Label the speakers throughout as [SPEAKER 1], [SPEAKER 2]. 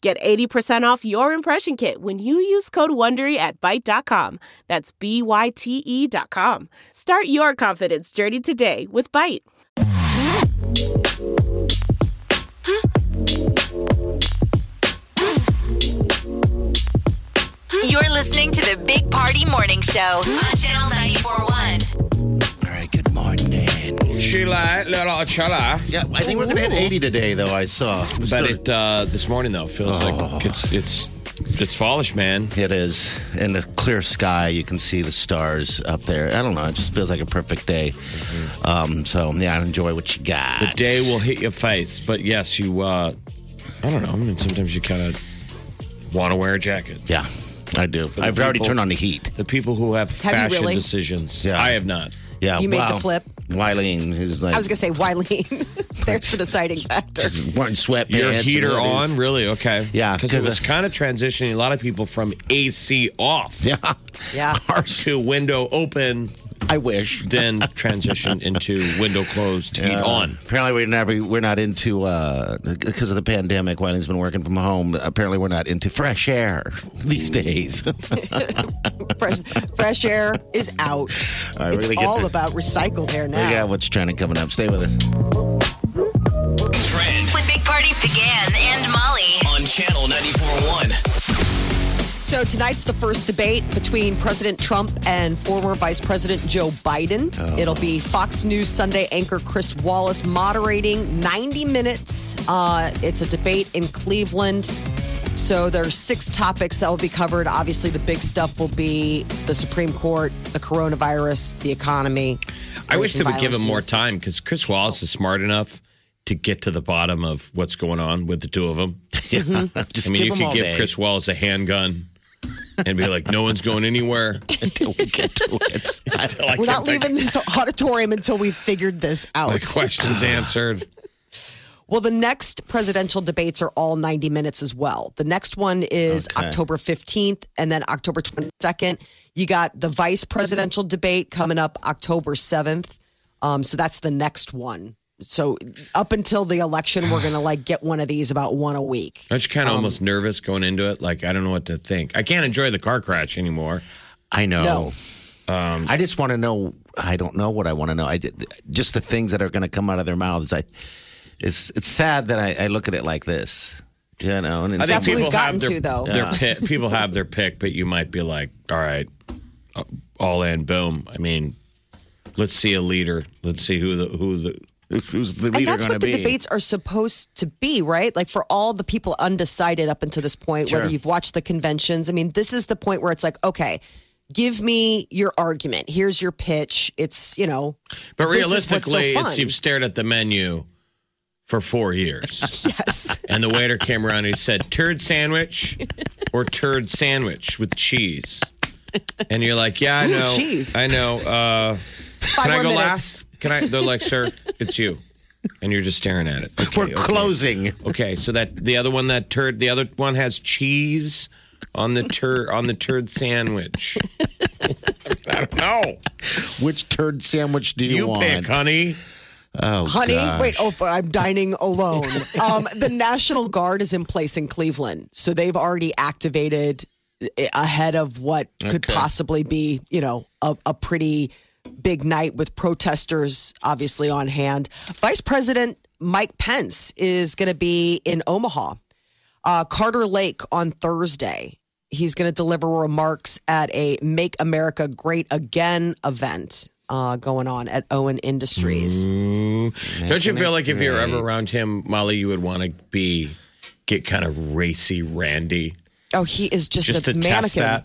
[SPEAKER 1] Get 80% off your impression kit when you use code WONDERY at Byte.com. That's B-Y-T-E E dot com. Start your confidence journey today with Byte.
[SPEAKER 2] You're listening to the Big Party Morning Show on Channel 941.
[SPEAKER 3] All right, good morning.
[SPEAKER 4] Chila, little chila.
[SPEAKER 3] Yeah, I think we're gonna hit 80 today, though. I saw.
[SPEAKER 4] But it uh, this morning though feels
[SPEAKER 3] Oh.
[SPEAKER 4] like it's it's it's fallish, man.
[SPEAKER 3] it is in the clear sky. You can see the stars up there. I don't know. It just feels like a perfect day. Um, so yeah, enjoy what you got.
[SPEAKER 4] The day will hit your face, but yes, you. Uh, I don't know. I mean, sometimes you kind of want to wear a jacket.
[SPEAKER 3] Yeah, I do.
[SPEAKER 4] the
[SPEAKER 3] I've already
[SPEAKER 4] people-
[SPEAKER 3] turned on the heat.
[SPEAKER 4] The people who have,
[SPEAKER 5] you
[SPEAKER 4] fashion
[SPEAKER 5] really?
[SPEAKER 4] decisions.
[SPEAKER 3] Yeah.
[SPEAKER 4] I have not.
[SPEAKER 3] Yeah,
[SPEAKER 5] You made
[SPEAKER 3] wow.
[SPEAKER 5] the flip.
[SPEAKER 3] Wileen, who's like,
[SPEAKER 5] I was going to say Wileen. There's the deciding factor.
[SPEAKER 3] wearing sweatpants.
[SPEAKER 4] Your
[SPEAKER 3] and
[SPEAKER 4] heater
[SPEAKER 3] all
[SPEAKER 4] on,
[SPEAKER 3] these-
[SPEAKER 4] really? Okay.
[SPEAKER 3] Yeah,
[SPEAKER 4] because it
[SPEAKER 3] 'cause
[SPEAKER 4] was
[SPEAKER 3] I-
[SPEAKER 4] kind of transitioning a lot of people from AC off
[SPEAKER 3] Yeah,
[SPEAKER 5] Yeah.
[SPEAKER 3] Ours-
[SPEAKER 4] to window open,
[SPEAKER 3] I wish.
[SPEAKER 4] then transition into window closed, heat
[SPEAKER 3] Uh,
[SPEAKER 4] on.
[SPEAKER 3] Apparently, we're not we're not into uh, because of the pandemic. Wileen's been working from home. Apparently, we're not into fresh air these days.
[SPEAKER 5] Fresh, fresh air is out.
[SPEAKER 3] I
[SPEAKER 5] it's
[SPEAKER 3] really get
[SPEAKER 5] all
[SPEAKER 3] the-
[SPEAKER 5] about recycled air now.
[SPEAKER 3] We got what's trending coming up. Stay with us.
[SPEAKER 6] Trend
[SPEAKER 2] With Big Party began and Molly.
[SPEAKER 6] on Channel 94.1.
[SPEAKER 5] So tonight's the first debate between President Trump and former Vice President Joe Biden.
[SPEAKER 4] Oh.
[SPEAKER 5] It'll be Fox News Sunday anchor Chris Wallace moderating 90 minutes. Uh, it's a debate in Cleveland. So there's six topics that will be covered. Obviously, the big stuff will be the Supreme Court, the coronavirus, the economy.
[SPEAKER 4] I wish they
[SPEAKER 5] race and
[SPEAKER 4] would give him
[SPEAKER 5] violence
[SPEAKER 4] more
[SPEAKER 5] news.
[SPEAKER 4] time because Chris Wallace is smart enough to get to the bottom of what's going on with the two of them.
[SPEAKER 3] Just
[SPEAKER 4] Mm-hmm. I mean, you
[SPEAKER 3] give them
[SPEAKER 4] could
[SPEAKER 3] all
[SPEAKER 4] give
[SPEAKER 3] day.
[SPEAKER 4] Chris Wallace a handgun and be like, "No one's going anywhere."
[SPEAKER 3] We'll get to it. I-
[SPEAKER 5] We're not leaving this auditorium until we've figured this out.
[SPEAKER 4] My questions answered.
[SPEAKER 5] Well, the next presidential debates are all 90 minutes as well. The next one is
[SPEAKER 3] Okay.
[SPEAKER 5] October 15th and then October 22nd. You got the vice presidential debate coming up October 7th. Um, so that's the next one. So up until the election, we're going to like get one of these about one a week.
[SPEAKER 4] Aren't you kind of almost nervous going into it? Like, I don't know what to think. I can't enjoy the car crash anymore.
[SPEAKER 3] I know.
[SPEAKER 5] No.
[SPEAKER 4] Um,
[SPEAKER 3] I just want to know. I don't know what I want to know. I did- just the things that are going to come out of their mouths. I it's it's sad that I, I look at it like this. You know, and it's,
[SPEAKER 4] I think
[SPEAKER 5] That's what
[SPEAKER 4] people have
[SPEAKER 5] we've gotten
[SPEAKER 4] their,
[SPEAKER 5] to, though.
[SPEAKER 4] their pick. People have their pick, but you might be like, "All right, uh, all in, boom." I mean, let's see a leader. Let's see who the who the
[SPEAKER 3] who's the
[SPEAKER 5] And
[SPEAKER 3] leader
[SPEAKER 5] that's
[SPEAKER 3] going to
[SPEAKER 5] what the
[SPEAKER 3] be?
[SPEAKER 5] debates are supposed to be, right? Like for all the people undecided up until this point,
[SPEAKER 3] Sure.
[SPEAKER 5] whether you've watched the conventions, I mean, this is the point where it's like, okay, give me your argument. Here's your pitch. It's, you know,
[SPEAKER 4] But
[SPEAKER 5] This is what's so
[SPEAKER 4] realistically, it's
[SPEAKER 5] fun.
[SPEAKER 4] you've stared at the menu for four years,
[SPEAKER 5] yes.
[SPEAKER 4] and the waiter came around and he said turd sandwich or turd sandwich with cheese, and you're like, yeah, I know,
[SPEAKER 5] cheese.
[SPEAKER 4] I know. Uh,
[SPEAKER 5] Five
[SPEAKER 4] can I
[SPEAKER 5] more
[SPEAKER 4] go
[SPEAKER 5] minutes.
[SPEAKER 4] last? Can I? They're like, sir, it's you, and you're just staring at it. Okay,
[SPEAKER 3] We're
[SPEAKER 4] okay.
[SPEAKER 3] closing.
[SPEAKER 4] Okay, so that the other one that turd, the other one has cheese on the turd on the turd sandwich. I don't know.
[SPEAKER 3] Which turd sandwich do you,
[SPEAKER 4] You
[SPEAKER 3] want?
[SPEAKER 4] pick, honey.
[SPEAKER 3] Oh,
[SPEAKER 5] Honey,
[SPEAKER 3] gosh.
[SPEAKER 5] wait, oh, but I'm dining alone. um, the National Guard is in place in Cleveland. So they've already activated i- ahead of what could
[SPEAKER 3] Okay.
[SPEAKER 5] possibly be, you know, a, a pretty big night with protesters obviously on hand. Vice President Mike Pence is going to be in Omaha, uh, Carter Lake on Thursday. He's going to deliver remarks at a Make America Great Again event uh, going on at Owen
[SPEAKER 3] Mm.
[SPEAKER 5] Industries.
[SPEAKER 4] Don't you feel like if you're ever around him, Molly, you would want to be get kind of racy, randy,
[SPEAKER 5] Oh, he is just,
[SPEAKER 4] just
[SPEAKER 5] a
[SPEAKER 4] to
[SPEAKER 5] mannequin.
[SPEAKER 4] test that.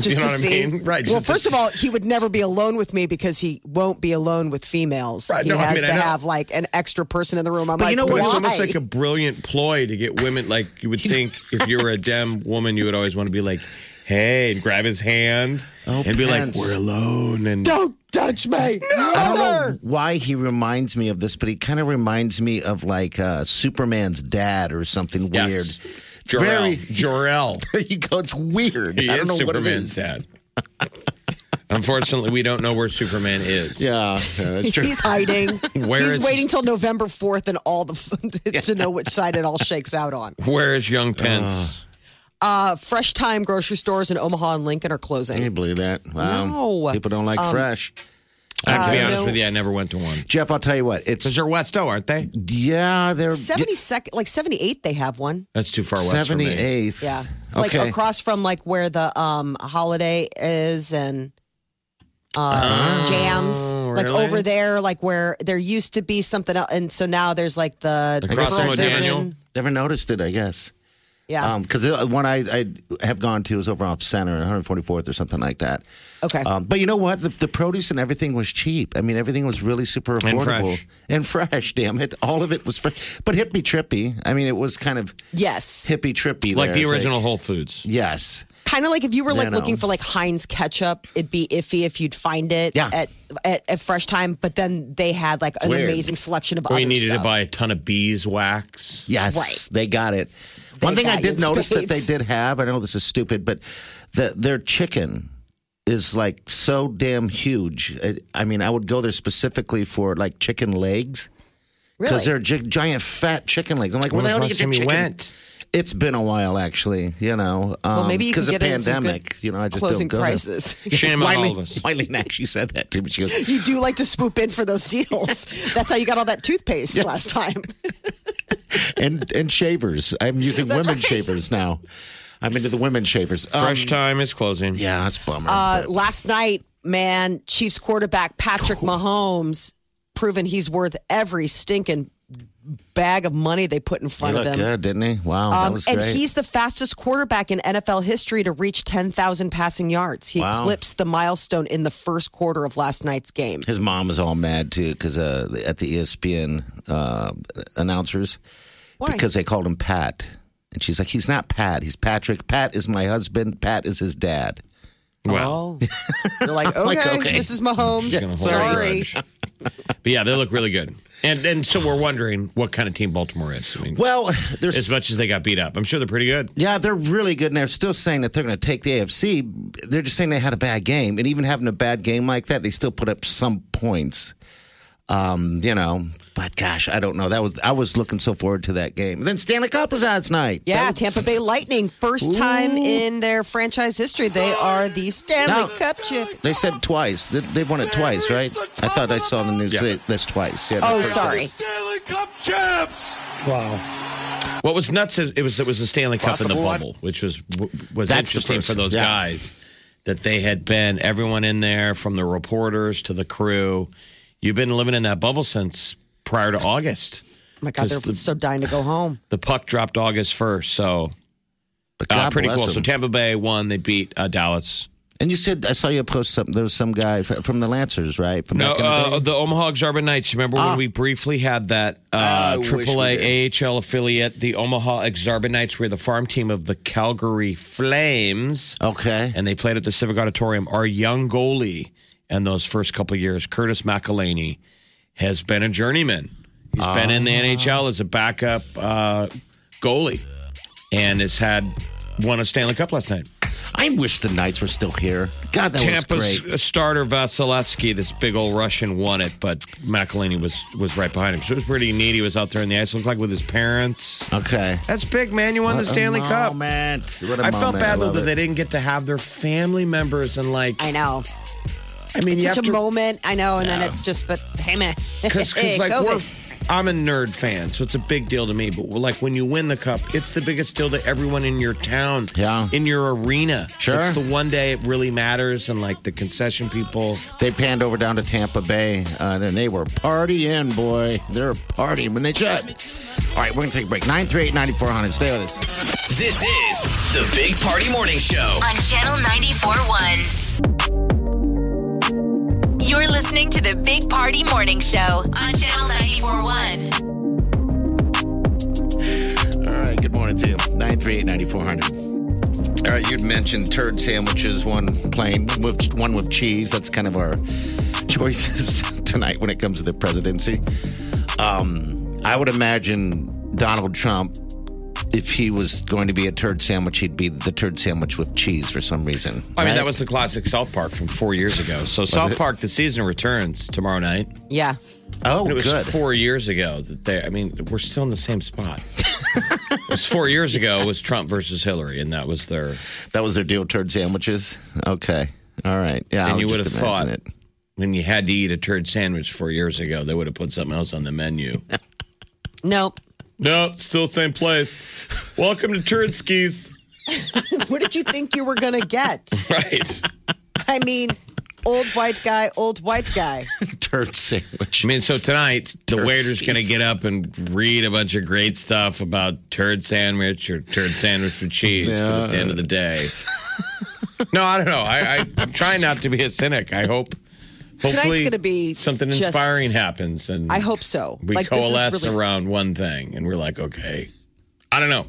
[SPEAKER 5] Just
[SPEAKER 4] you know
[SPEAKER 5] to
[SPEAKER 4] what
[SPEAKER 5] see.
[SPEAKER 4] I mean? Right.
[SPEAKER 5] Well,
[SPEAKER 4] just to
[SPEAKER 5] first of all, he would never be alone with me because he won't be alone with females.
[SPEAKER 4] Right,
[SPEAKER 5] he
[SPEAKER 4] no, I
[SPEAKER 5] has
[SPEAKER 4] mean, I
[SPEAKER 5] to
[SPEAKER 4] know.
[SPEAKER 5] have like an extra person in the room. I'm like,
[SPEAKER 3] you know
[SPEAKER 4] But
[SPEAKER 3] what?
[SPEAKER 5] why?
[SPEAKER 4] it's almost like a brilliant ploy to get women. Like you would think, if you were a dem woman, you would always want to be like, hey, and grab his hand
[SPEAKER 3] Oh,
[SPEAKER 4] and be like,
[SPEAKER 3] Pence.
[SPEAKER 4] we're alone. And
[SPEAKER 5] Don't touch me.
[SPEAKER 3] I don't know why he reminds me of this, but he kind of reminds me of like uh, Superman's dad or something weird.
[SPEAKER 4] yes, Jor-El.
[SPEAKER 3] very-
[SPEAKER 4] Jor-El.
[SPEAKER 3] There you go. It's weird.
[SPEAKER 4] He
[SPEAKER 3] I
[SPEAKER 4] is
[SPEAKER 3] don't know what it
[SPEAKER 4] Superman's
[SPEAKER 3] is.
[SPEAKER 4] dad. Unfortunately, we don't know where Superman is.
[SPEAKER 3] Yeah, yeah, that's true.
[SPEAKER 5] He's hiding.
[SPEAKER 4] Where
[SPEAKER 5] He's
[SPEAKER 4] is-
[SPEAKER 5] waiting till November 4th and all the it's to know which side it all shakes out on.
[SPEAKER 4] Where is young Pence?
[SPEAKER 5] Uh, fresh time grocery stores in Omaha and Lincoln are
[SPEAKER 3] Can you
[SPEAKER 5] closing.
[SPEAKER 3] believe that? Wow.
[SPEAKER 5] No.
[SPEAKER 3] People don't
[SPEAKER 4] Um,
[SPEAKER 3] like fresh.
[SPEAKER 4] I have to be
[SPEAKER 5] Uh,
[SPEAKER 4] honest
[SPEAKER 5] no.
[SPEAKER 4] with you, I never went to one.
[SPEAKER 3] Jeff, I'll tell you what. It's
[SPEAKER 4] Because they're Westo, aren't they?
[SPEAKER 3] yeah, they're
[SPEAKER 5] 72nd, like 78, they have one.
[SPEAKER 4] That's too far west. for me.
[SPEAKER 3] seventy eighth.
[SPEAKER 5] Yeah. Like
[SPEAKER 3] Okay.
[SPEAKER 5] across from like where the um holiday is and uh
[SPEAKER 3] Oh,
[SPEAKER 5] jams. Like
[SPEAKER 4] really?
[SPEAKER 5] over there, like where there used to be something else and so now there's like the
[SPEAKER 4] Across
[SPEAKER 5] Pearl
[SPEAKER 4] from
[SPEAKER 5] Vision.
[SPEAKER 4] O'Daniel?
[SPEAKER 3] Never noticed it. I guess.
[SPEAKER 5] Yeah.
[SPEAKER 3] Um 'cause because one I, I have gone to is over off Center, 144th or something like that.
[SPEAKER 5] okay.
[SPEAKER 3] Um, but you know what? The, the produce and everything was cheap. I mean, everything was really super affordable
[SPEAKER 4] fresh.
[SPEAKER 3] and fresh. damn it, all of it was fresh. But hippie trippy. I mean, it was kind of
[SPEAKER 5] yes.
[SPEAKER 3] hippie trippy,
[SPEAKER 4] Like
[SPEAKER 3] there.
[SPEAKER 4] the
[SPEAKER 3] It's
[SPEAKER 4] original Whole Foods.
[SPEAKER 3] yes,
[SPEAKER 5] Kind of like if you were like
[SPEAKER 3] Then, um,
[SPEAKER 5] looking for like Heinz ketchup, it'd be iffy if you'd find it
[SPEAKER 3] Yeah.
[SPEAKER 5] at, at at fresh time. But then they had like an
[SPEAKER 3] Weird.
[SPEAKER 5] amazing selection of
[SPEAKER 4] We
[SPEAKER 5] other
[SPEAKER 4] needed
[SPEAKER 5] stuff.
[SPEAKER 4] to buy a ton of beeswax.
[SPEAKER 3] yes,
[SPEAKER 5] Right.
[SPEAKER 3] they got it. One
[SPEAKER 5] They
[SPEAKER 3] thing I
[SPEAKER 5] got
[SPEAKER 3] did
[SPEAKER 5] it in
[SPEAKER 3] notice that they
[SPEAKER 5] spades.
[SPEAKER 3] did have. I know this is stupid, but the, their chicken is like so damn huge. I, I mean, I would go there specifically for like chicken legs because
[SPEAKER 5] really?
[SPEAKER 3] they're gi- giant fat chicken legs. I'm like, where
[SPEAKER 4] When
[SPEAKER 3] the
[SPEAKER 4] was the
[SPEAKER 3] hell do you
[SPEAKER 4] last time you
[SPEAKER 3] get your chicken?
[SPEAKER 4] went?
[SPEAKER 3] It's been a while, actually. You know, um,
[SPEAKER 5] Well, maybe you can
[SPEAKER 3] because of
[SPEAKER 5] get it at some good
[SPEAKER 3] pandemic. You know, I just
[SPEAKER 5] closing
[SPEAKER 3] don't go there.
[SPEAKER 5] prices.
[SPEAKER 4] Shame on all of
[SPEAKER 3] Wiley,
[SPEAKER 4] us.
[SPEAKER 3] Wiley actually said that too, but she goes,
[SPEAKER 5] You do like to swoop in for those deals. That's how you got all that toothpaste last time.
[SPEAKER 3] and and shavers. I'm using
[SPEAKER 5] That's
[SPEAKER 3] women
[SPEAKER 5] right.
[SPEAKER 3] shavers now. I'm into the women shavers. Um,
[SPEAKER 4] Fresh time is closing.
[SPEAKER 3] yeah, that's a bummer.
[SPEAKER 5] Uh,
[SPEAKER 3] but-
[SPEAKER 5] last night, man, Chiefs quarterback Patrick Mahomes proven he's worth every stinking bag of money they put in
[SPEAKER 3] he
[SPEAKER 5] front of
[SPEAKER 3] looked
[SPEAKER 5] him.
[SPEAKER 3] good, didn't he? Wow, that
[SPEAKER 5] Um,
[SPEAKER 3] was
[SPEAKER 5] and
[SPEAKER 3] great.
[SPEAKER 5] he's the fastest quarterback in NFL history to reach 10,000 passing yards. He
[SPEAKER 3] Wow.
[SPEAKER 5] eclipsed the milestone in the first quarter of last night's game.
[SPEAKER 3] His mom was all mad too because uh, at the ESPN uh, announcers
[SPEAKER 5] Why?
[SPEAKER 3] because they called him Pat, and she's like, he's not Pat. He's Patrick. Pat is my husband. Pat is his dad.
[SPEAKER 4] Well,
[SPEAKER 5] You're like, okay,
[SPEAKER 3] Like, okay.
[SPEAKER 5] this is Mahomes.
[SPEAKER 4] gonna hold a
[SPEAKER 5] Oh, Sorry.
[SPEAKER 4] grudge. But yeah, they look really good. And and so we're wondering what kind of team Baltimore is. I mean,
[SPEAKER 3] Well, there's
[SPEAKER 4] as much as they got beat up, I'm sure they're pretty good.
[SPEAKER 3] Yeah, they're really good, and they're still saying that they're going to take the AFC. They're just saying they had a bad game, and even having a bad game like that, they still put up some points. Um, you know, but gosh, I don't know. That was I was looking so forward to that game. And then Stanley Cup was last night.
[SPEAKER 5] Yeah,
[SPEAKER 3] That was-
[SPEAKER 5] Tampa Bay Lightning. First time in their franchise history, they are the Stanley
[SPEAKER 3] No.
[SPEAKER 5] Cup Oh champ.
[SPEAKER 3] they said twice. They, they've won it twice, right? I thought I saw in the news
[SPEAKER 4] Yeah.
[SPEAKER 3] that that's twice. Yeah,
[SPEAKER 5] Oh,
[SPEAKER 3] that's-
[SPEAKER 5] sorry.
[SPEAKER 7] Stanley Cup champs.
[SPEAKER 4] What was nuts is it was it was the Stanley Cup in the bubble, which was was
[SPEAKER 3] That's the
[SPEAKER 4] interesting for
[SPEAKER 3] person,
[SPEAKER 4] those
[SPEAKER 3] yeah.
[SPEAKER 4] guys that they had been everyone in there from the reporters to the crew. You've been living in that bubble since prior to August.
[SPEAKER 5] Oh my God, they're
[SPEAKER 4] 'Cause the-
[SPEAKER 5] so dying to go home.
[SPEAKER 4] The puck dropped August first, so
[SPEAKER 3] But
[SPEAKER 4] uh,
[SPEAKER 3] God
[SPEAKER 4] pretty
[SPEAKER 3] bless
[SPEAKER 4] cool. So
[SPEAKER 3] them.
[SPEAKER 4] Tampa Bay won. They beat uh, Dallas.
[SPEAKER 3] and you said I saw you post something. There was some guy fr- from the Lancers, right? From
[SPEAKER 4] No,
[SPEAKER 3] back in the
[SPEAKER 4] uh,
[SPEAKER 3] day?
[SPEAKER 4] the Ah. Omaha Exarban Knights. Remember when we briefly had that uh,
[SPEAKER 3] I wish we
[SPEAKER 4] AAA AHL affiliate, the Omaha Exarban Knights, were the farm team of the Calgary Flames,
[SPEAKER 3] okay.
[SPEAKER 4] and they played at the Civic Auditorium. Our young goalie in those first couple of years, Curtis McElhaney, has been a journeyman. He's been in the NHL as a backup uh, goalie, and has had won a Stanley Cup last night.
[SPEAKER 3] I wish the Knights were still here. God, that was great.
[SPEAKER 4] Tampa's starter Vasilevsky, this big old Russian, won it, but McElhinney was was right behind him. So it was pretty neat. He was out there in the ice, looked like with his parents.
[SPEAKER 3] Okay.
[SPEAKER 4] That's big, man. You won the
[SPEAKER 3] What Uh, a
[SPEAKER 4] Stanley Cup.
[SPEAKER 3] moment. What a
[SPEAKER 4] I felt
[SPEAKER 3] moment.
[SPEAKER 4] bad though
[SPEAKER 3] love
[SPEAKER 4] that they
[SPEAKER 3] it.
[SPEAKER 4] didn't get to have their family members and like.
[SPEAKER 5] I know.
[SPEAKER 4] I mean,
[SPEAKER 5] It's
[SPEAKER 4] you
[SPEAKER 5] such
[SPEAKER 4] have to
[SPEAKER 5] a moment. I know. And then it's just, but hey, man.
[SPEAKER 4] because
[SPEAKER 5] Hey,
[SPEAKER 4] like we're,
[SPEAKER 5] COVID.
[SPEAKER 4] I'm a nerd fan, so it's a big deal to me. But like when you win the cup, it's the biggest deal to everyone in your town,
[SPEAKER 3] Yeah.
[SPEAKER 4] in your arena.
[SPEAKER 3] Sure.
[SPEAKER 4] it's the one day it really matters, and like the concession people.
[SPEAKER 3] They panned over down to Tampa Bay, uh, and they were partying, boy. They're partying when they should. All right, we're going to take a break. 938 9400. Stay with us.
[SPEAKER 6] This is the Big Party Morning Show.
[SPEAKER 2] on Channel 94.1. You're listening to the Big Party Morning Show on Channel 94.1.
[SPEAKER 3] All right, good morning to you. 938 9400. All right, you'd mentioned turd sandwiches, one plain, with, one with cheese. That's kind of our choices tonight when it comes to the presidency. Um, I would imagine Donald Trump, if he was going to be a turd sandwich, he'd be the turd sandwich with cheese for some reason.
[SPEAKER 4] I mean,
[SPEAKER 3] right?
[SPEAKER 4] that was the classic South Park from four years ago. So South
[SPEAKER 3] it?
[SPEAKER 4] Park, the season returns tomorrow night.
[SPEAKER 5] Yeah.
[SPEAKER 3] oh
[SPEAKER 4] it was
[SPEAKER 3] good.
[SPEAKER 4] four years ago that they. I mean, we're still in the same spot. it was four years ago. It was Trump versus Hillary, and that was their.
[SPEAKER 3] that was their deal, turd sandwiches. Okay, all right, yeah. I
[SPEAKER 4] And you
[SPEAKER 3] would
[SPEAKER 4] would
[SPEAKER 3] just
[SPEAKER 4] have thought
[SPEAKER 3] imagine it.
[SPEAKER 4] when you had to eat a turd sandwich four years ago, they would have put something else on the menu.
[SPEAKER 5] No.
[SPEAKER 4] no, still same place. Welcome to turd skis.
[SPEAKER 5] What did you think you were going to get?
[SPEAKER 4] Right.
[SPEAKER 5] I mean, old white guy, old white guy.
[SPEAKER 3] turd sandwich.
[SPEAKER 4] I mean, so tonight the
[SPEAKER 3] Turd
[SPEAKER 4] waiter's going to
[SPEAKER 3] skis.
[SPEAKER 4] get up and read a bunch of great stuff about turd sandwich or turd sandwich with cheese. But at the end of the day, no, I don't know. I, I, I'm trying not to be a cynic. I hope hopefully
[SPEAKER 5] gonna be
[SPEAKER 4] something
[SPEAKER 5] just-
[SPEAKER 4] inspiring happens, and
[SPEAKER 5] I hope so.
[SPEAKER 4] we
[SPEAKER 5] Like, this is
[SPEAKER 4] coalesce
[SPEAKER 5] really-
[SPEAKER 4] around one thing, and we're like, okay, I don't know.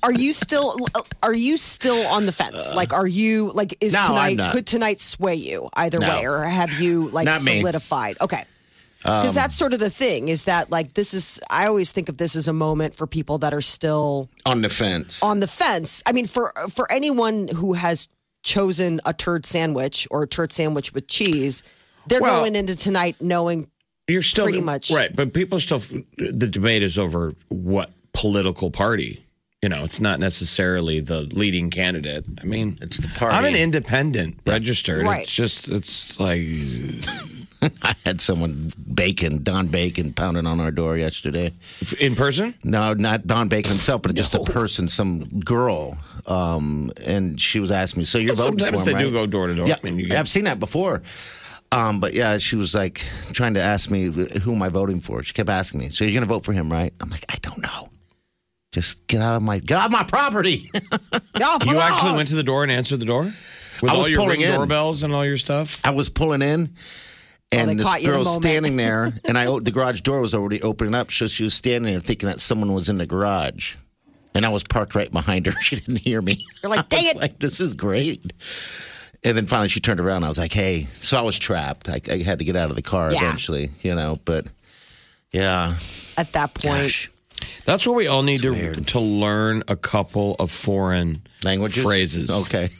[SPEAKER 5] Are you still are you still on the fence? Like are you like is
[SPEAKER 3] No, I'm
[SPEAKER 5] tonight
[SPEAKER 3] not.
[SPEAKER 5] could tonight sway you either
[SPEAKER 3] No.
[SPEAKER 5] way or have you like
[SPEAKER 3] Not me.
[SPEAKER 5] solidified? Okay. Because that's sort of the thing is that like this is I always think of this as a moment for people that are still
[SPEAKER 3] on the fence.
[SPEAKER 5] on the fence. I mean, for for anyone who has chosen a turd sandwich or a turd sandwich with cheese, they're
[SPEAKER 4] Well-
[SPEAKER 5] going into tonight knowing
[SPEAKER 4] You're still
[SPEAKER 5] Pretty much.
[SPEAKER 4] right, but people still. The debate is over what political party. You know, it's not necessarily the leading candidate. I mean,
[SPEAKER 3] It's the party.
[SPEAKER 4] I'm an independent registered.
[SPEAKER 5] Right.
[SPEAKER 4] It's just it's like
[SPEAKER 3] I had someone Bacon, Don Bacon, pounding on our door yesterday.
[SPEAKER 4] in person.
[SPEAKER 3] No, not Don Bacon himself, but just a person, some girl, um, and she was asking me. So you're voting
[SPEAKER 4] Sometimes
[SPEAKER 3] for
[SPEAKER 4] they
[SPEAKER 3] him,
[SPEAKER 4] do
[SPEAKER 3] right?
[SPEAKER 4] go door to door.
[SPEAKER 3] Yeah,
[SPEAKER 4] I mean, you
[SPEAKER 3] I've
[SPEAKER 4] get,
[SPEAKER 3] seen that before. Um, but yeah, she was like trying to ask me who am I voting for. She kept asking me, "So you're going to vote for him, right?" I'm like, "I don't know. Just get out of my get out of my property."
[SPEAKER 5] no,
[SPEAKER 4] you actually went to the door and answered the door with
[SPEAKER 3] I was
[SPEAKER 4] all your
[SPEAKER 3] pulling
[SPEAKER 4] ring
[SPEAKER 3] in.
[SPEAKER 4] doorbells and all your stuff.
[SPEAKER 3] I was pulling in, and
[SPEAKER 5] they
[SPEAKER 3] this
[SPEAKER 5] caught you in a
[SPEAKER 3] girl
[SPEAKER 5] moment.
[SPEAKER 3] standing there, and I o- the garage door was already opening up, so she was standing there thinking that someone was in the garage, and I was parked right behind her. She didn't hear me.
[SPEAKER 5] You're like,
[SPEAKER 3] I was
[SPEAKER 5] "Dang it."
[SPEAKER 3] Like this is great. And then finally she turned around. and I was like, "Hey!" So I was trapped. I, I had to get out of the car
[SPEAKER 5] Yeah.
[SPEAKER 3] eventually, you know. But yeah,
[SPEAKER 5] at that point.
[SPEAKER 3] gosh,
[SPEAKER 4] That's where we all need to to learn a couple of foreign
[SPEAKER 3] languages,
[SPEAKER 4] phrases.
[SPEAKER 3] Okay,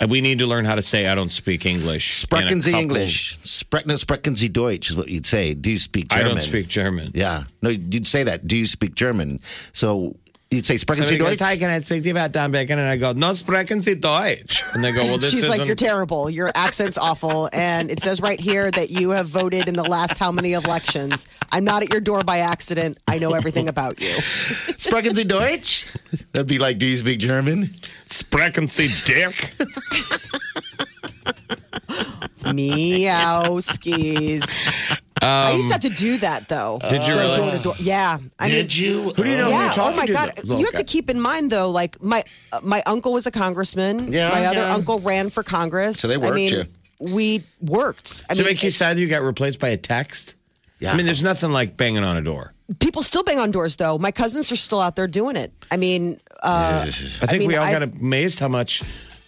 [SPEAKER 4] And we need to learn how to say I don't speak English. in a
[SPEAKER 3] sprechen Sie
[SPEAKER 4] couple-
[SPEAKER 3] English? Sprech, no, sprechen Sie Deutsch is what you'd say. Do you speak?
[SPEAKER 4] I
[SPEAKER 3] German?
[SPEAKER 4] don't speak German.
[SPEAKER 3] Yeah. No, you'd say that. Do you speak German? So you'd say sprechen Sie
[SPEAKER 4] Somebody
[SPEAKER 3] Deutsch?
[SPEAKER 4] goes, hi, can I speak to you about Dan Bacon? And I go, no, sprechen Sie Deutsch. And they go, well, this
[SPEAKER 5] She's
[SPEAKER 4] isn't.
[SPEAKER 5] like, you're terrible. Your accent's awful. And it says right here that you have voted in the last how many elections. I'm not at your door by accident. I know everything about you.
[SPEAKER 3] Sprechen Sie Deutsch? That'd be like, do you speak German?
[SPEAKER 4] sprechen Sie Dick.
[SPEAKER 5] Meow skis. I used to have to do that though.
[SPEAKER 4] Um, Did you really?
[SPEAKER 5] Door to door. Yeah. I mean,
[SPEAKER 3] Did you? Who do you know?
[SPEAKER 5] yeah. Oh my
[SPEAKER 4] to
[SPEAKER 5] God.
[SPEAKER 4] though?
[SPEAKER 5] You have to keep in mind though, like my uh, my uncle was a congressman.
[SPEAKER 3] Yeah,
[SPEAKER 5] my other
[SPEAKER 3] yeah.
[SPEAKER 5] uncle ran for Congress.
[SPEAKER 3] So they worked
[SPEAKER 5] I mean,
[SPEAKER 3] you.
[SPEAKER 5] We worked. I
[SPEAKER 4] Does it
[SPEAKER 5] mean,
[SPEAKER 4] make you sad you got replaced by a text?
[SPEAKER 3] Yeah.
[SPEAKER 4] I mean, there's nothing like banging on a door.
[SPEAKER 5] people still bang on doors though. My cousins are still out there doing it. I mean, uh,
[SPEAKER 4] I think
[SPEAKER 5] mean,
[SPEAKER 4] we all
[SPEAKER 5] I-
[SPEAKER 4] got amazed how much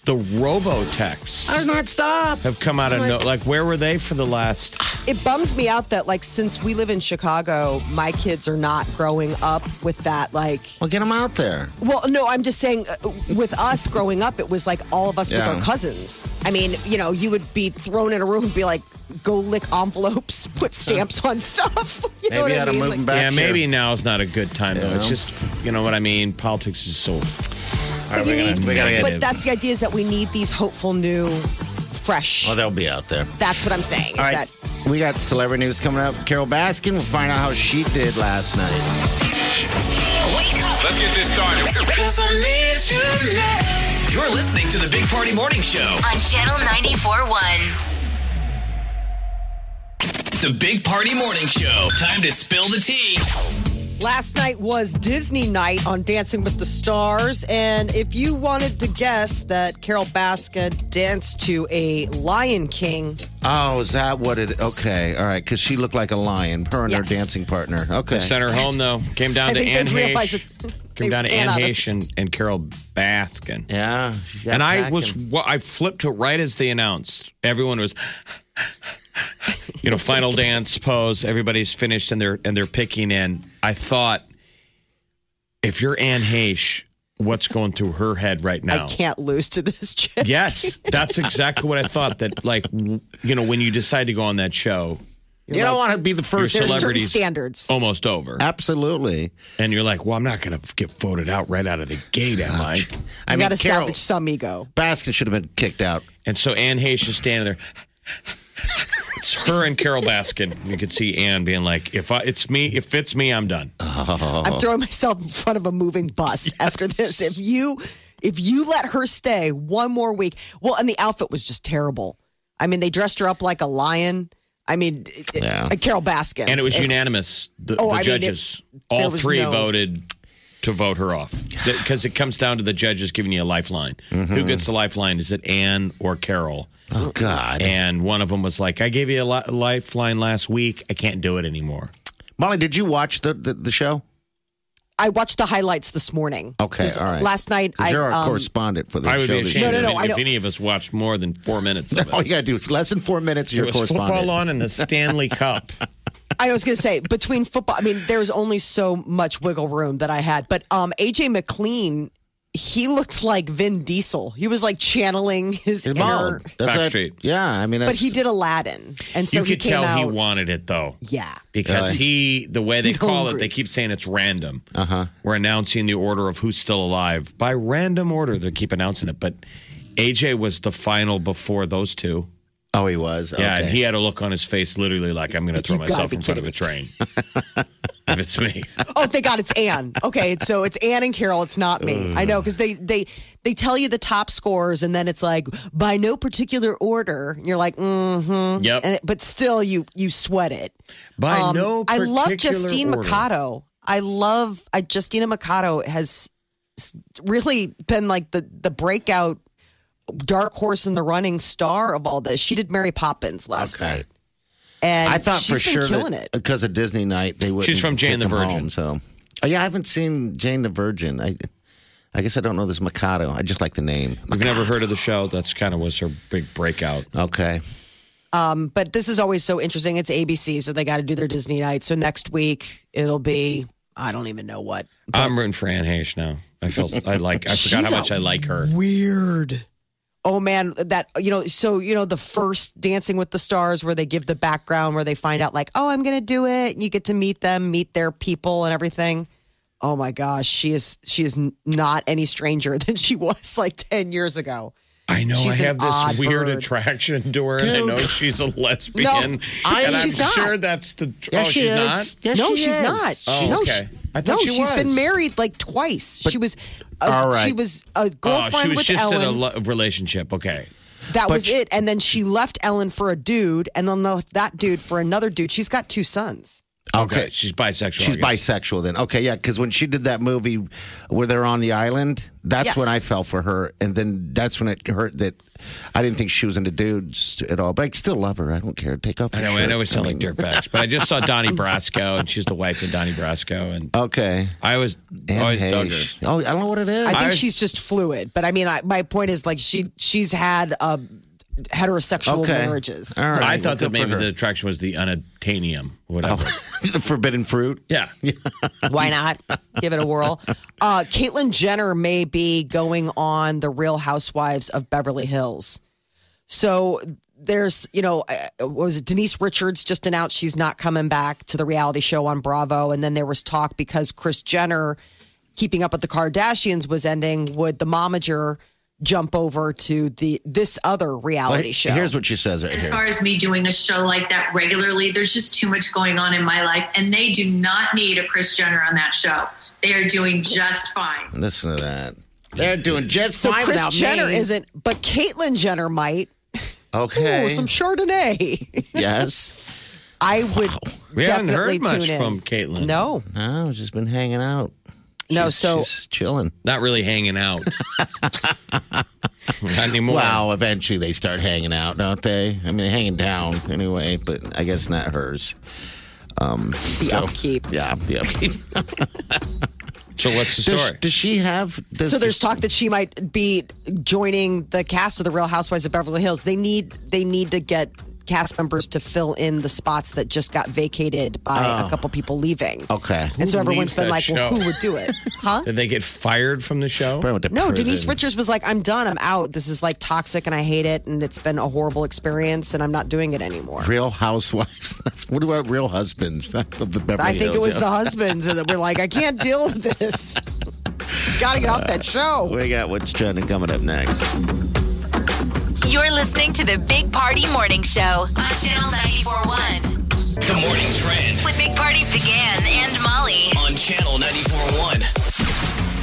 [SPEAKER 4] the robo texts
[SPEAKER 3] I'll not stop.
[SPEAKER 4] have come out of no. Like, where were they for the last?
[SPEAKER 5] it bums me out that like since we live in Chicago, my kids are not growing up with that like.
[SPEAKER 3] Well, get them out there.
[SPEAKER 5] Well, no, I'm just saying uh, with us growing up, it was like all of us
[SPEAKER 3] Yeah.
[SPEAKER 5] with our cousins. I mean, you know, you would be thrown in a room and be like, go lick envelopes, put stamps on stuff. You know what
[SPEAKER 3] Maybe
[SPEAKER 5] I
[SPEAKER 3] I'd have
[SPEAKER 5] mean?
[SPEAKER 3] moved
[SPEAKER 5] Like,
[SPEAKER 3] them back.
[SPEAKER 4] yeah, maybe
[SPEAKER 3] here.
[SPEAKER 4] now is not a good time though. It's
[SPEAKER 3] Yeah.
[SPEAKER 4] just, you know what I mean. Politics is so.
[SPEAKER 5] but you need,
[SPEAKER 4] we gotta get
[SPEAKER 5] but
[SPEAKER 4] it.
[SPEAKER 5] that's the idea is that we need these hopeful new, fresh.
[SPEAKER 3] Well, they'll be out there.
[SPEAKER 5] that's what I'm saying.
[SPEAKER 3] All
[SPEAKER 5] Is
[SPEAKER 3] right.
[SPEAKER 5] that
[SPEAKER 3] We got celebrity news coming up. Carol Baskin. We'll find out how she did last night.
[SPEAKER 2] Wake up.
[SPEAKER 6] Let's get this started. You're listening to the Big Party Morning Show.
[SPEAKER 2] On Channel 94.1.
[SPEAKER 6] The Big Party Morning Show. Time to spill the tea.
[SPEAKER 5] Last night was Disney night on Dancing with the Stars. And if you wanted to guess that Carol Baskin danced to a Lion King,
[SPEAKER 3] Oh, is that what it? Okay, all right. Because she looked like a lion. Her and
[SPEAKER 5] Yes.
[SPEAKER 3] her dancing partner. Okay.
[SPEAKER 4] Sent her home though. Came down
[SPEAKER 5] I
[SPEAKER 4] to
[SPEAKER 5] think
[SPEAKER 4] Anne
[SPEAKER 5] they realized
[SPEAKER 4] Heche.
[SPEAKER 5] that
[SPEAKER 4] Kim
[SPEAKER 5] They
[SPEAKER 4] Downey,
[SPEAKER 5] ran
[SPEAKER 4] Anne
[SPEAKER 5] out of-
[SPEAKER 4] Heche, and, and Carol Baskin.
[SPEAKER 3] Yeah. she got
[SPEAKER 4] and I
[SPEAKER 3] back
[SPEAKER 4] was, well, I flipped to right as they announced. Everyone was, you know, final dance pose. Everybody's finished and they're and they're picking in. I thought, if you're Anne Heche, what's going through her head right now?
[SPEAKER 5] I can't lose to this chick.
[SPEAKER 4] Yes, that's exactly what I thought. That like, w- you know, when you decide to go on that show,
[SPEAKER 3] You don't want to be the first.
[SPEAKER 5] There's certain
[SPEAKER 4] celebrities.
[SPEAKER 5] standards.
[SPEAKER 3] Oh,
[SPEAKER 4] almost over,
[SPEAKER 5] Uh,
[SPEAKER 3] Absolutely.
[SPEAKER 4] and you're like, well, I'm not going to get voted out right out of the gate, am I?
[SPEAKER 3] I mean,
[SPEAKER 5] you got to
[SPEAKER 3] Carol
[SPEAKER 5] salvage some ego.
[SPEAKER 3] Baskin should have been kicked out.
[SPEAKER 4] And so Anne Hayes is standing there. It's her and Carol Baskin. You could see Anne being like, "If I, it's me, if it's me, I'm done."
[SPEAKER 3] Uh-huh.
[SPEAKER 5] I'm throwing myself in front of a moving bus after this. If you if you let her stay one more week, well, and the outfit was just terrible. I mean, they dressed her up like a lion. I mean, it-
[SPEAKER 3] Yeah.
[SPEAKER 5] it- Carol Baskin,
[SPEAKER 4] And it was unanimous. The,
[SPEAKER 5] Oh,
[SPEAKER 4] the
[SPEAKER 5] I mean,
[SPEAKER 4] judges,
[SPEAKER 5] it- there
[SPEAKER 4] all
[SPEAKER 5] was
[SPEAKER 4] three,
[SPEAKER 5] no-
[SPEAKER 4] voted to vote her off because it comes down to the judges giving you a lifeline.
[SPEAKER 5] Mm-hmm.
[SPEAKER 4] Who gets the lifeline? Is it Anne or Carol?
[SPEAKER 3] Oh God.
[SPEAKER 4] And one of them was like, "I gave you a li- lifeline last week. I can't do it anymore."
[SPEAKER 3] Molly, did you watch the the, the show?
[SPEAKER 5] I watched the highlights this morning.
[SPEAKER 3] Okay,
[SPEAKER 5] 'Cause
[SPEAKER 3] all right.
[SPEAKER 5] Last night,
[SPEAKER 3] 'Cause
[SPEAKER 5] I
[SPEAKER 3] You're our
[SPEAKER 5] um,
[SPEAKER 3] correspondent for the
[SPEAKER 4] I would
[SPEAKER 3] show.
[SPEAKER 4] be
[SPEAKER 3] that
[SPEAKER 4] ashamed
[SPEAKER 5] No, no, no,
[SPEAKER 4] if,
[SPEAKER 5] I
[SPEAKER 4] if
[SPEAKER 5] know.
[SPEAKER 4] any of us watched more than four minutes of it.
[SPEAKER 3] All you gotta do is less than four minutes.
[SPEAKER 4] There
[SPEAKER 3] Oh, You're a
[SPEAKER 4] was
[SPEAKER 3] correspondent.
[SPEAKER 4] football on in the Stanley Cup.
[SPEAKER 5] I was going to say between football. I mean, there's only so much wiggle room that I had. But um, AJ McLean, he looked like Vin Diesel. He was like channeling his
[SPEAKER 3] It's
[SPEAKER 5] inner.
[SPEAKER 3] bald. That's
[SPEAKER 4] Backstreet.
[SPEAKER 3] it. yeah, I mean, that's,
[SPEAKER 5] But he did Aladdin, and so
[SPEAKER 4] you
[SPEAKER 5] he
[SPEAKER 4] could
[SPEAKER 5] came
[SPEAKER 4] tell
[SPEAKER 5] out.
[SPEAKER 4] he wanted it though.
[SPEAKER 5] Yeah.
[SPEAKER 4] Because he, the way they
[SPEAKER 5] He's
[SPEAKER 4] call it,
[SPEAKER 5] hungry.
[SPEAKER 4] they keep saying it's random. Uh-huh. We're announcing the order of who's still alive by random order. They keep announcing it, but AJ was the final before those two.
[SPEAKER 3] Oh, he was.
[SPEAKER 4] Yeah,
[SPEAKER 3] okay.
[SPEAKER 4] and he had a look on his face, literally like I'm going to throw
[SPEAKER 5] You gotta
[SPEAKER 4] myself
[SPEAKER 5] be
[SPEAKER 4] in front of a train if it's me.
[SPEAKER 5] Oh, thank God, it's Anne. Okay, so it's Anne and Carol. It's not me. I know because they they they tell you the top scores, and then it's like by no particular order. And you're like, mm-hmm.
[SPEAKER 4] Yep.
[SPEAKER 5] And it, but still, you you sweat it.
[SPEAKER 4] By
[SPEAKER 5] Um,
[SPEAKER 4] no,
[SPEAKER 5] I love
[SPEAKER 4] particular
[SPEAKER 5] Justine
[SPEAKER 4] order.
[SPEAKER 5] Mikado. I love I, Justina Mikado has s- really been like the the breakout dark horse in the running star of all this. She did Mary Poppins last
[SPEAKER 3] Okay.
[SPEAKER 5] night, and
[SPEAKER 3] I thought
[SPEAKER 5] she's
[SPEAKER 3] for sure
[SPEAKER 5] been killing
[SPEAKER 3] that
[SPEAKER 5] it.
[SPEAKER 3] because of Disney night they would.
[SPEAKER 4] She's from Jane the Virgin.
[SPEAKER 3] Home, so, oh yeah, I haven't seen Jane the Virgin. I, I guess I don't know this Mikado. I just like the name.
[SPEAKER 4] We've never heard of the show. That's kind of was her big breakout.
[SPEAKER 3] Okay,
[SPEAKER 4] Oh,
[SPEAKER 5] but this is always so interesting. It's ABC, so they got to do their Disney night. So next week it'll be I don't even know what.
[SPEAKER 4] I'm rooting for Anne Heche now. I felt I like. I forgot
[SPEAKER 5] She's
[SPEAKER 4] how much
[SPEAKER 5] a
[SPEAKER 4] I like her.
[SPEAKER 5] Weird. Oh man, that you know, so you know the first Dancing with the Stars where they give the background where they find out like, "Oh, I'm going to do it." And you get to meet them, meet their people and everything. Oh my gosh, she is she is n- not any stranger than she was like 10 years ago.
[SPEAKER 4] I know
[SPEAKER 5] She's
[SPEAKER 4] I
[SPEAKER 5] an
[SPEAKER 4] have this
[SPEAKER 5] odd
[SPEAKER 4] weird
[SPEAKER 5] bird.
[SPEAKER 4] attraction to her, and I know she's a lesbian.
[SPEAKER 5] No,
[SPEAKER 3] I-
[SPEAKER 4] and
[SPEAKER 5] she's
[SPEAKER 4] I'm
[SPEAKER 5] not.
[SPEAKER 4] sure that's the.
[SPEAKER 3] yeah,
[SPEAKER 4] oh,
[SPEAKER 3] she
[SPEAKER 4] she's
[SPEAKER 3] is.
[SPEAKER 4] not.
[SPEAKER 3] Yeah,
[SPEAKER 5] no,
[SPEAKER 3] she
[SPEAKER 5] she's
[SPEAKER 3] is.
[SPEAKER 5] not.
[SPEAKER 4] Oh,
[SPEAKER 5] no,
[SPEAKER 4] okay. I
[SPEAKER 5] no,
[SPEAKER 4] thought she
[SPEAKER 5] has been
[SPEAKER 4] was.
[SPEAKER 5] married like twice. she was. A,
[SPEAKER 3] All right.
[SPEAKER 5] She was a
[SPEAKER 4] Oh,
[SPEAKER 5] girlfriend
[SPEAKER 4] she was
[SPEAKER 5] with
[SPEAKER 4] just
[SPEAKER 5] Ellen.
[SPEAKER 4] in a lo- relationship. Okay,
[SPEAKER 5] that
[SPEAKER 3] but
[SPEAKER 5] was
[SPEAKER 3] she-
[SPEAKER 5] it. And then she left Ellen for a dude, and then left that dude for another dude. She's got two sons.
[SPEAKER 3] okay.
[SPEAKER 4] okay, she's bisexual.
[SPEAKER 3] She's
[SPEAKER 4] I guess.
[SPEAKER 3] bisexual then. Okay, yeah, because when she did that movie where they're on the island, that's
[SPEAKER 5] Yes.
[SPEAKER 3] when I fell for her, and then that's when it hurt that I didn't think she was into dudes at all. But I still love her. I don't care. Take off.
[SPEAKER 4] I
[SPEAKER 3] your
[SPEAKER 4] know. I
[SPEAKER 3] shirt.
[SPEAKER 4] know we sound like dirtbags, but I just saw Donnie Brasco, and she's the wife of Donnie Brasco, and
[SPEAKER 3] Okay.
[SPEAKER 4] I always
[SPEAKER 3] Anne
[SPEAKER 4] always dug her.
[SPEAKER 3] Heche. Oh, I don't know what it is.
[SPEAKER 5] I think
[SPEAKER 4] I-
[SPEAKER 5] she's just fluid. But I mean, I, my point is like she she's had uh, heterosexual
[SPEAKER 3] okay.
[SPEAKER 5] marriages.
[SPEAKER 3] All right.
[SPEAKER 4] I thought
[SPEAKER 3] Well,
[SPEAKER 4] that
[SPEAKER 3] good for
[SPEAKER 4] maybe
[SPEAKER 3] her.
[SPEAKER 4] the attraction was the unattainium, whatever.
[SPEAKER 5] Oh.
[SPEAKER 3] The forbidden fruit.
[SPEAKER 4] Yeah,
[SPEAKER 5] Why not give it a whirl? Uh, Caitlyn Jenner may be going on the Real Housewives of Beverly Hills. So there's, you know, uh, what was it? Denise Richards just announced she's not coming back to the reality show on Bravo, and then there was talk because Chris Jenner, keeping up with the Kardashians, was ending. Would the momager jump over to the this other
[SPEAKER 3] Well,
[SPEAKER 5] reality
[SPEAKER 3] he-
[SPEAKER 5] show?
[SPEAKER 3] Here's what she says right
[SPEAKER 8] as
[SPEAKER 3] here.
[SPEAKER 8] far as me doing a show like that regularly, there's just too much going on in my life, and they do not need a Chris Jenner on that show. They are doing just fine.
[SPEAKER 3] Listen to that. They're doing just
[SPEAKER 5] so
[SPEAKER 3] fine
[SPEAKER 5] Chris
[SPEAKER 3] without
[SPEAKER 5] Jenner
[SPEAKER 3] me.
[SPEAKER 5] isn't, but Caitlyn Jenner might.
[SPEAKER 3] okay.
[SPEAKER 5] Ooh, some Chardonnay.
[SPEAKER 3] yes.
[SPEAKER 5] I would
[SPEAKER 4] we haven't
[SPEAKER 5] definitely
[SPEAKER 4] heard much
[SPEAKER 5] tune in.
[SPEAKER 4] from Caitlin.
[SPEAKER 5] No,
[SPEAKER 3] No, Oh, just been hanging out.
[SPEAKER 5] no. So
[SPEAKER 3] Just chilling.
[SPEAKER 4] not really hanging out. not anymore.
[SPEAKER 3] Wow, eventually they start hanging out, don't they? I mean, hanging down anyway, but I guess not hers.
[SPEAKER 5] the upkeep.
[SPEAKER 3] Yeah, yeah.
[SPEAKER 4] So what's the
[SPEAKER 3] Does,
[SPEAKER 4] story?
[SPEAKER 3] does she have? Does
[SPEAKER 5] So there's talk that she might be joining the cast of the Real Housewives of Beverly Hills. They need they need to get cast members to fill in the spots that just got vacated by a couple people leaving.
[SPEAKER 3] Oh. Okay.
[SPEAKER 5] And so
[SPEAKER 4] Who leaves
[SPEAKER 5] everyone's been
[SPEAKER 4] that
[SPEAKER 5] like, well,
[SPEAKER 4] show?
[SPEAKER 5] who would do it? Huh?
[SPEAKER 4] Did they get fired from the show?
[SPEAKER 3] Probably went to
[SPEAKER 5] No,
[SPEAKER 3] prison.
[SPEAKER 5] Denise Richards was like, I'm done. I'm out. This is like toxic and I hate it. And it's been a horrible experience and I'm not doing it anymore.
[SPEAKER 3] Real Housewives. That's, what about Real Husbands? Of the Beverly
[SPEAKER 5] I think it was
[SPEAKER 3] Hills.
[SPEAKER 5] the husbands that were like, I can't deal with this. Gotta get off that show.
[SPEAKER 3] We got what's trending coming up next.
[SPEAKER 2] You're listening to the Big Party Morning Show on Channel 941
[SPEAKER 6] The morning trend
[SPEAKER 2] with Big Party began and Molly.
[SPEAKER 6] on channel 941.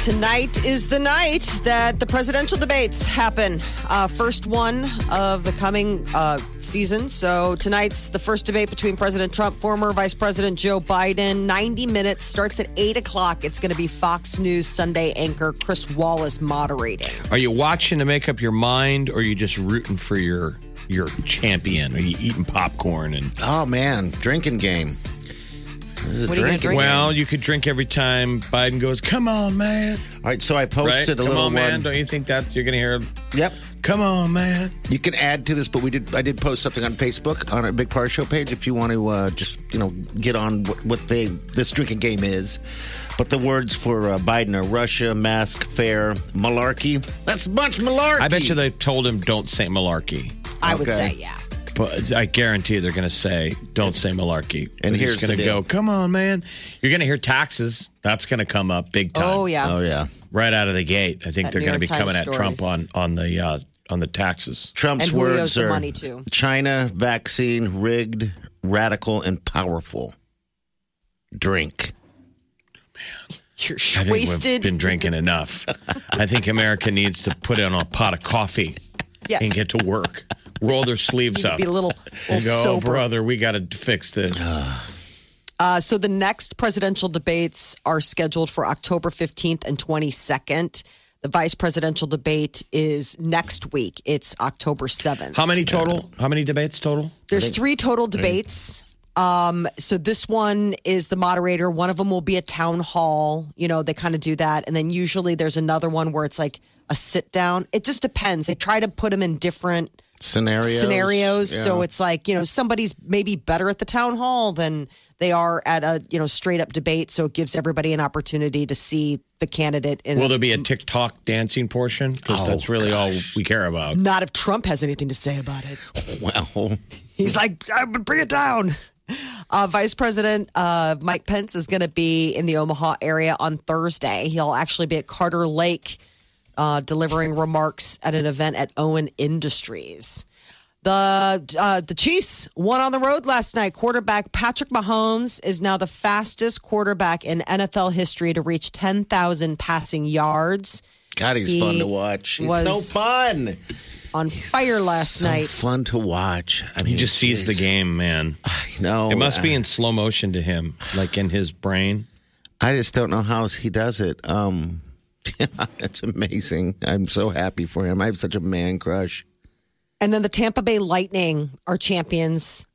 [SPEAKER 5] Tonight is the night that the presidential debates happen. Uh, first one of the coming uh, season. So tonight's the first debate between President Trump, former Vice President Joe Biden. 90 minutes starts at 8 o'clock. It's going to be Fox News Sunday anchor Chris Wallace moderating.
[SPEAKER 4] Are you watching to make up your mind, or are you just rooting for your your champion? Are you eating popcorn and?
[SPEAKER 3] Oh man, drinking game.
[SPEAKER 5] What are you gonna drink?
[SPEAKER 4] Well, you could drink every time Biden goes, "Come on, man!"
[SPEAKER 3] All right, so I
[SPEAKER 4] Right?
[SPEAKER 3] posted
[SPEAKER 4] Come
[SPEAKER 3] a little
[SPEAKER 4] on, man!
[SPEAKER 3] one.
[SPEAKER 4] Don't you think that you're going to hear?
[SPEAKER 3] Yep.
[SPEAKER 4] Come on, man!
[SPEAKER 3] You can add to this, but we did. I did post something on Facebook on our Big Party Show page. If you want to, uh, just you know, get on what, what they this drinking game is. But the words for uh, Biden are Russia, mask, fair, malarkey. That's a bunch of malarkey.
[SPEAKER 4] I bet you they told him, "Don't say malarkey,"
[SPEAKER 5] I would
[SPEAKER 3] Okay.
[SPEAKER 5] say, yeah.
[SPEAKER 4] but I guarantee they're going to say, "Don't say malarkey."
[SPEAKER 3] And
[SPEAKER 4] They're
[SPEAKER 3] here's
[SPEAKER 4] just going
[SPEAKER 3] the
[SPEAKER 4] to
[SPEAKER 3] deal.
[SPEAKER 4] go, "Come on, man!" You're going to hear taxes. That's going to come up big time.
[SPEAKER 5] Oh, yeah.
[SPEAKER 3] Oh yeah.
[SPEAKER 4] right out of the gate. I think
[SPEAKER 5] That
[SPEAKER 4] they're
[SPEAKER 5] New
[SPEAKER 4] going to
[SPEAKER 5] York
[SPEAKER 4] be
[SPEAKER 5] Times
[SPEAKER 4] coming at
[SPEAKER 5] story.
[SPEAKER 4] Trump on on the uh, on the taxes.
[SPEAKER 3] Trump's
[SPEAKER 5] And who owes
[SPEAKER 3] words
[SPEAKER 5] the
[SPEAKER 3] are
[SPEAKER 5] money to?
[SPEAKER 3] China vaccine rigged, radical, and powerful. Drink.
[SPEAKER 5] You're
[SPEAKER 4] I think
[SPEAKER 5] wasted.
[SPEAKER 4] we've been drinking enough. I think America needs to put in a pot of coffee
[SPEAKER 5] yes.
[SPEAKER 4] and get to work. Roll their sleeves up.
[SPEAKER 5] be a little,
[SPEAKER 4] and
[SPEAKER 5] little
[SPEAKER 4] go, oh,
[SPEAKER 5] sober.
[SPEAKER 4] brother, we got to fix this.
[SPEAKER 5] Uh, so the next presidential debates are scheduled for October 15th and 22nd. The vice presidential debate is next week. It's October 7th.
[SPEAKER 4] How many total? How many debates total?
[SPEAKER 5] There's three total debates. Um, so this one is the moderator. One of them will be a town hall. You know, they kind of do that. And then usually there's another one where it's like a sit down. It just depends. They try to put them in different
[SPEAKER 3] Scenarios.
[SPEAKER 5] scenarios. So
[SPEAKER 3] Yeah.
[SPEAKER 5] it's like, you know, somebody's maybe better at the town hall than they are at a, you know, straight up debate. So it gives everybody an opportunity to see the candidate in
[SPEAKER 4] Will there be a TikTok dancing portion? Because that's really all we care about.
[SPEAKER 5] not if Trump has anything to say about it.
[SPEAKER 3] well.
[SPEAKER 5] He's like, "I would bring it down. Uh, Vice President uh, Mike Pence is going to be in the Omaha area on Thursday. He'll actually be at Carter Lake uh, delivering remarks at an event at Owen Industries. The uh, the Chiefs won on the road last night. Quarterback Patrick Mahomes is now the fastest quarterback in NFL history to reach 10,000 passing yards.
[SPEAKER 3] God, he's
[SPEAKER 5] He
[SPEAKER 3] fun to watch. He's
[SPEAKER 5] was
[SPEAKER 3] so fun.
[SPEAKER 5] On fire last
[SPEAKER 3] so
[SPEAKER 5] night.
[SPEAKER 3] Fun to watch. I mean,
[SPEAKER 4] He just sees the
[SPEAKER 3] geez.
[SPEAKER 4] game, man.
[SPEAKER 3] I know.
[SPEAKER 4] It must be
[SPEAKER 3] I,
[SPEAKER 4] in slow motion to him, like in his brain.
[SPEAKER 3] I just don't know how he does it. Um, that's amazing. I'm so happy for him. I have such a man crush.
[SPEAKER 5] And then the Tampa Bay Lightning are champions.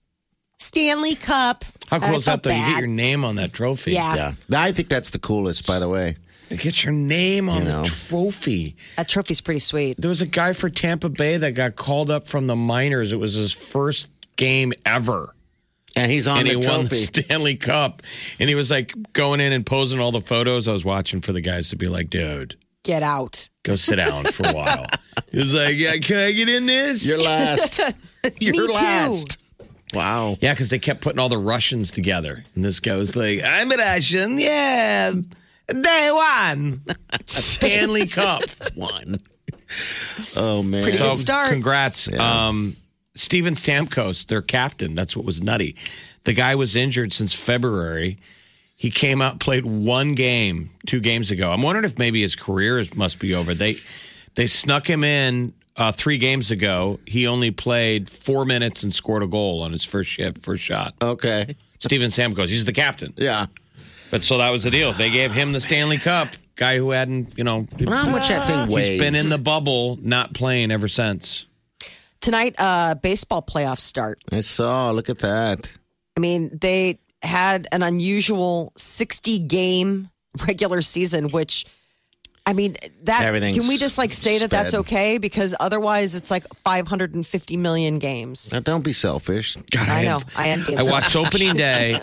[SPEAKER 5] Stanley Cup.
[SPEAKER 4] How cool
[SPEAKER 5] I
[SPEAKER 4] is that,
[SPEAKER 5] felt
[SPEAKER 4] though? You
[SPEAKER 5] bad.
[SPEAKER 4] get your name on that trophy.
[SPEAKER 5] Yeah.
[SPEAKER 3] Yeah, I think that's the coolest. By the way,
[SPEAKER 4] Get your name on
[SPEAKER 3] You know.
[SPEAKER 4] the trophy.
[SPEAKER 5] That trophy's pretty sweet.
[SPEAKER 4] There was a guy for Tampa Bay that got called up from the minors. It was his first game ever.
[SPEAKER 3] and he's on
[SPEAKER 4] and
[SPEAKER 3] the
[SPEAKER 4] he won the
[SPEAKER 3] trophy.
[SPEAKER 4] Stanley Cup. And he was like going in and posing all the photos. I was watching for the guys to be like, dude,
[SPEAKER 5] Get out.
[SPEAKER 4] go sit down for a while. He was like, yeah, can I get in this?
[SPEAKER 3] You're last. You're
[SPEAKER 5] Me too.
[SPEAKER 3] last. Wow.
[SPEAKER 4] yeah, because they kept putting all the Russians together. And this guy was like, I'm a Russian. Yeah. They won. Stanley Cup.
[SPEAKER 3] One. Oh man.
[SPEAKER 5] Pretty
[SPEAKER 4] So
[SPEAKER 5] good start.
[SPEAKER 4] congrats. Um, Steven Stamkos, their captain. That's what was nutty. The guy was injured since February. He came out, played one game two games ago. I'm wondering if maybe his career is- must be over. They they snuck him in uh, three games ago. He only played four minutes and scored a goal on his first shift, first shot.
[SPEAKER 3] Okay.
[SPEAKER 4] Steven Stamkos, he's the captain.
[SPEAKER 3] Yeah.
[SPEAKER 4] But so that was the deal. They gave him the Stanley Cup. Guy who hadn't, you know,
[SPEAKER 3] How much that thing weighs?
[SPEAKER 4] he's been in the bubble, not playing ever since.
[SPEAKER 5] Tonight, uh, baseball playoffs start.
[SPEAKER 3] I saw. Look at that.
[SPEAKER 5] I mean, they had an unusual 60 game regular season, which I mean, that
[SPEAKER 3] Everything's
[SPEAKER 5] can we just like say that that's
[SPEAKER 3] sped.
[SPEAKER 5] okay? Because otherwise, it's like 550 million games.
[SPEAKER 3] Now, don't be selfish. God,
[SPEAKER 5] I know.
[SPEAKER 3] have-
[SPEAKER 5] I am. being
[SPEAKER 4] I watched opening day.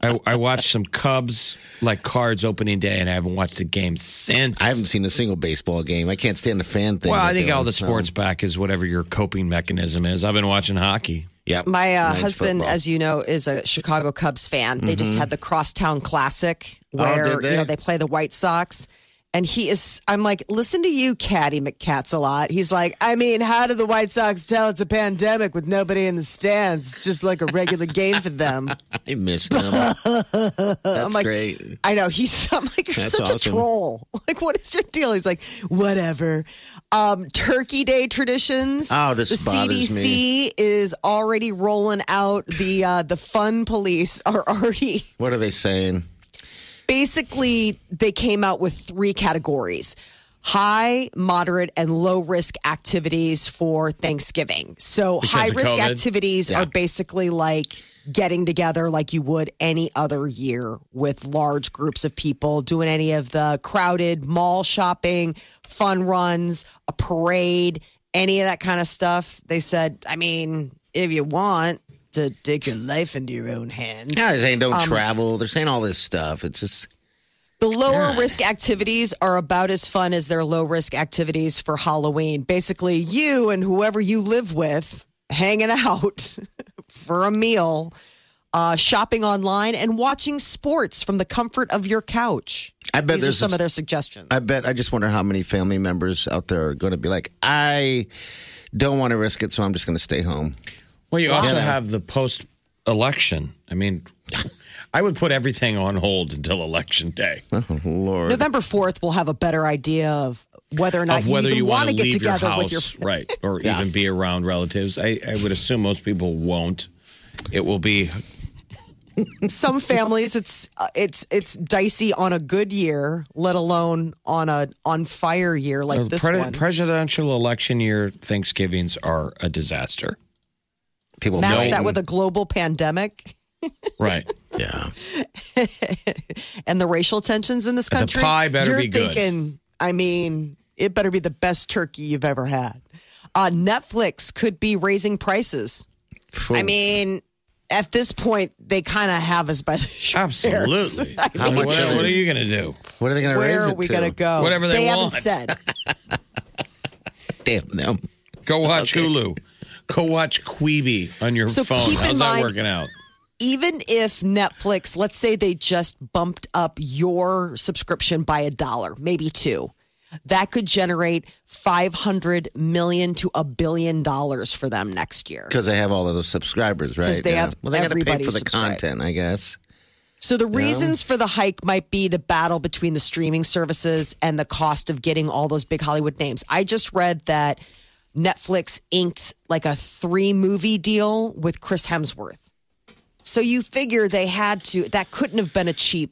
[SPEAKER 4] I, I watched some Cubs like cards opening day, and I haven't watched a game since.
[SPEAKER 3] I haven't seen a single baseball game. I can't stand the fan thing.
[SPEAKER 4] Well, I
[SPEAKER 3] they're
[SPEAKER 4] think all
[SPEAKER 3] doing,
[SPEAKER 4] the
[SPEAKER 3] so-
[SPEAKER 4] sports back is whatever your coping mechanism is. I've been watching hockey.
[SPEAKER 3] Yep.
[SPEAKER 5] My uh,
[SPEAKER 3] Tonight's
[SPEAKER 5] husband,
[SPEAKER 3] football. Mm-hmm.
[SPEAKER 5] as you know, is a Chicago Cubs fan. They just had the Crosstown Classic where
[SPEAKER 3] Oh, did they?
[SPEAKER 5] you know they play the White Sox. And he is, I'm like, listen to you, Caddy McCats a lot. He's like, I mean, how do the White Sox tell it's a pandemic with nobody in the stands? It's just like a regular game for them.
[SPEAKER 3] I missed them. That's
[SPEAKER 5] like,
[SPEAKER 3] great.
[SPEAKER 5] I know he's. I'm like, you're
[SPEAKER 3] That's
[SPEAKER 5] such a
[SPEAKER 3] awesome.
[SPEAKER 5] troll. Like, what is your deal? He's like, whatever. Um, Turkey Day traditions.
[SPEAKER 3] Oh, this
[SPEAKER 5] the
[SPEAKER 3] bothers
[SPEAKER 5] CDC is already rolling out the uh, the fun police are already
[SPEAKER 3] What are they saying?
[SPEAKER 5] basically they came out with three categories high moderate and low risk activities for thanksgiving so
[SPEAKER 4] Because
[SPEAKER 5] high
[SPEAKER 4] of
[SPEAKER 5] risk
[SPEAKER 4] COVID?
[SPEAKER 5] activities are basically like getting together like you would any other year with large groups of people doing any of the crowded mall shopping fun runs a parade any of that kind of stuff they said i mean if you want to take your life into your own hands
[SPEAKER 3] Yeah, they're saying don't
[SPEAKER 5] Um,
[SPEAKER 3] travel. They're saying all this stuff. It's just
[SPEAKER 5] the lower
[SPEAKER 3] God.
[SPEAKER 5] risk activities are about as fun as their low risk activities for Halloween. Basically, you and whoever you live with hanging out for a meal, uh, shopping online, and watching sports from the comfort of your couch.
[SPEAKER 3] I bet
[SPEAKER 5] These are
[SPEAKER 3] there's
[SPEAKER 5] some
[SPEAKER 3] a-
[SPEAKER 5] of their suggestions.
[SPEAKER 3] I bet I just wonder how many family members out there are going to be like, I don't want to risk it, so I'm just going to stay home.
[SPEAKER 4] Well, you also
[SPEAKER 3] Yes.
[SPEAKER 4] have the post election. I mean, I would put everything on hold until election day
[SPEAKER 3] Lord,
[SPEAKER 5] November 4th, we'll have a better idea of whether or not
[SPEAKER 4] of whether
[SPEAKER 5] you,
[SPEAKER 4] you
[SPEAKER 5] want to get
[SPEAKER 4] leave your
[SPEAKER 5] together
[SPEAKER 4] house,
[SPEAKER 5] with your
[SPEAKER 4] right, or
[SPEAKER 3] Yeah.
[SPEAKER 4] even be around relatives. I, I would assume most people won't. It will be
[SPEAKER 5] some families it's uh, it's it's dicey on a good year let alone on a on fire year like
[SPEAKER 4] the
[SPEAKER 5] this
[SPEAKER 4] pre-
[SPEAKER 5] one
[SPEAKER 4] presidential election year. Thanksgivings are a disaster,
[SPEAKER 3] people
[SPEAKER 5] match
[SPEAKER 3] know.
[SPEAKER 5] that with a global pandemic
[SPEAKER 4] right?
[SPEAKER 3] yeah.
[SPEAKER 5] and the racial tensions in this
[SPEAKER 4] the
[SPEAKER 5] country
[SPEAKER 4] pie better
[SPEAKER 5] you're
[SPEAKER 4] be good.
[SPEAKER 5] thinking i mean it better be the best turkey you've ever had uh, netflix could be raising prices i mean at this point they kind of have us by the shorts.
[SPEAKER 4] Absolutely.
[SPEAKER 3] How
[SPEAKER 4] what,
[SPEAKER 3] much
[SPEAKER 4] what-
[SPEAKER 3] is
[SPEAKER 4] what are
[SPEAKER 3] it?
[SPEAKER 4] you going to do?
[SPEAKER 3] What are they going to raise
[SPEAKER 5] where
[SPEAKER 3] it
[SPEAKER 5] are we
[SPEAKER 3] to?
[SPEAKER 5] going to go
[SPEAKER 4] Whatever they
[SPEAKER 5] haven't
[SPEAKER 4] want.
[SPEAKER 5] said
[SPEAKER 3] Damn them.
[SPEAKER 4] Go watch Hulu. Go watch Queeby on your
[SPEAKER 5] So
[SPEAKER 4] phone.
[SPEAKER 5] keep in
[SPEAKER 4] How's that
[SPEAKER 5] mind-
[SPEAKER 4] working out?
[SPEAKER 5] even if Netflix, let's say they just bumped up your subscription by a dollar, maybe two, that could generate 500 million to a billion dollars for them next year.
[SPEAKER 3] Because they have all of those subscribers, right?
[SPEAKER 5] 'Cause they have
[SPEAKER 3] well, they gotta pay
[SPEAKER 5] everybody
[SPEAKER 3] for the
[SPEAKER 5] subscribed.
[SPEAKER 3] content, I guess.
[SPEAKER 5] So the reasons for the hike might be the battle between the streaming services and the cost of getting all those big Hollywood names. I just read that Netflix inked like a three movie deal with Chris Hemsworth. So you figure they had to that couldn't have been a cheap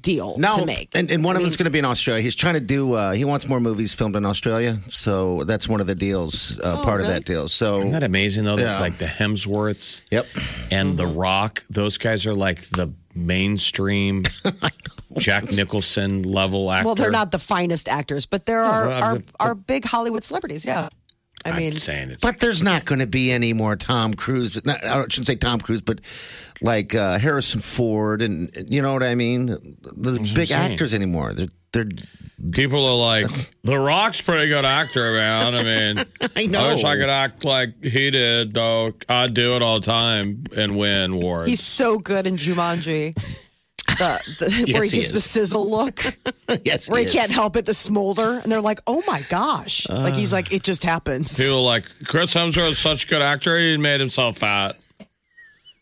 [SPEAKER 5] deal
[SPEAKER 3] No,
[SPEAKER 5] to make.
[SPEAKER 3] and, and one of them's going to be in Australia. He's trying to do. Uh, he wants more movies filmed in Australia, so that's one of the deals.
[SPEAKER 5] Oh,
[SPEAKER 3] Uh, part of that deal. So,
[SPEAKER 4] Isn't that amazing though? That,
[SPEAKER 3] Yeah.
[SPEAKER 4] like the Hemsworths
[SPEAKER 3] yep.
[SPEAKER 4] and
[SPEAKER 5] Mm-hmm.
[SPEAKER 4] the Rock, those guys are like the mainstream Jack Nicholson level actor.
[SPEAKER 5] well, they're not the finest actors, but there are
[SPEAKER 4] well,
[SPEAKER 5] are,
[SPEAKER 4] the-
[SPEAKER 5] are big Hollywood celebrities, yeah. I
[SPEAKER 4] I'm
[SPEAKER 5] mean,
[SPEAKER 4] saying it's
[SPEAKER 3] But there's not going to be any more Tom Cruise. Not, I shouldn't say Tom Cruise, but like uh, Harrison Ford, and you know what I mean. The big
[SPEAKER 4] saying.
[SPEAKER 3] actors anymore. They're they're.
[SPEAKER 4] people are like the Rock's pretty good actor, man. I mean,
[SPEAKER 3] I
[SPEAKER 4] I
[SPEAKER 3] know.
[SPEAKER 4] wish I could act like he did, though. I do it all the time and win awards.
[SPEAKER 5] he's so good in Jumanji. The, the, where
[SPEAKER 3] Yes,
[SPEAKER 5] he
[SPEAKER 3] he
[SPEAKER 5] gives the
[SPEAKER 3] is.
[SPEAKER 5] sizzle look.
[SPEAKER 3] yes,
[SPEAKER 5] where he
[SPEAKER 3] is.
[SPEAKER 5] can't help it, the smolder, and they're like, "Oh my gosh!" like he's like, "It just happens."
[SPEAKER 4] People are like Chris Hemsworth is such a good actor. He made himself fat,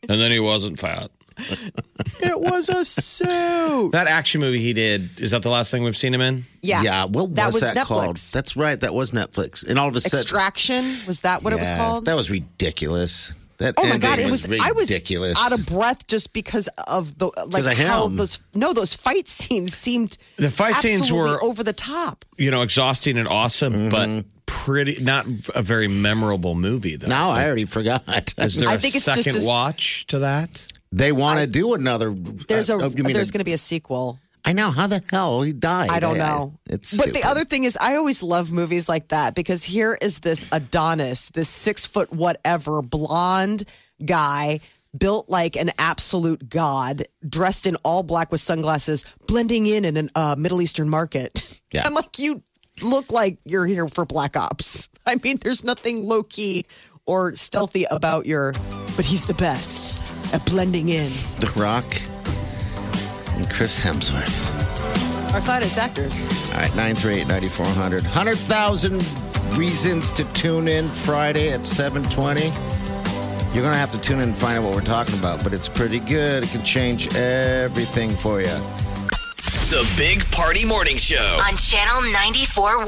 [SPEAKER 4] and then he wasn't fat.
[SPEAKER 5] It was a suit.
[SPEAKER 4] That action movie he did is that the last thing we've seen him in?
[SPEAKER 5] yeah,
[SPEAKER 3] Yeah, what
[SPEAKER 5] that
[SPEAKER 3] was,
[SPEAKER 5] was
[SPEAKER 3] that called?
[SPEAKER 5] Netflix.
[SPEAKER 3] That's right. That was Netflix. And all of a sudden,
[SPEAKER 5] Extraction was that what it was
[SPEAKER 3] Yeah,
[SPEAKER 5] called?
[SPEAKER 3] That was ridiculous. That
[SPEAKER 5] oh my
[SPEAKER 3] ending
[SPEAKER 5] god, it was. I was
[SPEAKER 3] ridiculous.
[SPEAKER 5] out of breath just because of the like
[SPEAKER 3] 'Cause of
[SPEAKER 5] how
[SPEAKER 3] him.
[SPEAKER 5] those no those fight scenes seemed
[SPEAKER 4] The fight scenes
[SPEAKER 5] absolutely
[SPEAKER 4] were-
[SPEAKER 5] over the top.
[SPEAKER 4] You know, exhausting and awesome,
[SPEAKER 3] Mm-hmm.
[SPEAKER 4] but pretty not a very memorable movie though.
[SPEAKER 3] now I already forgot.
[SPEAKER 4] Is there
[SPEAKER 5] I
[SPEAKER 4] a
[SPEAKER 5] think it's just
[SPEAKER 4] second
[SPEAKER 5] a-
[SPEAKER 4] watch to that?
[SPEAKER 3] they want to do another.
[SPEAKER 5] There's a
[SPEAKER 3] oh, you mean
[SPEAKER 5] there's
[SPEAKER 3] a-
[SPEAKER 5] going to be a sequel.
[SPEAKER 3] I know how the hell he died.
[SPEAKER 5] I don't know.
[SPEAKER 3] It's
[SPEAKER 5] but the
[SPEAKER 3] stupid.
[SPEAKER 5] other thing is, I always love movies like that because here is this Adonis, this six foot whatever blonde guy built like an absolute god, dressed in all black with sunglasses, blending in in a uh, Middle Eastern market.
[SPEAKER 3] Yeah.
[SPEAKER 5] I'm like, you look like you're here for Black Ops. I mean, there's nothing low key or stealthy about your, but he's the best at blending in.
[SPEAKER 3] The Rock and Chris Hemsworth.
[SPEAKER 5] Our finest actors.
[SPEAKER 3] All right, 938 9400. 100,000 reasons to tune in Friday at 720. You're going to have to tune in and find out what we're talking about, but it's pretty good. It can change everything for you.
[SPEAKER 6] The Big Party Morning Show.
[SPEAKER 2] on Channel 94.1.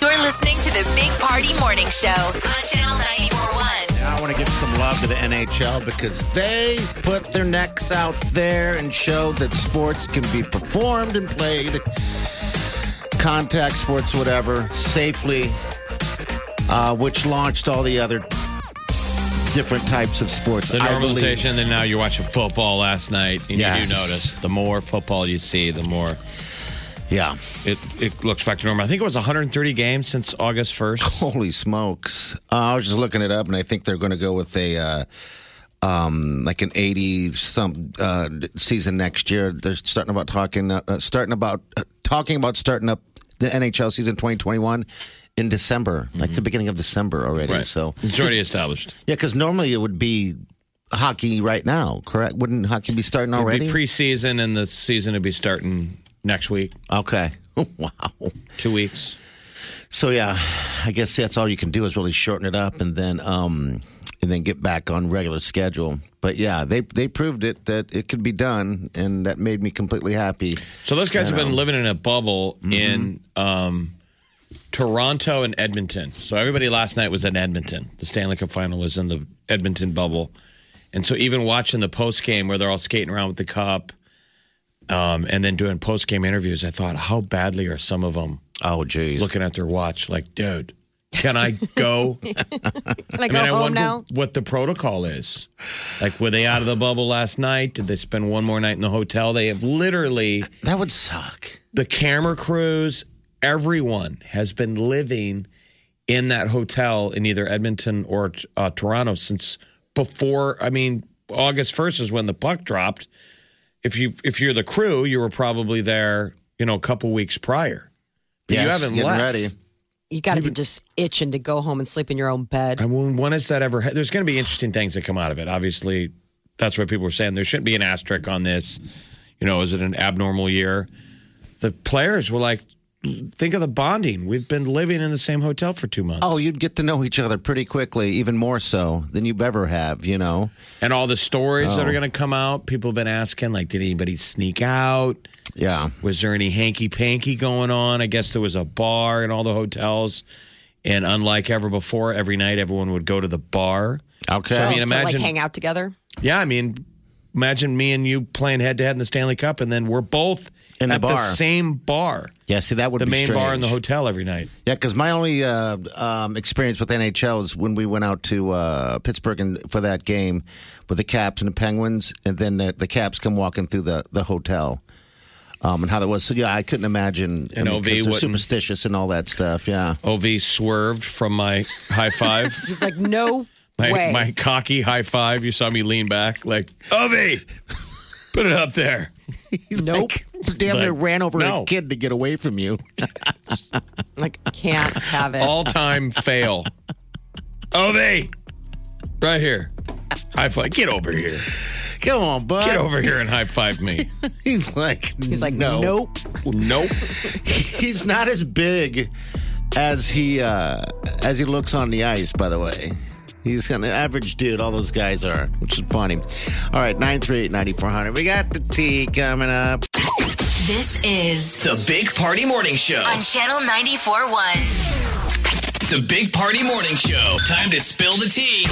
[SPEAKER 2] You're listening to the Big Party Morning Show on Channel 94.1.
[SPEAKER 3] Now I want to give some love to the NHL because they put their necks out there and showed that sports can be performed and played, contact sports, whatever, safely, uh, which launched all the other different types of sports.
[SPEAKER 4] The
[SPEAKER 3] I believe.
[SPEAKER 4] normalization, then now you're watching football last night, and you
[SPEAKER 3] Yes.
[SPEAKER 4] do notice the more football you see, the more
[SPEAKER 3] Yeah.
[SPEAKER 4] it, it looks back to normal. I think it was 130 games since August 1st.
[SPEAKER 3] Holy smokes! Uh, I was just looking it up, and I think they're going to go with a uh, um, like an eighty some uh, season next year. They're starting about talking uh, uh, starting about uh, talking about starting up the NHL season twenty twenty one in December, like the beginning of December already. So
[SPEAKER 4] it's already established.
[SPEAKER 3] yeah, because normally it would be hockey right now, correct? Wouldn't hockey be starting
[SPEAKER 4] It'd
[SPEAKER 3] already?
[SPEAKER 4] be preseason, and the season would be starting next week,
[SPEAKER 3] okay. wow.
[SPEAKER 4] two weeks.
[SPEAKER 3] So yeah, I guess that's all you can do is really shorten it up and then um and then get back on regular schedule. But yeah, they they proved it that it could be done and that made me completely happy.
[SPEAKER 4] So those guys have been living in a bubble in um, Toronto and Edmonton. So everybody last night was in Edmonton. The Stanley Cup final was in the Edmonton bubble, and so even watching the post game where they're all skating around with the cup, um, and then doing post game interviews, I thought, how badly are some of them
[SPEAKER 3] Oh geez.
[SPEAKER 4] looking at their watch? Like, dude, can I go?
[SPEAKER 5] Can I
[SPEAKER 4] I
[SPEAKER 5] go
[SPEAKER 4] mean, I
[SPEAKER 5] home
[SPEAKER 4] wonder
[SPEAKER 5] now?
[SPEAKER 4] what the protocol is. Like, were they out of the bubble last night? Did they spend one more night in the hotel? They have literally
[SPEAKER 3] that would suck.
[SPEAKER 4] the camera crews, everyone has been living in that hotel in either Edmonton or uh, Toronto since before. I mean, August first is when the puck dropped. If you if you're the crew, you were probably there, you know, a couple weeks prior. But you
[SPEAKER 3] Yes,
[SPEAKER 4] haven't
[SPEAKER 3] getting
[SPEAKER 4] left.
[SPEAKER 3] ready.
[SPEAKER 5] You got to be just itching to go home and sleep in your own bed.
[SPEAKER 4] I mean, when is that ever? There's going to be interesting things that come out of it. Obviously, that's what people were saying. There shouldn't be an asterisk on this. You know, is it an abnormal year? The players were like, think of the bonding. We've been living in the same hotel for two months.
[SPEAKER 3] Oh, you'd get to know each other pretty quickly, even more so than you've ever have, you know.
[SPEAKER 4] and all the stories that are going to come out. People have been asking, like, did anybody sneak out?
[SPEAKER 3] Yeah.
[SPEAKER 4] Was there any hanky panky going on? I guess there was a bar in all the hotels. And unlike ever before, every night everyone would go to the bar.
[SPEAKER 3] Okay.
[SPEAKER 4] So, I mean,
[SPEAKER 5] Oh, to like
[SPEAKER 4] imagine
[SPEAKER 5] hang out together.
[SPEAKER 4] Yeah, I mean, imagine me and you playing head to head in the Stanley Cup, and then we're both
[SPEAKER 3] In the
[SPEAKER 4] at
[SPEAKER 3] bar.
[SPEAKER 4] the same bar,
[SPEAKER 3] yeah, see that would
[SPEAKER 4] the
[SPEAKER 3] be
[SPEAKER 4] main bar in
[SPEAKER 3] strange.
[SPEAKER 4] the hotel every night.
[SPEAKER 3] Yeah, because my only uh, um, experience with NHL is when we went out to uh, Pittsburgh and for that game with the Caps and the Penguins, and then the, the Caps come walking through the the hotel, um, and how that was. So yeah, I couldn't imagine. I
[SPEAKER 4] And
[SPEAKER 3] mean,
[SPEAKER 4] OV
[SPEAKER 3] 'cause they're
[SPEAKER 4] wouldn't-
[SPEAKER 3] superstitious and all that stuff. Yeah,
[SPEAKER 4] Ov swerved from my high five,
[SPEAKER 5] He's like, no
[SPEAKER 4] my,
[SPEAKER 5] way.
[SPEAKER 4] my cocky high five. You saw me lean back, like Ov, put it up there.
[SPEAKER 5] nope.
[SPEAKER 3] damn, they
[SPEAKER 4] Like,
[SPEAKER 3] ran over
[SPEAKER 4] no.
[SPEAKER 3] a kid to get away from you.
[SPEAKER 5] Like, can't have it.
[SPEAKER 4] All time fail. Ov, right here. High five. Get over here.
[SPEAKER 3] Come on, bud.
[SPEAKER 4] Get over here and high five me.
[SPEAKER 3] He's like,
[SPEAKER 5] He's like,
[SPEAKER 3] no,
[SPEAKER 5] nope.
[SPEAKER 4] nope.
[SPEAKER 3] he's not as big as he uh, as he looks on the ice. By the way, he's an average dude. All those guys are, which is funny. All right, nine three eight ninety four hundred. We got the tea coming up.
[SPEAKER 2] This is
[SPEAKER 6] The Big Party Morning Show.
[SPEAKER 2] on Channel 94.1.
[SPEAKER 6] The Big Party Morning Show. Time to spill the tea.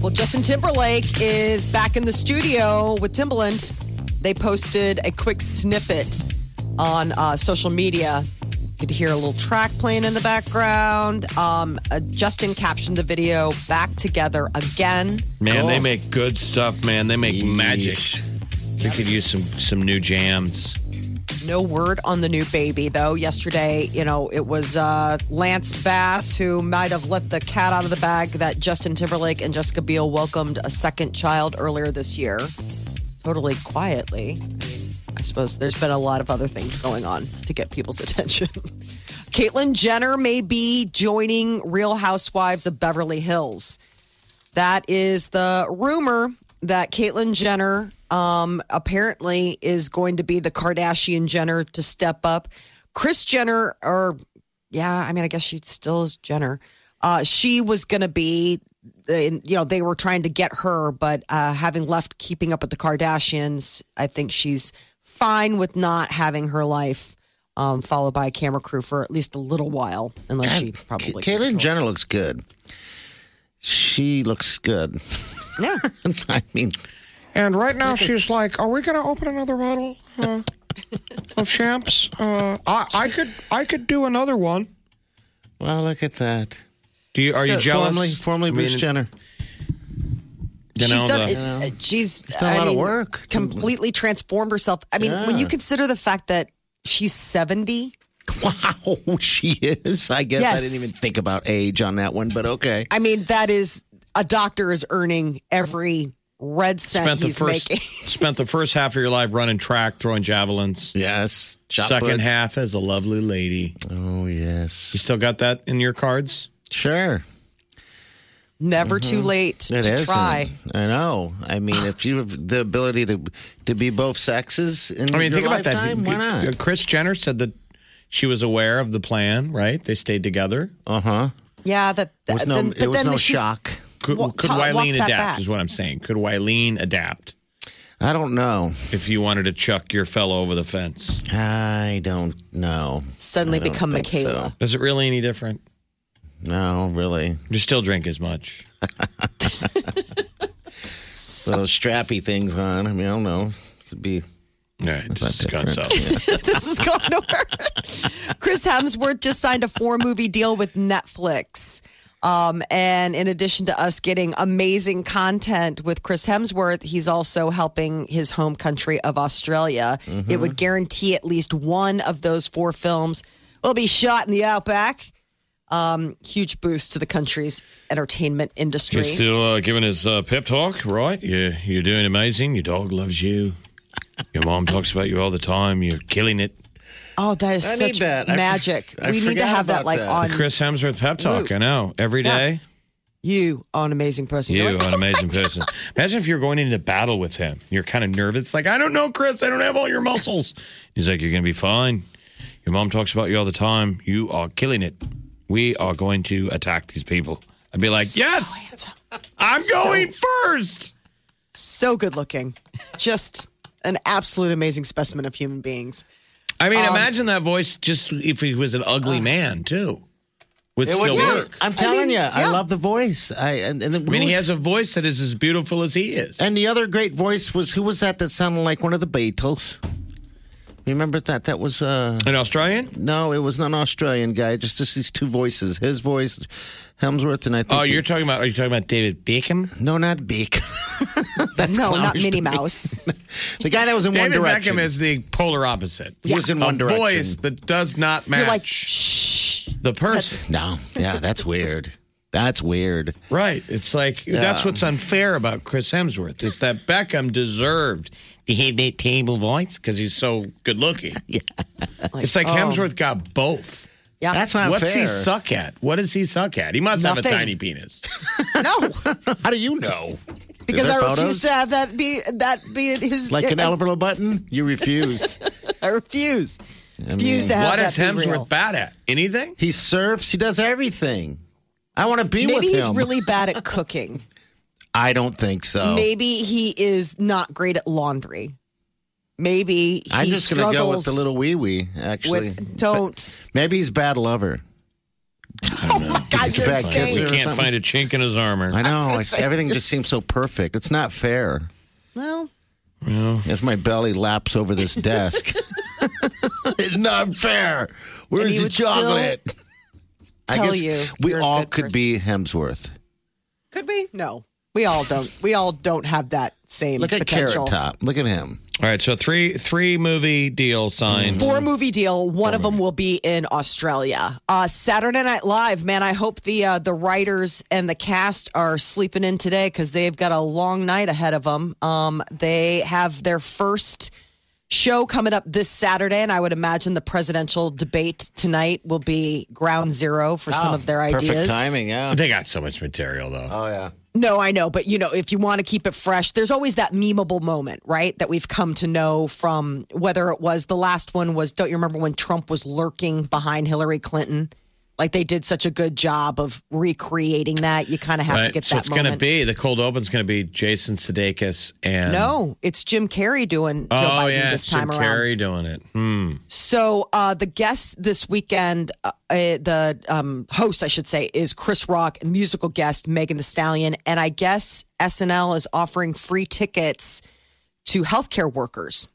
[SPEAKER 5] Well, Justin Timberlake is back in the studio with Timbaland. They posted a quick snippet on uh, social media. You could hear a little track playing in the background. Um, uh, Justin captioned the video back together again.
[SPEAKER 4] Man, they make good stuff, man. They make magic. We could use some some new jams.
[SPEAKER 5] No word on the new baby, though. Yesterday, you know, it was uh, Lance Bass who might have let the cat out of the bag that Justin Timberlake and Jessica Biel welcomed a second child earlier this year, totally quietly. I, mean, I suppose there's been a lot of other things going on to get people's attention. Caitlyn Jenner may be joining Real Housewives of Beverly Hills. That is the rumor that Caitlyn Jenner um, apparently is going to be the Kardashian Jenner to step up. Chris Jenner, or yeah, I mean, I guess she still is Jenner. Uh, she was going to be, in, you know, they were trying to get her, but uh, having left Keeping Up with the Kardashians, I think she's fine with not having her life um, followed by a camera crew for at least a little while, unless she probably.
[SPEAKER 3] K- Caitlyn Jenner looks good. She looks good.
[SPEAKER 5] Yeah.
[SPEAKER 3] I mean,
[SPEAKER 9] And right now she's like, "Are we going to open another bottle uh, of champs? Uh, I, I could I could do another one."
[SPEAKER 3] well, look at that.
[SPEAKER 4] Do you are you
[SPEAKER 5] So-
[SPEAKER 4] jealous?
[SPEAKER 3] Formerly, formerly
[SPEAKER 4] I mean,
[SPEAKER 3] Bruce Jenner.
[SPEAKER 4] you know,
[SPEAKER 5] she's done,
[SPEAKER 4] the-
[SPEAKER 5] it- Uh, she's
[SPEAKER 3] done a
[SPEAKER 5] I
[SPEAKER 3] lot of
[SPEAKER 5] mean,
[SPEAKER 3] work.
[SPEAKER 5] Completely transformed herself. I mean, when you
[SPEAKER 3] Yeah.
[SPEAKER 5] consider the fact that she's seventy,
[SPEAKER 3] Wow, she is. I guess I
[SPEAKER 5] Yes.
[SPEAKER 3] didn't even think about age on that one, but okay.
[SPEAKER 5] I mean that is a doctor is earning every red cent
[SPEAKER 4] spent the
[SPEAKER 5] he's
[SPEAKER 4] first
[SPEAKER 5] making.
[SPEAKER 4] spent the first half of your life running track, throwing javelins.
[SPEAKER 3] Yes. Shot
[SPEAKER 4] Second
[SPEAKER 3] puts.
[SPEAKER 4] half as a lovely lady.
[SPEAKER 3] Oh, yes.
[SPEAKER 4] You still got that in your cards?
[SPEAKER 3] Sure.
[SPEAKER 5] Never too late
[SPEAKER 3] Mm-hmm. It
[SPEAKER 5] to
[SPEAKER 3] is.
[SPEAKER 5] try.
[SPEAKER 3] I know. I mean, if you have the ability to to be both sexes in
[SPEAKER 4] I mean,
[SPEAKER 3] your
[SPEAKER 4] think about that.
[SPEAKER 3] lifetime, why not?
[SPEAKER 4] Chris Jenner said that she was aware of the plan, right? They stayed together.
[SPEAKER 3] Uh huh.
[SPEAKER 5] Yeah, that.
[SPEAKER 3] There was no,
[SPEAKER 5] Uh, then,
[SPEAKER 3] there
[SPEAKER 5] but
[SPEAKER 3] was
[SPEAKER 5] then
[SPEAKER 3] no
[SPEAKER 5] she's-
[SPEAKER 3] shock.
[SPEAKER 4] Could,
[SPEAKER 5] Well,
[SPEAKER 4] could
[SPEAKER 5] ta-
[SPEAKER 4] Wileen
[SPEAKER 5] walk that
[SPEAKER 4] adapt?
[SPEAKER 5] back.
[SPEAKER 4] Is what I'm saying. Could Wileen adapt
[SPEAKER 3] I don't know.
[SPEAKER 4] if you wanted to chuck your fellow over the fence?
[SPEAKER 3] I don't know.
[SPEAKER 5] Suddenly
[SPEAKER 3] I don't
[SPEAKER 5] become
[SPEAKER 3] think
[SPEAKER 5] Michaela.
[SPEAKER 4] Is it really any different?
[SPEAKER 3] No, really.
[SPEAKER 4] You still drink as much.
[SPEAKER 3] Those strappy things on. I mean, I don't know. Could be.
[SPEAKER 4] Yeah, it just gone
[SPEAKER 3] different?
[SPEAKER 4] south.
[SPEAKER 5] this is going nowhere. Chris Hemsworth just signed a four movie deal with Netflix. Um, and in addition to us getting amazing content with Chris Hemsworth, he's also helping his home country of Australia. It would guarantee at least one of those four films will be shot in the outback. Um, huge boost to the country's entertainment industry.
[SPEAKER 4] He's still uh, giving his uh, pep talk, right? You, you're doing amazing. Your dog loves you. Your mom talks about you all the time. You're killing it.
[SPEAKER 5] Oh, that is
[SPEAKER 3] I need
[SPEAKER 5] such
[SPEAKER 3] that. I
[SPEAKER 5] magic.
[SPEAKER 3] for- I
[SPEAKER 5] we need to
[SPEAKER 3] forgot
[SPEAKER 5] have that
[SPEAKER 3] about
[SPEAKER 5] like
[SPEAKER 3] that.
[SPEAKER 5] on
[SPEAKER 4] Chris Hemsworth pep talk. I know every day.
[SPEAKER 5] you, on amazing person.
[SPEAKER 4] You
[SPEAKER 5] You're like,
[SPEAKER 4] are an amazing person. Imagine if you're going into battle with him. You're kind of nervous. It's like, I don't know, Chris. I don't have all your muscles. He's like, You're going to be fine. Your mom talks about you all the time. You are killing it. We are going to attack these people. I'd be like, Yes, I'm going first.
[SPEAKER 5] so good looking. Just an absolute amazing specimen of human beings.
[SPEAKER 4] I mean,
[SPEAKER 3] Um,
[SPEAKER 4] imagine that voice just if he was an ugly man, too, would
[SPEAKER 3] uh, It would
[SPEAKER 4] still
[SPEAKER 3] work.
[SPEAKER 4] work.
[SPEAKER 3] I'm telling you, I
[SPEAKER 5] yeah.
[SPEAKER 3] love the voice. I and, and the,
[SPEAKER 4] I mean, he has a voice that is as beautiful as he is.
[SPEAKER 3] And the other great voice was who was that that sounded like one of the Beatles? Remember that? That was uh
[SPEAKER 4] an Australian?
[SPEAKER 3] no, it was not an Australian guy. Just just these two voices, his voice, Hemsworth, and I think.
[SPEAKER 4] Oh, you're talking about, are you talking about David Bacon?
[SPEAKER 3] no, not Beak. That's
[SPEAKER 5] No, not
[SPEAKER 3] clownish.
[SPEAKER 5] Minnie Mouse.
[SPEAKER 3] The guy that was in
[SPEAKER 4] David
[SPEAKER 3] One Direction.
[SPEAKER 4] Beckham is the polar opposite.
[SPEAKER 3] He was in One
[SPEAKER 4] a
[SPEAKER 3] Direction.
[SPEAKER 4] voice that does not match
[SPEAKER 5] You're like, shh.
[SPEAKER 4] the person.
[SPEAKER 3] no, yeah, that's weird. That's weird.
[SPEAKER 4] Right. It's like that's what's unfair about Chris Hemsworth is that Beckham deserved to have that table voice because he's so good looking. It's like
[SPEAKER 5] oh,
[SPEAKER 4] Hemsworth got both.
[SPEAKER 5] Yeah.
[SPEAKER 3] That's not
[SPEAKER 4] What's
[SPEAKER 3] fair.
[SPEAKER 4] he suck at? What does he suck at? He must have a
[SPEAKER 5] Nothing.
[SPEAKER 4] tiny penis.
[SPEAKER 5] no,
[SPEAKER 3] How do you know?
[SPEAKER 5] because I
[SPEAKER 3] there
[SPEAKER 5] refuse
[SPEAKER 3] photos?
[SPEAKER 5] to have that be that be his.
[SPEAKER 3] Like an Alberto Button, you refuse.
[SPEAKER 5] I refuse.
[SPEAKER 3] I
[SPEAKER 5] refuse to have
[SPEAKER 4] what
[SPEAKER 5] that
[SPEAKER 4] is
[SPEAKER 5] be
[SPEAKER 4] Hemsworth
[SPEAKER 5] real.
[SPEAKER 4] bad at? Anything?
[SPEAKER 3] He surfs. He does everything. I want to be
[SPEAKER 5] Maybe
[SPEAKER 3] with
[SPEAKER 5] he's
[SPEAKER 3] him.
[SPEAKER 5] really bad at cooking.
[SPEAKER 3] I don't think so.
[SPEAKER 5] Maybe he is not great at laundry. Maybe he
[SPEAKER 3] I'm just going to go with
[SPEAKER 5] struggles
[SPEAKER 3] the little wee wee. Actually,
[SPEAKER 5] with don't. Oh,
[SPEAKER 3] maybe he's a bad lover.
[SPEAKER 5] God,
[SPEAKER 3] He's a
[SPEAKER 5] you're
[SPEAKER 3] bad
[SPEAKER 5] insane.
[SPEAKER 4] We
[SPEAKER 3] kisser. or
[SPEAKER 4] can't
[SPEAKER 3] something.
[SPEAKER 4] find a chink in his armor.
[SPEAKER 3] I know.
[SPEAKER 5] just
[SPEAKER 3] it's-
[SPEAKER 5] saying.
[SPEAKER 3] everything just seems so perfect. It's not fair.
[SPEAKER 5] Well,
[SPEAKER 3] As my belly laps over this desk, it's not fair.
[SPEAKER 5] And
[SPEAKER 3] Where's
[SPEAKER 5] he
[SPEAKER 3] the
[SPEAKER 5] would still
[SPEAKER 3] chocolate? I
[SPEAKER 5] tell
[SPEAKER 3] guess
[SPEAKER 5] you
[SPEAKER 3] we
[SPEAKER 5] you're a
[SPEAKER 3] all
[SPEAKER 5] good
[SPEAKER 3] could be Hemsworth.
[SPEAKER 5] could be no. We all don't. We all don't have that same
[SPEAKER 3] Look at
[SPEAKER 5] potential.
[SPEAKER 3] Carrot Top. Look at him.
[SPEAKER 4] All right, so three three movie deal signed.
[SPEAKER 5] Four movie deal. One of them will be in Australia. Uh, Saturday Night Live. Man, I hope the uh, the writers and the cast are sleeping in today because they've got a long night ahead of them. Um, they have their first show coming up this Saturday, and I would imagine the presidential debate tonight will be ground zero for some of their
[SPEAKER 3] Ah, Oh, Perfect
[SPEAKER 5] ideas.
[SPEAKER 3] timing. Yeah.
[SPEAKER 4] They got so much material though.
[SPEAKER 3] Oh yeah.
[SPEAKER 5] No, I know, but you know, if you want to keep it fresh, there's always that memeable moment, right? That we've come to know from whether it was the last one was don't you remember when Trump was lurking behind Hillary Clinton? Like they did such a good job of recreating that. You kind of have to
[SPEAKER 4] Right,
[SPEAKER 5] get
[SPEAKER 4] so
[SPEAKER 5] that
[SPEAKER 4] it's
[SPEAKER 5] moment.
[SPEAKER 4] gonna be the cold open's gonna be Jason Sudeikis and
[SPEAKER 5] no, it's Jim Carrey doing Joe
[SPEAKER 4] Oh
[SPEAKER 5] Biden
[SPEAKER 4] yeah,
[SPEAKER 5] this
[SPEAKER 4] it's Jim
[SPEAKER 5] time around.
[SPEAKER 4] Carrey doing it. Hmm.
[SPEAKER 5] So uh, the guest this weekend, uh, uh, the um, host, I should say, is Chris Rock and musical guest Megan The Stallion, and I guess SNL is offering free tickets to healthcare workers.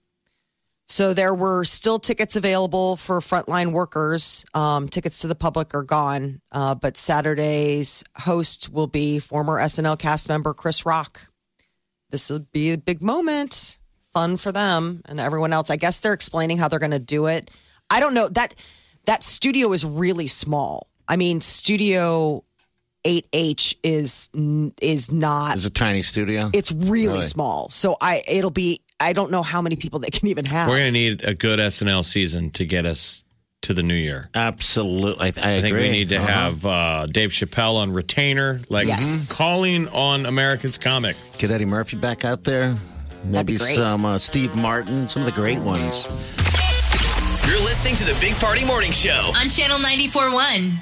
[SPEAKER 5] So there were still tickets available for frontline workers. Um, tickets to the public are gone, uh, but Saturday's host will be former SNL cast member Chris Rock. This will be a big moment, fun for them and everyone else. I guess they're explaining how they're going to do it. I don't know that that studio is really small. I mean, Studio 8H is n- is not.
[SPEAKER 3] It's a tiny studio.
[SPEAKER 5] It's really,
[SPEAKER 3] Really?
[SPEAKER 5] small. So I it'll be. I don't know how many people they can even have.
[SPEAKER 4] We're gonna need a good SNL season to get us to the new year.
[SPEAKER 3] Absolutely. I,
[SPEAKER 4] I think
[SPEAKER 3] agree.
[SPEAKER 4] we
[SPEAKER 3] Uh-huh.
[SPEAKER 4] need to have uh, Dave Chappelle on retainer, like Mm-hmm.
[SPEAKER 5] Yes.
[SPEAKER 4] calling on America's comics.
[SPEAKER 3] Get Eddie Murphy back out there.
[SPEAKER 5] That'd be
[SPEAKER 3] Maybe
[SPEAKER 5] great.
[SPEAKER 3] some uh, Steve Martin, some of the great ones.
[SPEAKER 6] You're listening to the Big Party Morning Show.
[SPEAKER 2] On Channel 94.1.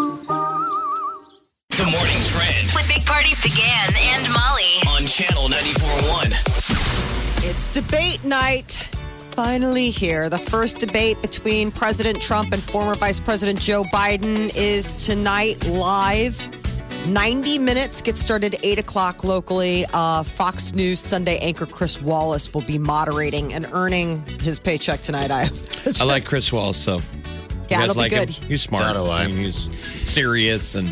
[SPEAKER 6] The Morning Trend
[SPEAKER 2] With Big Party began and Molly.
[SPEAKER 6] on Channel 94.1.
[SPEAKER 5] It's debate night. Finally, here. The first debate between President Trump and former Vice President Joe Biden is tonight live. 90 minutes gets started 8 o'clock locally. Uh, Fox News Sunday anchor Chris Wallace will be moderating and earning his paycheck tonight. I,
[SPEAKER 4] I like Chris Wallace, so you
[SPEAKER 5] yeah,
[SPEAKER 4] guys
[SPEAKER 5] it'll be
[SPEAKER 4] like
[SPEAKER 5] good.
[SPEAKER 4] him. He's smart.
[SPEAKER 3] So do I.
[SPEAKER 4] mean, he's serious and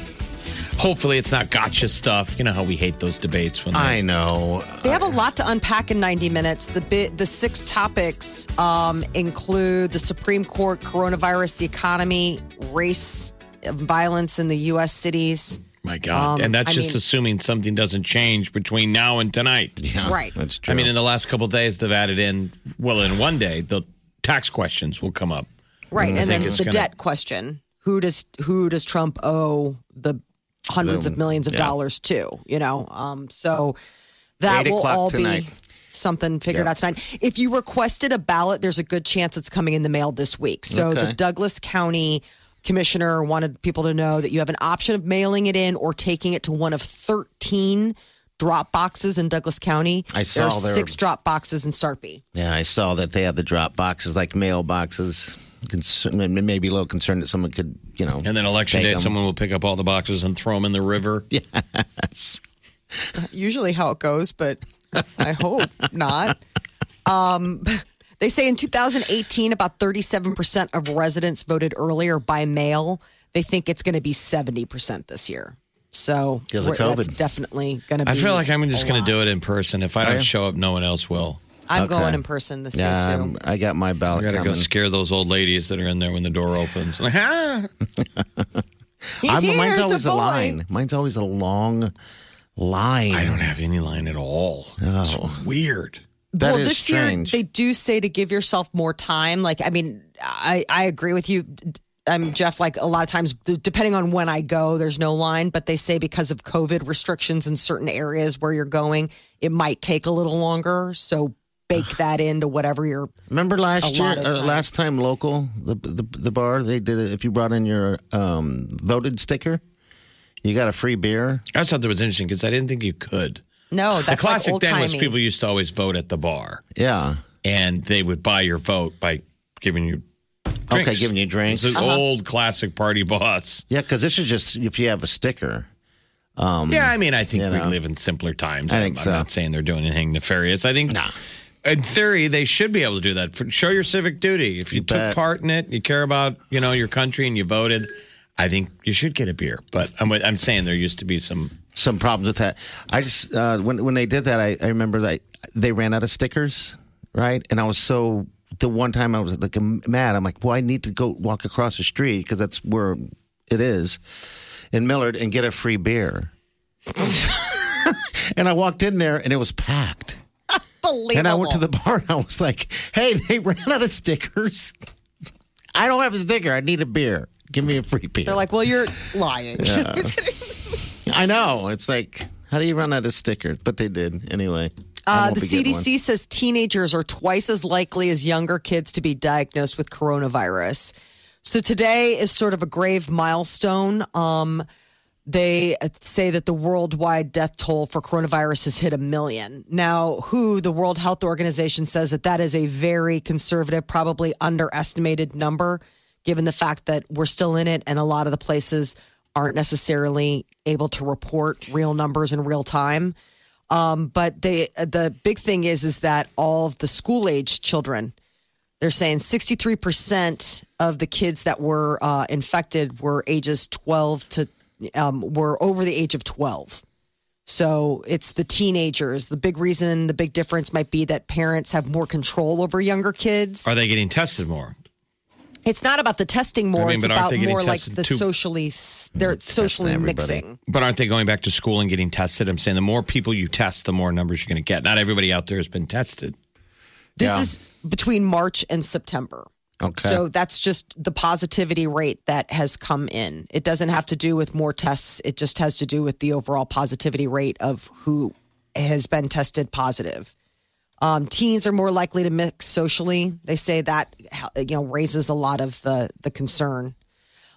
[SPEAKER 4] hopefully it's not gotcha stuff. You know how we hate those debates when they
[SPEAKER 3] I know.
[SPEAKER 5] They have a lot to unpack in 90 minutes. The bit, the six topics um, include the Supreme Court, coronavirus, the economy, race, violence in the U.S. cities.
[SPEAKER 4] My God.
[SPEAKER 5] Um,
[SPEAKER 4] and that's
[SPEAKER 5] I
[SPEAKER 4] just
[SPEAKER 5] mean-
[SPEAKER 4] assuming something doesn't change between now and tonight.
[SPEAKER 3] Yeah,
[SPEAKER 5] Right.
[SPEAKER 3] That's true.
[SPEAKER 4] I mean, in the last couple of days, they've added in, well, in one day, the tax questions will come up.
[SPEAKER 5] Right, and then
[SPEAKER 4] it's
[SPEAKER 5] the
[SPEAKER 4] gonna-
[SPEAKER 5] debt question: Who does who does Trump owe the hundreds of millions of
[SPEAKER 3] yeah.
[SPEAKER 5] dollars to? You know, um, so that
[SPEAKER 3] Eight
[SPEAKER 5] will
[SPEAKER 3] o'clock
[SPEAKER 5] all
[SPEAKER 3] tonight.
[SPEAKER 5] be something figured
[SPEAKER 3] Yeah.
[SPEAKER 5] out tonight. If you requested a ballot, there's a good chance it's coming in the mail this week. So the
[SPEAKER 3] Okay.
[SPEAKER 5] Douglas County commissioner wanted people to know that you have an option of mailing it in or taking it to one of 13 drop boxes in Douglas County.
[SPEAKER 3] I
[SPEAKER 5] there are
[SPEAKER 3] saw there-
[SPEAKER 5] six drop boxes in Sarpy.
[SPEAKER 3] yeah, I saw that they have the drop boxes, like mail boxes. Concern, maybe a little concerned that someone could, you know.
[SPEAKER 4] And then election
[SPEAKER 3] take
[SPEAKER 4] day,
[SPEAKER 3] 'em.
[SPEAKER 4] someone will pick up all the boxes and throw them in the river.
[SPEAKER 5] usually how it goes, but I hope not. Um, they say in 2018, about 37% of residents voted earlier by mail. They think it's going to be 70% this year. So
[SPEAKER 3] 'Cause of
[SPEAKER 5] we're- that's
[SPEAKER 3] COVID.
[SPEAKER 5] definitely going to be.
[SPEAKER 4] I feel like I'm just
[SPEAKER 5] a
[SPEAKER 4] going to
[SPEAKER 5] lot.
[SPEAKER 4] do it in person. If I don't show up, no one else will.
[SPEAKER 5] I'm
[SPEAKER 3] Okay.
[SPEAKER 5] going in person this
[SPEAKER 3] Yeah,
[SPEAKER 5] year,
[SPEAKER 3] I'm-
[SPEAKER 5] too.
[SPEAKER 3] I got my
[SPEAKER 4] I
[SPEAKER 3] ballot
[SPEAKER 4] got to go
[SPEAKER 3] coming.
[SPEAKER 4] scare those old ladies that are in there when the door opens. Like, ah!
[SPEAKER 5] He's
[SPEAKER 3] I'm-
[SPEAKER 5] here,
[SPEAKER 3] mine's
[SPEAKER 5] it's
[SPEAKER 3] always
[SPEAKER 5] a, boy.
[SPEAKER 3] line. Mine's always a long line?
[SPEAKER 4] I don't have any line at all. It's weird.
[SPEAKER 3] That
[SPEAKER 5] well,
[SPEAKER 3] is
[SPEAKER 5] this
[SPEAKER 3] strange.
[SPEAKER 5] year they do say to give yourself more time. Like, I mean, I I agree with you. I'm Jeff. Like a lot of times, d- depending on when I go, there's no line. But they say because of COVID restrictions in certain areas where you're going, it might take a little longer. So bake that into whatever you're.
[SPEAKER 3] Remember last
[SPEAKER 5] A
[SPEAKER 3] year,
[SPEAKER 5] lot of
[SPEAKER 3] or
[SPEAKER 5] time.
[SPEAKER 3] last time local, the, the the bar they did it. If you brought in your um, voted sticker, you got a free beer.
[SPEAKER 4] I just thought that was interesting because I didn't think you could.
[SPEAKER 5] No, that's
[SPEAKER 4] the classic
[SPEAKER 5] like
[SPEAKER 4] then
[SPEAKER 5] old
[SPEAKER 4] was people used to always vote at the bar,
[SPEAKER 3] Yeah.
[SPEAKER 4] and they would buy your vote by giving you.
[SPEAKER 3] Okay,
[SPEAKER 4] Drinks.
[SPEAKER 3] giving you
[SPEAKER 4] It's
[SPEAKER 3] drinks. Uh-huh.
[SPEAKER 4] an old classic party boss.
[SPEAKER 3] Yeah, because this is just if you have a sticker.
[SPEAKER 4] yeah, I mean, I think
[SPEAKER 3] Um, you
[SPEAKER 4] we
[SPEAKER 3] know.
[SPEAKER 4] live in simpler times.
[SPEAKER 3] I
[SPEAKER 4] I'm-
[SPEAKER 3] think
[SPEAKER 4] I'm
[SPEAKER 3] so.
[SPEAKER 4] not saying they're doing anything nefarious. I think, in theory, they should be able to do that. For, show your civic duty. If you,
[SPEAKER 3] You
[SPEAKER 4] took
[SPEAKER 3] bet.
[SPEAKER 4] part in it, you care about you know your country, and you voted. I think you should get a beer. But I'm, I'm saying there used to be some.
[SPEAKER 3] Some problems with that. I just uh, when when they did that, I, I remember that they ran out of stickers, right? And I was so the one time I was like mad. I'm like, well, I need to go walk across the street because that's where it is in Millard and get a free beer. and I walked in there and it was packed.
[SPEAKER 5] Believable.
[SPEAKER 3] And I went to the bar and I was like, hey, they ran out of stickers. I don't have a sticker. I need a beer. Give me a free beer.
[SPEAKER 5] They're like, well, you're lying.
[SPEAKER 3] I know. It's like, how do you run out of stickers? But they did anyway. I
[SPEAKER 5] Uh,
[SPEAKER 3] won't
[SPEAKER 5] the
[SPEAKER 3] be getting
[SPEAKER 5] CDC says teenagers are twice as likely as younger kids to be diagnosed with coronavirus. So today is sort of a grave milestone. Um, they say that the worldwide death toll for coronavirus has hit a million. Now, who the World Health Organization says that that is a very conservative, probably underestimated number, given the fact that we're still in it and a lot of the places aren't necessarily able to report real numbers in real time. Um, but they, the big thing is, is that all of the school age children, they're saying 63% of the kids that were uh, infected were ages 12 to, um, were over the age of 12. So it's the teenagers. The big reason, the big difference might be that parents have more control over younger kids.
[SPEAKER 4] Are they getting tested more?
[SPEAKER 5] It's not about the testing more.
[SPEAKER 4] I mean,
[SPEAKER 5] it's
[SPEAKER 4] but aren't
[SPEAKER 5] about
[SPEAKER 4] they getting
[SPEAKER 5] more like
[SPEAKER 4] tested
[SPEAKER 5] the
[SPEAKER 4] too?
[SPEAKER 5] socially, s- they're socially mixing.
[SPEAKER 4] But aren't they going back to school and getting tested? I'm saying the more people you test, the more numbers you're going to get. Not everybody out there has been tested.
[SPEAKER 5] This is between March and September.
[SPEAKER 3] one. Okay.
[SPEAKER 5] So that's just the positivity rate that has come in. It doesn't have to do with more tests. It just has to do with the overall positivity rate of who has been tested positive. Um, teens are more likely to mix socially. They say that you know raises a lot of the the concern.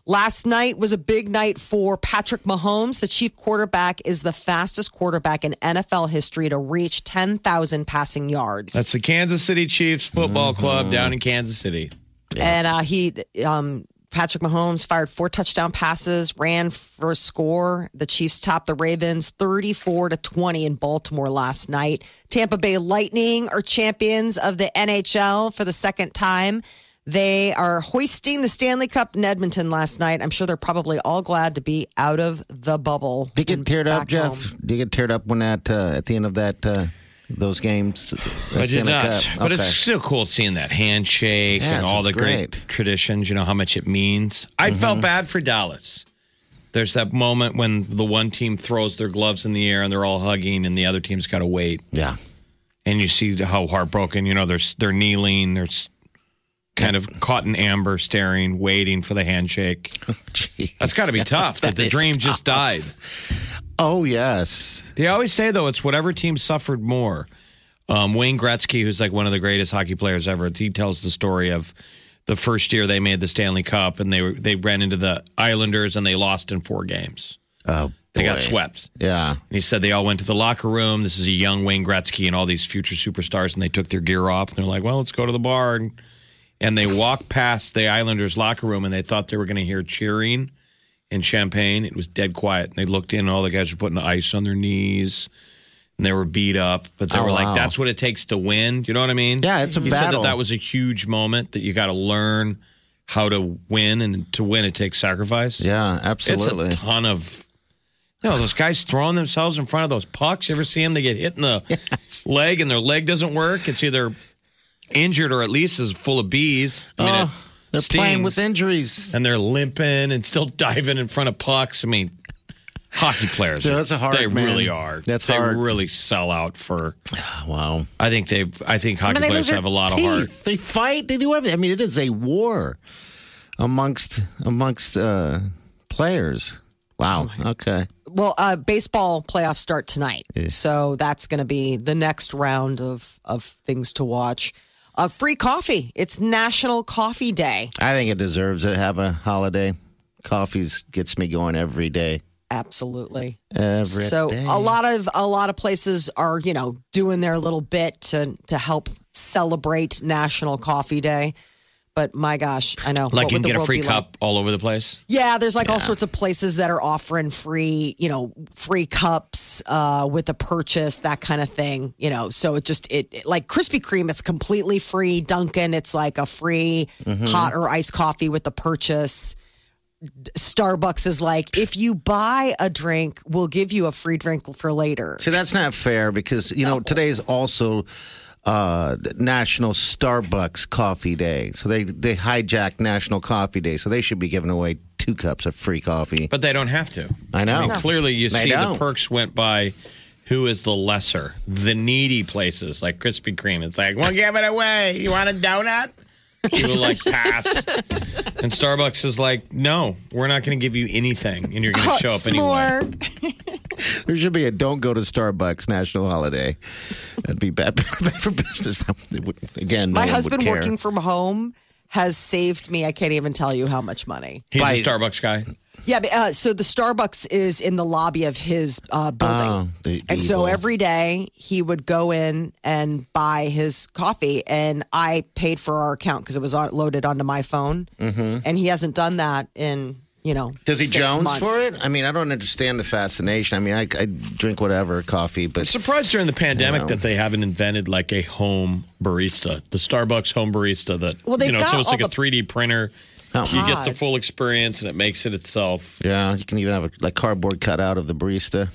[SPEAKER 5] Last night was a big night for Patrick Mahomes. The chief quarterback is the fastest quarterback in NFL history to reach 10,000 passing yards.
[SPEAKER 4] That's the Kansas City Chiefs
[SPEAKER 3] Mm-hmm.
[SPEAKER 4] football club down in Kansas City.
[SPEAKER 5] And uh, he, um, Patrick Mahomes, fired four touchdown passes, ran for a score. The Chiefs topped the Ravens 34 to 20 in Baltimore last night. Tampa Bay Lightning are champions of the NHL for the second time. They are hoisting the Stanley Cup in Edmonton last night. I'm sure they're probably all glad to be out of the bubble.
[SPEAKER 3] Did you get teared up,
[SPEAKER 5] back
[SPEAKER 3] Jeff?
[SPEAKER 5] home.
[SPEAKER 3] Did you get teared up when that uh, at the end of that uh, those games? uh,
[SPEAKER 4] I did not, but
[SPEAKER 3] okay.
[SPEAKER 4] it's still cool seeing that handshake
[SPEAKER 3] Yes,
[SPEAKER 4] and all
[SPEAKER 3] it's
[SPEAKER 4] the great.
[SPEAKER 3] great. Mm-hmm.
[SPEAKER 4] traditions. You know how much it means. I felt bad for Dallas. There's that moment when the one team throws their gloves in the air and they're all hugging, and the other team's got to wait.
[SPEAKER 3] yeah.
[SPEAKER 4] And you see how heartbroken. You know they're they're kneeling. They're s- kind of caught in amber, staring, waiting for the handshake.
[SPEAKER 3] Jeez.
[SPEAKER 4] That's got to be tough. that the
[SPEAKER 3] is
[SPEAKER 4] dream just died.
[SPEAKER 3] Oh yes.
[SPEAKER 4] They always say though it's whatever team suffered more. Um, Wayne Gretzky, who's like one of the greatest hockey players ever, he tells the story of the first year they made the Stanley Cup and they were, they ran into the Islanders and they lost in four games.
[SPEAKER 3] Oh,
[SPEAKER 4] They got
[SPEAKER 3] boy.
[SPEAKER 4] swept.
[SPEAKER 3] Yeah.
[SPEAKER 4] And he said they all went to the locker room. This is a young Wayne Gretzky and all these future superstars, and they took their gear off. And they're like, "Well, let's go to the bar." And, and they walked past the Islanders' locker room, and they thought they were going to hear cheering and champagne. It was dead quiet. And they looked in, and all the guys were putting ice on their knees, and they were beat up. But they
[SPEAKER 3] Oh,
[SPEAKER 4] were
[SPEAKER 3] wow.
[SPEAKER 4] like, "That's what it takes to win." Do you know what I mean?
[SPEAKER 3] Yeah, it's a
[SPEAKER 4] he said
[SPEAKER 3] battle.
[SPEAKER 4] that that was a huge moment that you got to learn how to win, and to win it takes sacrifice.
[SPEAKER 3] Yeah. Absolutely.
[SPEAKER 4] It's a ton of. No, those guys throwing themselves in front of those pucks. You ever see them? They get hit in the leg and their leg doesn't work. It's either injured or at least is full of bees. I mean, it
[SPEAKER 3] Oh, they're playing with
[SPEAKER 4] stings.
[SPEAKER 3] injuries.
[SPEAKER 4] And they're limping and still diving in front of pucks. I mean, Hockey players.
[SPEAKER 3] Yeah, that's a hard-
[SPEAKER 4] They
[SPEAKER 3] man,
[SPEAKER 4] really are.
[SPEAKER 3] that's
[SPEAKER 4] they
[SPEAKER 3] hard.
[SPEAKER 4] really sell out for.
[SPEAKER 3] Wow.
[SPEAKER 4] I think they. I think hockey
[SPEAKER 3] they
[SPEAKER 4] players
[SPEAKER 3] lose their
[SPEAKER 4] have a lot
[SPEAKER 3] teeth.
[SPEAKER 4] of heart.
[SPEAKER 3] They fight. They do everything. I mean, it is a war amongst amongst uh, players. Wow.
[SPEAKER 5] Oh
[SPEAKER 3] okay.
[SPEAKER 5] Well, uh, baseball playoffs start tonight, so that's going to be the next round of of things to watch. Uh, free coffee. It's National Coffee Day.
[SPEAKER 3] I think it deserves to have a holiday. Coffee's gets me going every day.
[SPEAKER 5] Absolutely.
[SPEAKER 3] Every
[SPEAKER 5] so
[SPEAKER 3] day.
[SPEAKER 5] a lot of a lot of places are you know doing their little bit to to help celebrate National Coffee Day. But my gosh, I know.
[SPEAKER 4] Like
[SPEAKER 5] what
[SPEAKER 4] you can
[SPEAKER 5] would the
[SPEAKER 4] get a
[SPEAKER 5] world
[SPEAKER 4] free
[SPEAKER 5] be like?
[SPEAKER 4] cup all over the place.
[SPEAKER 5] Yeah, there's like all sorts of places that are offering free, you know, free cups uh, with a purchase, that kind of thing. You know, so it just it, it- like Krispy Kreme, it's completely free. Dunkin', it's like a free hot or iced coffee with a purchase. D- Starbucks is like if you buy a drink, we'll give you a free drink for later.
[SPEAKER 3] See, that's not fair because you know today's also uh, National Starbucks Coffee Day. So they they hijacked National Coffee Day. So they should be giving away two cups of free coffee.
[SPEAKER 4] But they don't have to.
[SPEAKER 3] I know.
[SPEAKER 4] I mean, clearly, you
[SPEAKER 3] They
[SPEAKER 4] see
[SPEAKER 3] don't.
[SPEAKER 4] the perks went by who is the lesser, the needy places like Krispy Kreme. It's like, well, give it away. You want a donut? People like pass. and Starbucks is like, no, we're not going to give you anything, and you're
[SPEAKER 5] Oh,
[SPEAKER 4] going to show up anyway.
[SPEAKER 3] There should be a don't go to Starbucks national holiday. That'd be bad, bad for business. Again, no
[SPEAKER 5] My
[SPEAKER 3] one would
[SPEAKER 5] husband
[SPEAKER 3] care.
[SPEAKER 5] working from home has saved me. I can't even tell you how much money.
[SPEAKER 4] He's
[SPEAKER 3] By-
[SPEAKER 4] a Starbucks guy.
[SPEAKER 5] Yeah, but, uh, so the Starbucks is in the lobby of his uh, building.
[SPEAKER 3] Oh, the
[SPEAKER 5] And so
[SPEAKER 3] evil.
[SPEAKER 5] every day he would go in and buy his coffee, and I paid for our account because it was on, loaded onto my phone. Mm-hmm. And he hasn't done that in you know.
[SPEAKER 3] Does he
[SPEAKER 5] six
[SPEAKER 3] Jones
[SPEAKER 5] months.
[SPEAKER 3] for it? I mean, I don't understand the fascination. I mean, I, I drink whatever coffee, but
[SPEAKER 4] Surprised during the pandemic
[SPEAKER 3] know.
[SPEAKER 4] that they haven't invented like a home barista, the Starbucks home barista that
[SPEAKER 5] Well, they've
[SPEAKER 4] you know,
[SPEAKER 5] got
[SPEAKER 4] so it's
[SPEAKER 5] all
[SPEAKER 4] like a
[SPEAKER 5] the- Oh,
[SPEAKER 4] 3D printer. You get the full experience and it makes it itself.
[SPEAKER 3] yeah, you can even have a like cardboard cutout of the barista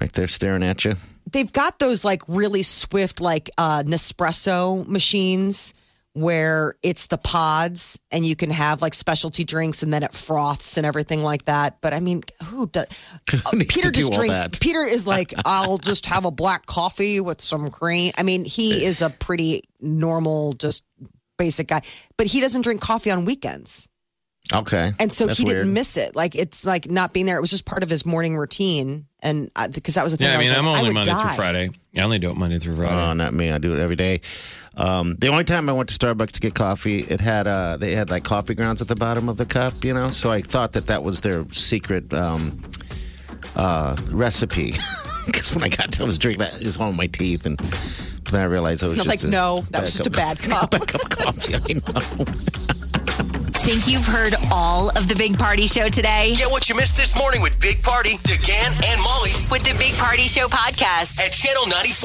[SPEAKER 3] right there staring at you.
[SPEAKER 5] They've got those like really swift like uh, Nespresso machines where it's the pods, and you can have like specialty drinks, and then it froths and everything like that. But I mean, who does?
[SPEAKER 3] Who needs to
[SPEAKER 5] Peter
[SPEAKER 3] do
[SPEAKER 5] just
[SPEAKER 3] all
[SPEAKER 5] drinks.
[SPEAKER 3] that?
[SPEAKER 5] Peter is like, I'll just have a black coffee with some cream. I mean, he is a pretty normal, just basic guy, but he doesn't drink coffee on weekends.
[SPEAKER 3] Okay,
[SPEAKER 5] And so
[SPEAKER 3] That's
[SPEAKER 5] he
[SPEAKER 3] weird.
[SPEAKER 5] didn't miss it. Like, it's like not being there. It was just part of his morning routine. And because that was the thing.
[SPEAKER 4] Yeah, I
[SPEAKER 5] was
[SPEAKER 4] mean,
[SPEAKER 5] like,
[SPEAKER 4] I'm only
[SPEAKER 5] would
[SPEAKER 4] Monday
[SPEAKER 5] die.
[SPEAKER 4] through Friday. I only do it Monday through Friday.
[SPEAKER 3] Oh, not me. I do it every day. Um, the only time I went to Starbucks to get coffee, it had uh, they had like coffee grounds at the bottom of the cup, you know. So I thought that that was their secret um, uh, recipe. Because when I got to, I was drinking, that, it was on my teeth, and then I realized I was
[SPEAKER 5] And I'm
[SPEAKER 3] just
[SPEAKER 5] like,
[SPEAKER 3] a-
[SPEAKER 5] no, that was just a bad cup.
[SPEAKER 3] bad cup of coffee. I know.
[SPEAKER 2] Think you've heard all of the Big Party Show today?
[SPEAKER 6] Get what you missed this morning with Big Party, DeGan, and Molly
[SPEAKER 2] With the Big Party Show podcast.
[SPEAKER 6] at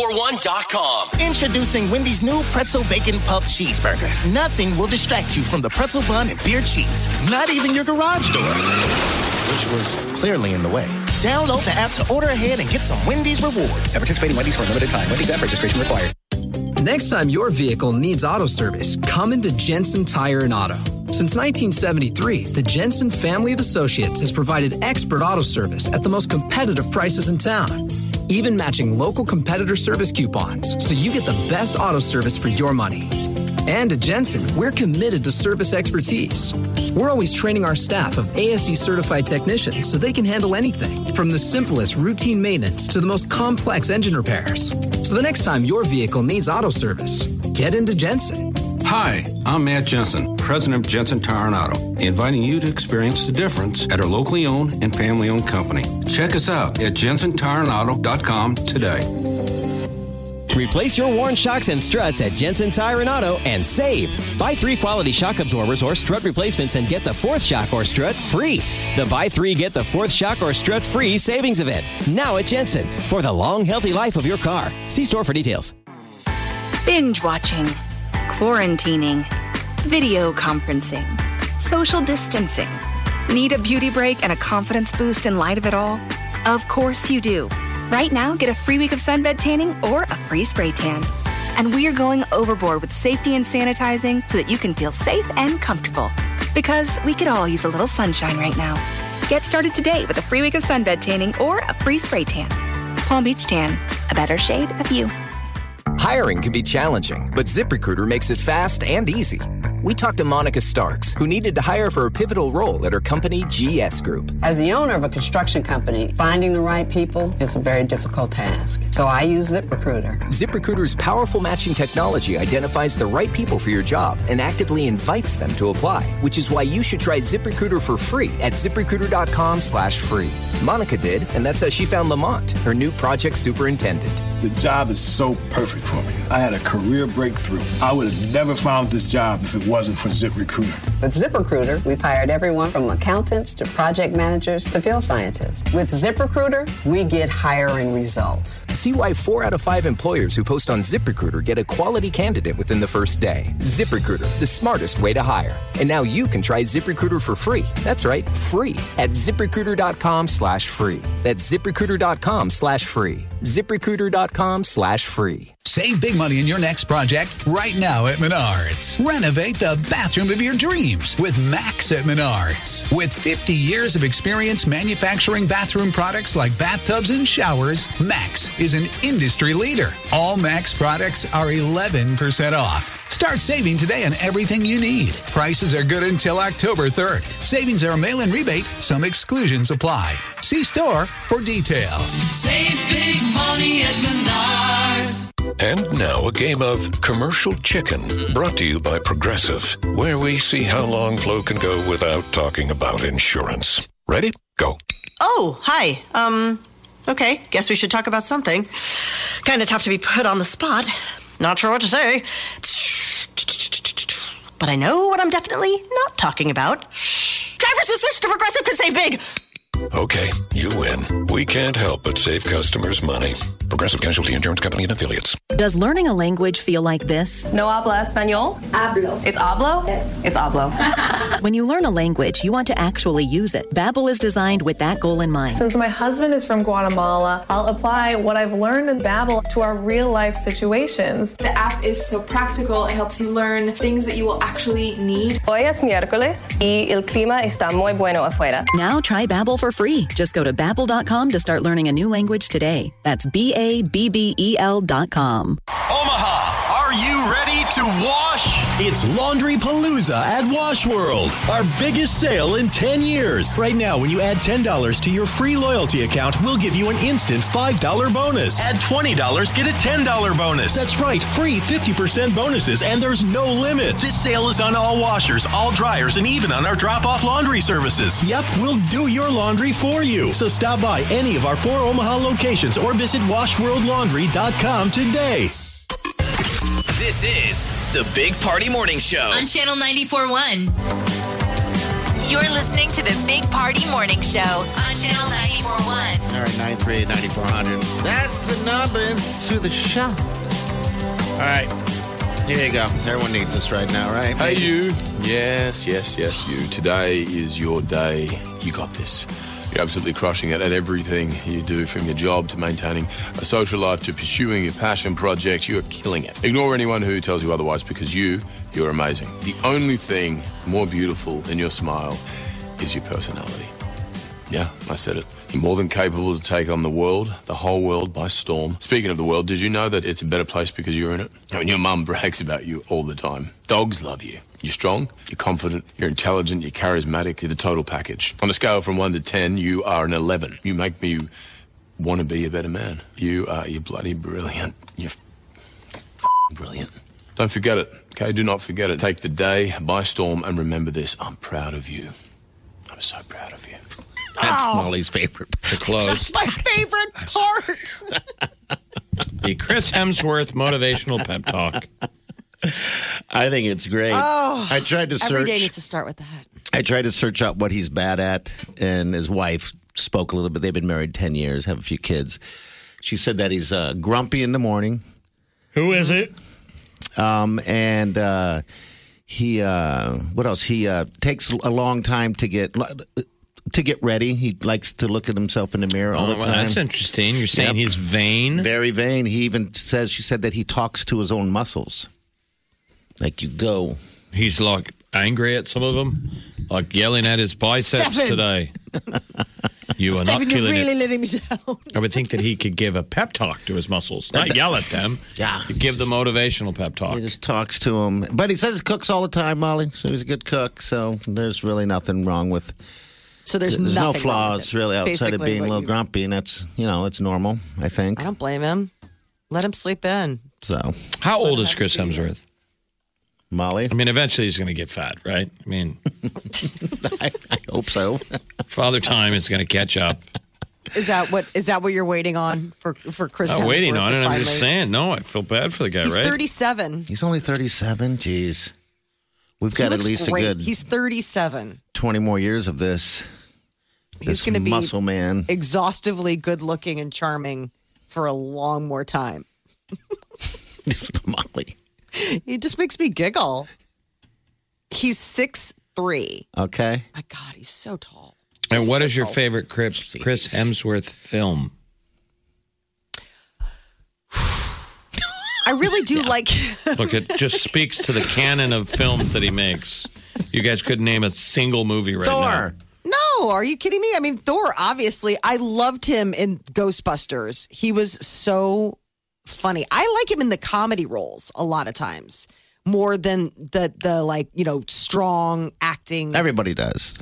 [SPEAKER 6] channel941.com.
[SPEAKER 10] Introducing Wendy's new pretzel bacon pub cheeseburger. Nothing will distract you from the pretzel bun and beer cheese, not even your garage door, which was clearly in the way. Download the app to order ahead and get some Wendy's rewards. At participating Wendy's for a limited time. Wendy's app registration required.
[SPEAKER 11] Next time your vehicle needs auto service, come into Jensen Tire and Auto. Since 1973, the Jensen family of associates has provided expert auto service at the most competitive prices in town, even matching local competitor service coupons so you get the best auto service for your money. And at Jensen, we're committed to service expertise. We're always training our staff of ASE certified technicians so they can handle anything from the simplest routine maintenance to the most complex engine repairs. So the next time your vehicle needs auto service, get into Jensen.
[SPEAKER 12] Hi, I'm Matt Jensen, president of Jensen Tire and Auto, inviting you to experience the difference at our locally owned and family owned company. Check us out at jensentirandauto.com today.
[SPEAKER 13] Replace your worn shocks and struts at Jensen Tire and Auto and save. Buy three quality shock absorbers or strut replacements and get the fourth shock or strut free. The buy three, get the fourth shock or strut free savings event. Now at Jensen for the long, healthy life of your car. See store for details.
[SPEAKER 14] binge watching, quarantining, video conferencing, social distancing. Need a beauty break and a confidence boost in light of it all? Of course you do. Right now, get a free week of sunbed tanning or a free spray tan. And we are going overboard with safety and sanitizing so that you can feel safe and comfortable. Because we could all use a little sunshine right now. Get started today with a free week of sunbed tanning or a free spray tan. Palm Beach Tan, a better shade of you.
[SPEAKER 15] Hiring can be challenging, but ZipRecruiter makes it fast and easy. We talked to Monica Starks, who needed to hire for a pivotal role at her company, GS Group.
[SPEAKER 16] As the owner of a construction company, finding the right people is a very difficult task. So I use ZipRecruiter.
[SPEAKER 15] ZipRecruiter's powerful matching technology identifies the right people for your job and actively invites them to apply, which is why you should try ZipRecruiter for free at ziprecruiter.com slash free. Monica did, and that's how she found Lamont, her new project superintendent.
[SPEAKER 17] The job is so perfect for me. I had a career breakthrough. I would have never found this job if it wasn't for ZipRecruiter.
[SPEAKER 16] With ZipRecruiter, we've hired everyone from accountants to project managers to field scientists. With ZipRecruiter, we get hiring results.
[SPEAKER 15] See why four out of five employers who post on ZipRecruiter get a quality candidate within the first day. ZipRecruiter, the smartest way to hire. And now you can try ZipRecruiter for free. That's right, free at ziprecruiter.com slash free. That's ziprecruiter.com slash free. ZipRecruiter.com slash free.
[SPEAKER 18] Save big money in your next project right now at Menards. Renovate the bathroom of your dreams with Max at Menards. With 50 years of experience manufacturing bathroom products like bathtubs and showers, Max is an industry leader. All Max products are 11% off. Start saving today on everything you need. Prices are good until October 3rd. Savings are mail and rebate, some exclusions apply. See store for details.
[SPEAKER 19] Save big money at Menards.
[SPEAKER 20] And now a game of commercial chicken brought to you by Progressive, where we see how long Flo can go without talking about insurance. Ready? Go.
[SPEAKER 21] Oh, hi. Um, okay. Guess we should talk about something. Kind of tough to be put on the spot. Not sure what to say. But I know what I'm definitely not talking about. Drivers who switch to Progressive can save big.
[SPEAKER 20] Okay, you win. We can't help but save customers money. Progressive Casualty Insurance Company and affiliates.
[SPEAKER 22] Does learning a language feel like this?
[SPEAKER 23] No habla español? Hablo. It's hablo? It's hablo.
[SPEAKER 22] when you learn a language, you want to actually use it. Babbel is designed with that goal in mind.
[SPEAKER 24] Since my husband is from Guatemala, I'll apply what I've learned in Babbel to our real life situations.
[SPEAKER 25] The app is so practical. It helps you learn things that you will actually need.
[SPEAKER 23] Hoy es miércoles y el clima está muy bueno afuera.
[SPEAKER 22] Now try Babbel for free. Just go to babbel.com to start learning a new language today. That's B A B B E L dot com.
[SPEAKER 6] Omaha, are you ready to wash?
[SPEAKER 26] It's Laundry Palooza at Wash World, our biggest sale in 10 years. Right now, when you add $10 to your free loyalty account, we'll give you an instant $5 bonus. Add $20, get a $10 bonus. That's right, free 50% bonuses, and there's no limit. This sale is on all washers, all dryers, and even on our drop off laundry services. Yep, we'll do your laundry for you. So stop by any of our four Omaha locations or visit washworldlaundry.com today.
[SPEAKER 6] This is the Big Party Morning Show.
[SPEAKER 2] On Channel 941. You're listening to the Big Party Morning Show on Channel 941.
[SPEAKER 3] All right, 938 9400. That's the number to the show. All right. Here you go. Everyone needs us right now, right?
[SPEAKER 27] Hey, you. Yes, yes, yes, you. Today is your day. You got this. You're absolutely crushing it at everything you do, from your job to maintaining a social life to pursuing your passion projects. You're killing it. Ignore anyone who tells you otherwise because you, you're amazing. The only thing more beautiful than your smile is your personality. Yeah, I said it. You're more than capable to take on the world, the whole world, by storm. Speaking of the world, did you know that it's a better place because you're in it? I mean, your mum brags about you all the time. Dogs love you. You're strong, you're confident, you're intelligent, you're charismatic, you're the total package. On a scale from 1 to 10, you are an 11. You make me want to be a better man. You are, Uh, you're bloody brilliant. You're f- brilliant. Don't forget it, okay? Do not forget it. Take the day by storm and remember this. I'm proud of you. I'm so proud of you.
[SPEAKER 3] That's Molly's favorite.
[SPEAKER 4] The clothes.
[SPEAKER 5] My favorite part.
[SPEAKER 4] The Chris Hemsworth motivational pep talk.
[SPEAKER 3] I think it's great.
[SPEAKER 5] Oh,
[SPEAKER 3] I tried to
[SPEAKER 5] Every
[SPEAKER 3] search.
[SPEAKER 5] day needs to start with that.
[SPEAKER 3] I tried to search out what he's bad at, and his wife spoke a little bit. They've been married 10 years, have a few kids. She said that he's uh, grumpy in the morning.
[SPEAKER 4] Who is it?
[SPEAKER 3] Um, and uh, he, uh, what else? He uh, takes a long time to get. To get ready, he likes to look at himself in the mirror all the
[SPEAKER 4] Oh,
[SPEAKER 3] time.
[SPEAKER 4] well, that's interesting. You're saying he's vain?
[SPEAKER 3] Very vain. He even says, she said that he talks to his own muscles. Like you go.
[SPEAKER 4] He's like, angry at some of them, like yelling at his biceps
[SPEAKER 5] Stefan!
[SPEAKER 4] today. You are not
[SPEAKER 5] Stefan, you're
[SPEAKER 4] killing
[SPEAKER 5] really
[SPEAKER 4] it.
[SPEAKER 5] letting me down.
[SPEAKER 4] I would think that he could give a pep talk to his muscles, not yell at them. Yeah, to give the motivational pep talk.
[SPEAKER 3] He just talks to him. But he says he cooks all the time, Molly. So he's a good cook. So there's really nothing wrong with.
[SPEAKER 5] So there's
[SPEAKER 3] no
[SPEAKER 5] nothing wrong with
[SPEAKER 3] flaws
[SPEAKER 5] it.
[SPEAKER 3] really outside of
[SPEAKER 5] Basically
[SPEAKER 3] being a
[SPEAKER 5] what
[SPEAKER 3] little
[SPEAKER 5] you-
[SPEAKER 3] grumpy, and that's you know it's normal. I think
[SPEAKER 5] I don't blame him. Let him sleep in.
[SPEAKER 3] so.
[SPEAKER 4] How old is Chris Hemsworth?
[SPEAKER 3] Molly.
[SPEAKER 4] I mean, eventually he's going to get fat, right? I mean,
[SPEAKER 3] I, I hope so.
[SPEAKER 4] Father Time is going to catch up.
[SPEAKER 5] Is that what is that what you're waiting on for for Chris?
[SPEAKER 4] Not waiting
[SPEAKER 5] Hemsworth
[SPEAKER 4] on
[SPEAKER 5] to
[SPEAKER 4] it. I'm just
[SPEAKER 5] finally-
[SPEAKER 4] saying. No, I feel bad for the guy,
[SPEAKER 5] He's
[SPEAKER 4] right?
[SPEAKER 5] 37.
[SPEAKER 3] He's only 37. Jeez, we've
[SPEAKER 5] He
[SPEAKER 3] got at
[SPEAKER 5] looks
[SPEAKER 3] least
[SPEAKER 5] great.
[SPEAKER 3] a good
[SPEAKER 5] He's 37.
[SPEAKER 3] 20 more years of this.
[SPEAKER 5] He's
[SPEAKER 3] This
[SPEAKER 5] going to be
[SPEAKER 3] muscle man.
[SPEAKER 5] exhaustively good looking and charming for a long more time.
[SPEAKER 3] Molly.
[SPEAKER 5] He just makes me giggle. He's six three.
[SPEAKER 3] Okay.
[SPEAKER 5] My God, he's so tall.
[SPEAKER 4] And what
[SPEAKER 5] So
[SPEAKER 4] is your
[SPEAKER 5] tall.
[SPEAKER 4] favorite Chris, Chris Hemsworth film?
[SPEAKER 5] I really do like.
[SPEAKER 4] Look, it just speaks to the canon of films that he makes. You guys couldn't name a single movie right now.
[SPEAKER 5] No, are you kidding me? I mean, Thor, obviously. I loved him in Ghostbusters. He was so funny. I like him in the comedy roles a lot of times more than the the like, you know, strong acting.
[SPEAKER 3] Everybody does.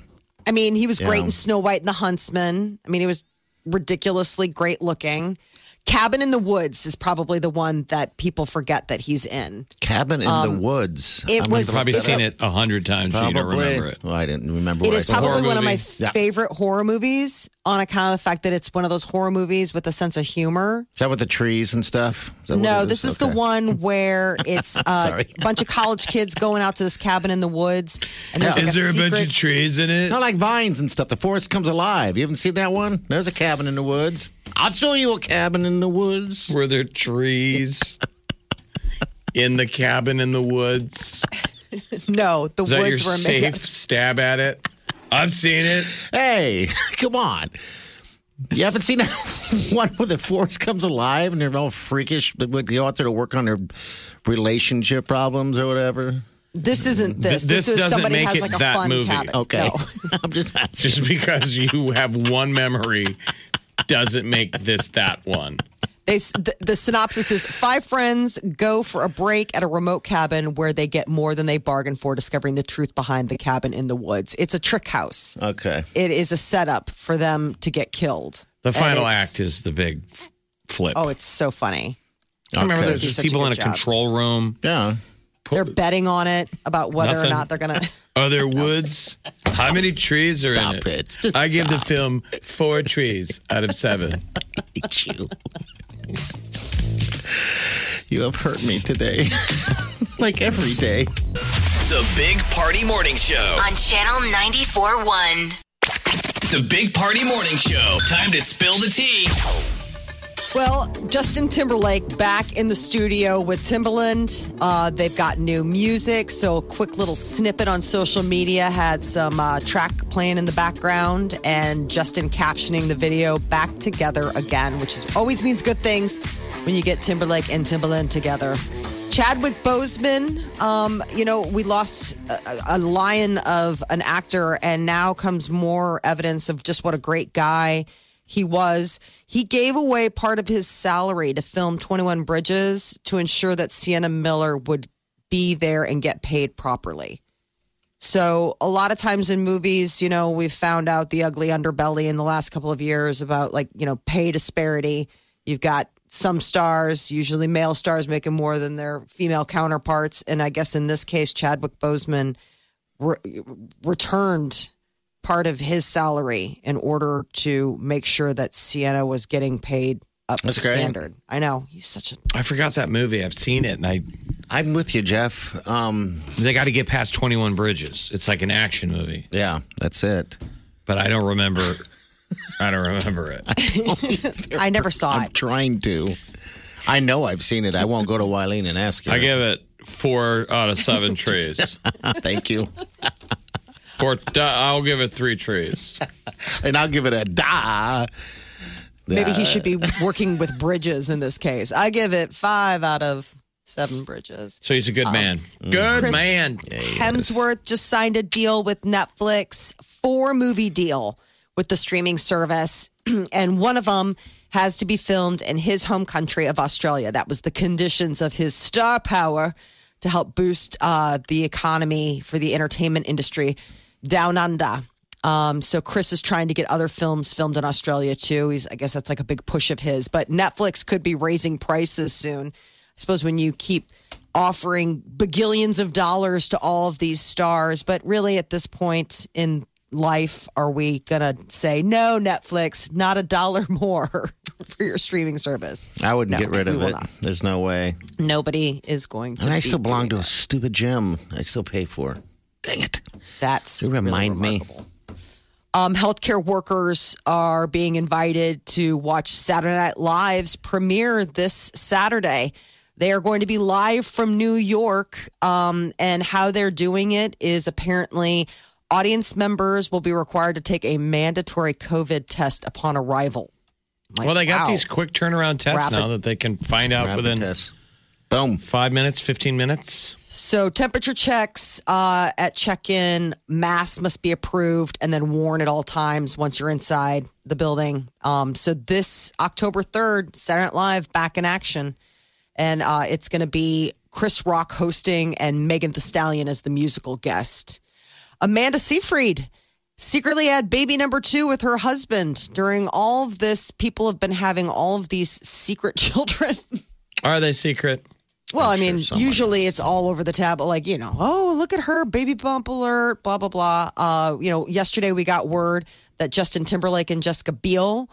[SPEAKER 5] I mean, he was great
[SPEAKER 3] Yeah.
[SPEAKER 5] in Snow White and the Huntsman. I mean, he was ridiculously great looking. Cabin in the Woods is probably the one that people forget that he's in.
[SPEAKER 3] Cabin in the Woods.
[SPEAKER 5] Um, it
[SPEAKER 3] I'm
[SPEAKER 5] was-
[SPEAKER 3] gonna look
[SPEAKER 4] Probably
[SPEAKER 3] that
[SPEAKER 4] seen
[SPEAKER 3] up.
[SPEAKER 4] it a hundred times. but You don't
[SPEAKER 3] Probably.
[SPEAKER 4] remember it.
[SPEAKER 3] Well, I didn't remember.
[SPEAKER 5] It
[SPEAKER 3] what
[SPEAKER 5] is
[SPEAKER 3] I saw.
[SPEAKER 5] probably one of my
[SPEAKER 3] Yeah.
[SPEAKER 5] favorite horror movies on account of the fact that it's one of those horror movies with a sense of humor.
[SPEAKER 3] Is that with the trees and stuff? Is that what
[SPEAKER 5] No,
[SPEAKER 3] it
[SPEAKER 5] this is the
[SPEAKER 3] Okay.
[SPEAKER 5] one where it's uh,
[SPEAKER 3] Sorry.
[SPEAKER 5] a bunch of college kids going out to this cabin in the woods, and there's like a secret.
[SPEAKER 4] trees in it?
[SPEAKER 3] No, like vines and stuff. The forest comes alive. You haven't seen that one? There's a cabin in the woods. I'll show you a cabin in the woods.
[SPEAKER 4] Were there trees in the cabin in the woods?
[SPEAKER 5] no, the
[SPEAKER 4] Is that your
[SPEAKER 5] woods were made.
[SPEAKER 4] safe stab at it? I've seen it.
[SPEAKER 3] Hey, come on. You haven't seen that one where the forest comes alive and they're all freakish with the author to work on their relationship problems or whatever?
[SPEAKER 5] This isn't this.
[SPEAKER 4] This
[SPEAKER 5] This, is
[SPEAKER 4] doesn't
[SPEAKER 5] somebody
[SPEAKER 4] make
[SPEAKER 5] has
[SPEAKER 4] it
[SPEAKER 5] like a
[SPEAKER 4] that
[SPEAKER 5] fun
[SPEAKER 4] movie.
[SPEAKER 5] cabin.
[SPEAKER 3] Okay.
[SPEAKER 5] No.
[SPEAKER 3] I'm just asking.
[SPEAKER 4] Just because you have one memory doesn't make this that one.
[SPEAKER 5] They, the, the synopsis is five friends go for a break at a remote cabin where they get more than they bargained for, discovering the truth behind the cabin in the woods. It's a trick house.
[SPEAKER 3] Okay.
[SPEAKER 5] It is a setup for them to get killed.
[SPEAKER 4] The final
[SPEAKER 5] And it's-
[SPEAKER 4] act is the big f- flip.
[SPEAKER 5] Oh, it's so funny.
[SPEAKER 4] I remember
[SPEAKER 5] Okay.
[SPEAKER 4] there's
[SPEAKER 5] They do
[SPEAKER 4] just
[SPEAKER 5] such a
[SPEAKER 4] people in a
[SPEAKER 5] good job.
[SPEAKER 4] control room.
[SPEAKER 3] Yeah.
[SPEAKER 5] They're betting on it about whether
[SPEAKER 4] Nothing.
[SPEAKER 5] or not they're going to.
[SPEAKER 4] Are there woods? How many trees are in
[SPEAKER 3] Stop
[SPEAKER 4] it?
[SPEAKER 3] it.
[SPEAKER 4] I give the film four trees out of seven.
[SPEAKER 3] hate you. You have hurt me today. like every day.
[SPEAKER 6] The Big Party Morning Show.
[SPEAKER 2] On Channel 94.1.
[SPEAKER 6] The Big Party Morning Show. Time to spill the tea.
[SPEAKER 5] Well, Justin Timberlake back in the studio with Timberland. Uh, they've got new music. So, a quick little snippet on social media had some uh, track playing in the background and Justin captioning the video back together again, which is, always means good things when you get Timberlake and Timberland together. Chadwick Boseman, um, you know, we lost a, a lion of an actor, and now comes more evidence of just what a great guy he was. He gave away part of his salary to film 21 Bridges to ensure that Sienna Miller would be there and get paid properly. So, a lot of times in movies, you know, we've found out the ugly underbelly in the last couple of years about like, you know, pay disparity. You've got some stars, usually male stars, making more than their female counterparts. And I guess in this case, Chadwick Boseman re- returned part of his salary in order to make sure that Sienna was getting paid up
[SPEAKER 3] That's
[SPEAKER 5] to
[SPEAKER 3] great.
[SPEAKER 5] standard. I know he's such a
[SPEAKER 4] I forgot that movie. I've seen it, and I
[SPEAKER 3] I'm with you, Jeff. Um,
[SPEAKER 4] they got to get past Twenty One Bridges. It's like an action movie,
[SPEAKER 3] yeah, that's it.
[SPEAKER 4] but I don't remember. I don't remember it.
[SPEAKER 5] I never saw
[SPEAKER 3] I'm
[SPEAKER 5] it.
[SPEAKER 3] trying to. I know I've seen it. I won't go to Wileen and ask you.
[SPEAKER 4] I give it four out of seven trees.
[SPEAKER 3] Thank you.
[SPEAKER 4] Four. uh, I'll give it three trees.
[SPEAKER 3] And I'll give it a da.
[SPEAKER 5] Maybe he should be working with bridges in this case. I give it five out of Seven Bridges.
[SPEAKER 4] So he's a good man. Um, Good
[SPEAKER 5] Chris
[SPEAKER 4] man.
[SPEAKER 5] Hemsworth just signed a deal with Netflix, four movie deal with the streaming service, and one of them has to be filmed in his home country of Australia. That was the conditions of his star power to help boost uh, the economy for the entertainment industry down under. Um, so Chris is trying to get other films filmed in Australia too. He's, I guess that's like a big push of his. But Netflix could be raising prices soon. I suppose when you keep offering begillions of dollars to all of these stars, but really at this point in life, are we gonna say no, Netflix, not a dollar more for your streaming service?
[SPEAKER 3] I wouldn't
[SPEAKER 5] No,
[SPEAKER 3] get rid
[SPEAKER 5] we
[SPEAKER 3] of
[SPEAKER 5] will
[SPEAKER 3] it.
[SPEAKER 5] not.
[SPEAKER 3] There's no way.
[SPEAKER 5] Nobody is going to.
[SPEAKER 3] And I
[SPEAKER 5] be
[SPEAKER 3] still belong to
[SPEAKER 5] doing
[SPEAKER 3] a stupid gym. I still pay for. it. Dang it.
[SPEAKER 5] That's
[SPEAKER 3] They remind me.
[SPEAKER 5] Um, healthcare workers are being invited to watch Saturday Night Live's premiere this Saturday. They are going to be live from New York, um, and how they're doing it is apparently audience members will be required to take a mandatory COVID test upon arrival. Like,
[SPEAKER 4] well, they got
[SPEAKER 5] wow.
[SPEAKER 4] these quick turnaround tests
[SPEAKER 5] Rapid-
[SPEAKER 4] now that they can find out within
[SPEAKER 3] boom
[SPEAKER 4] five minutes, fifteen minutes.
[SPEAKER 5] So temperature checks uh, at check-in, mask must be approved and then worn at all times once you're inside the building. Um, so this October 3rd, Saturday Night Live back in action, and uh, it's going to be Chris Rock hosting and Megan The Stallion as the musical guest. Amanda Seyfried secretly had baby number two with her husband. During all of this, people have been having all of these secret children.
[SPEAKER 4] Are they secret?
[SPEAKER 5] Well, I mean, usually it's all over the tab, like, you know, oh, look at her, baby bump alert, blah, blah, blah. Uh, you know, yesterday we got word that Justin Timberlake and Jessica Biel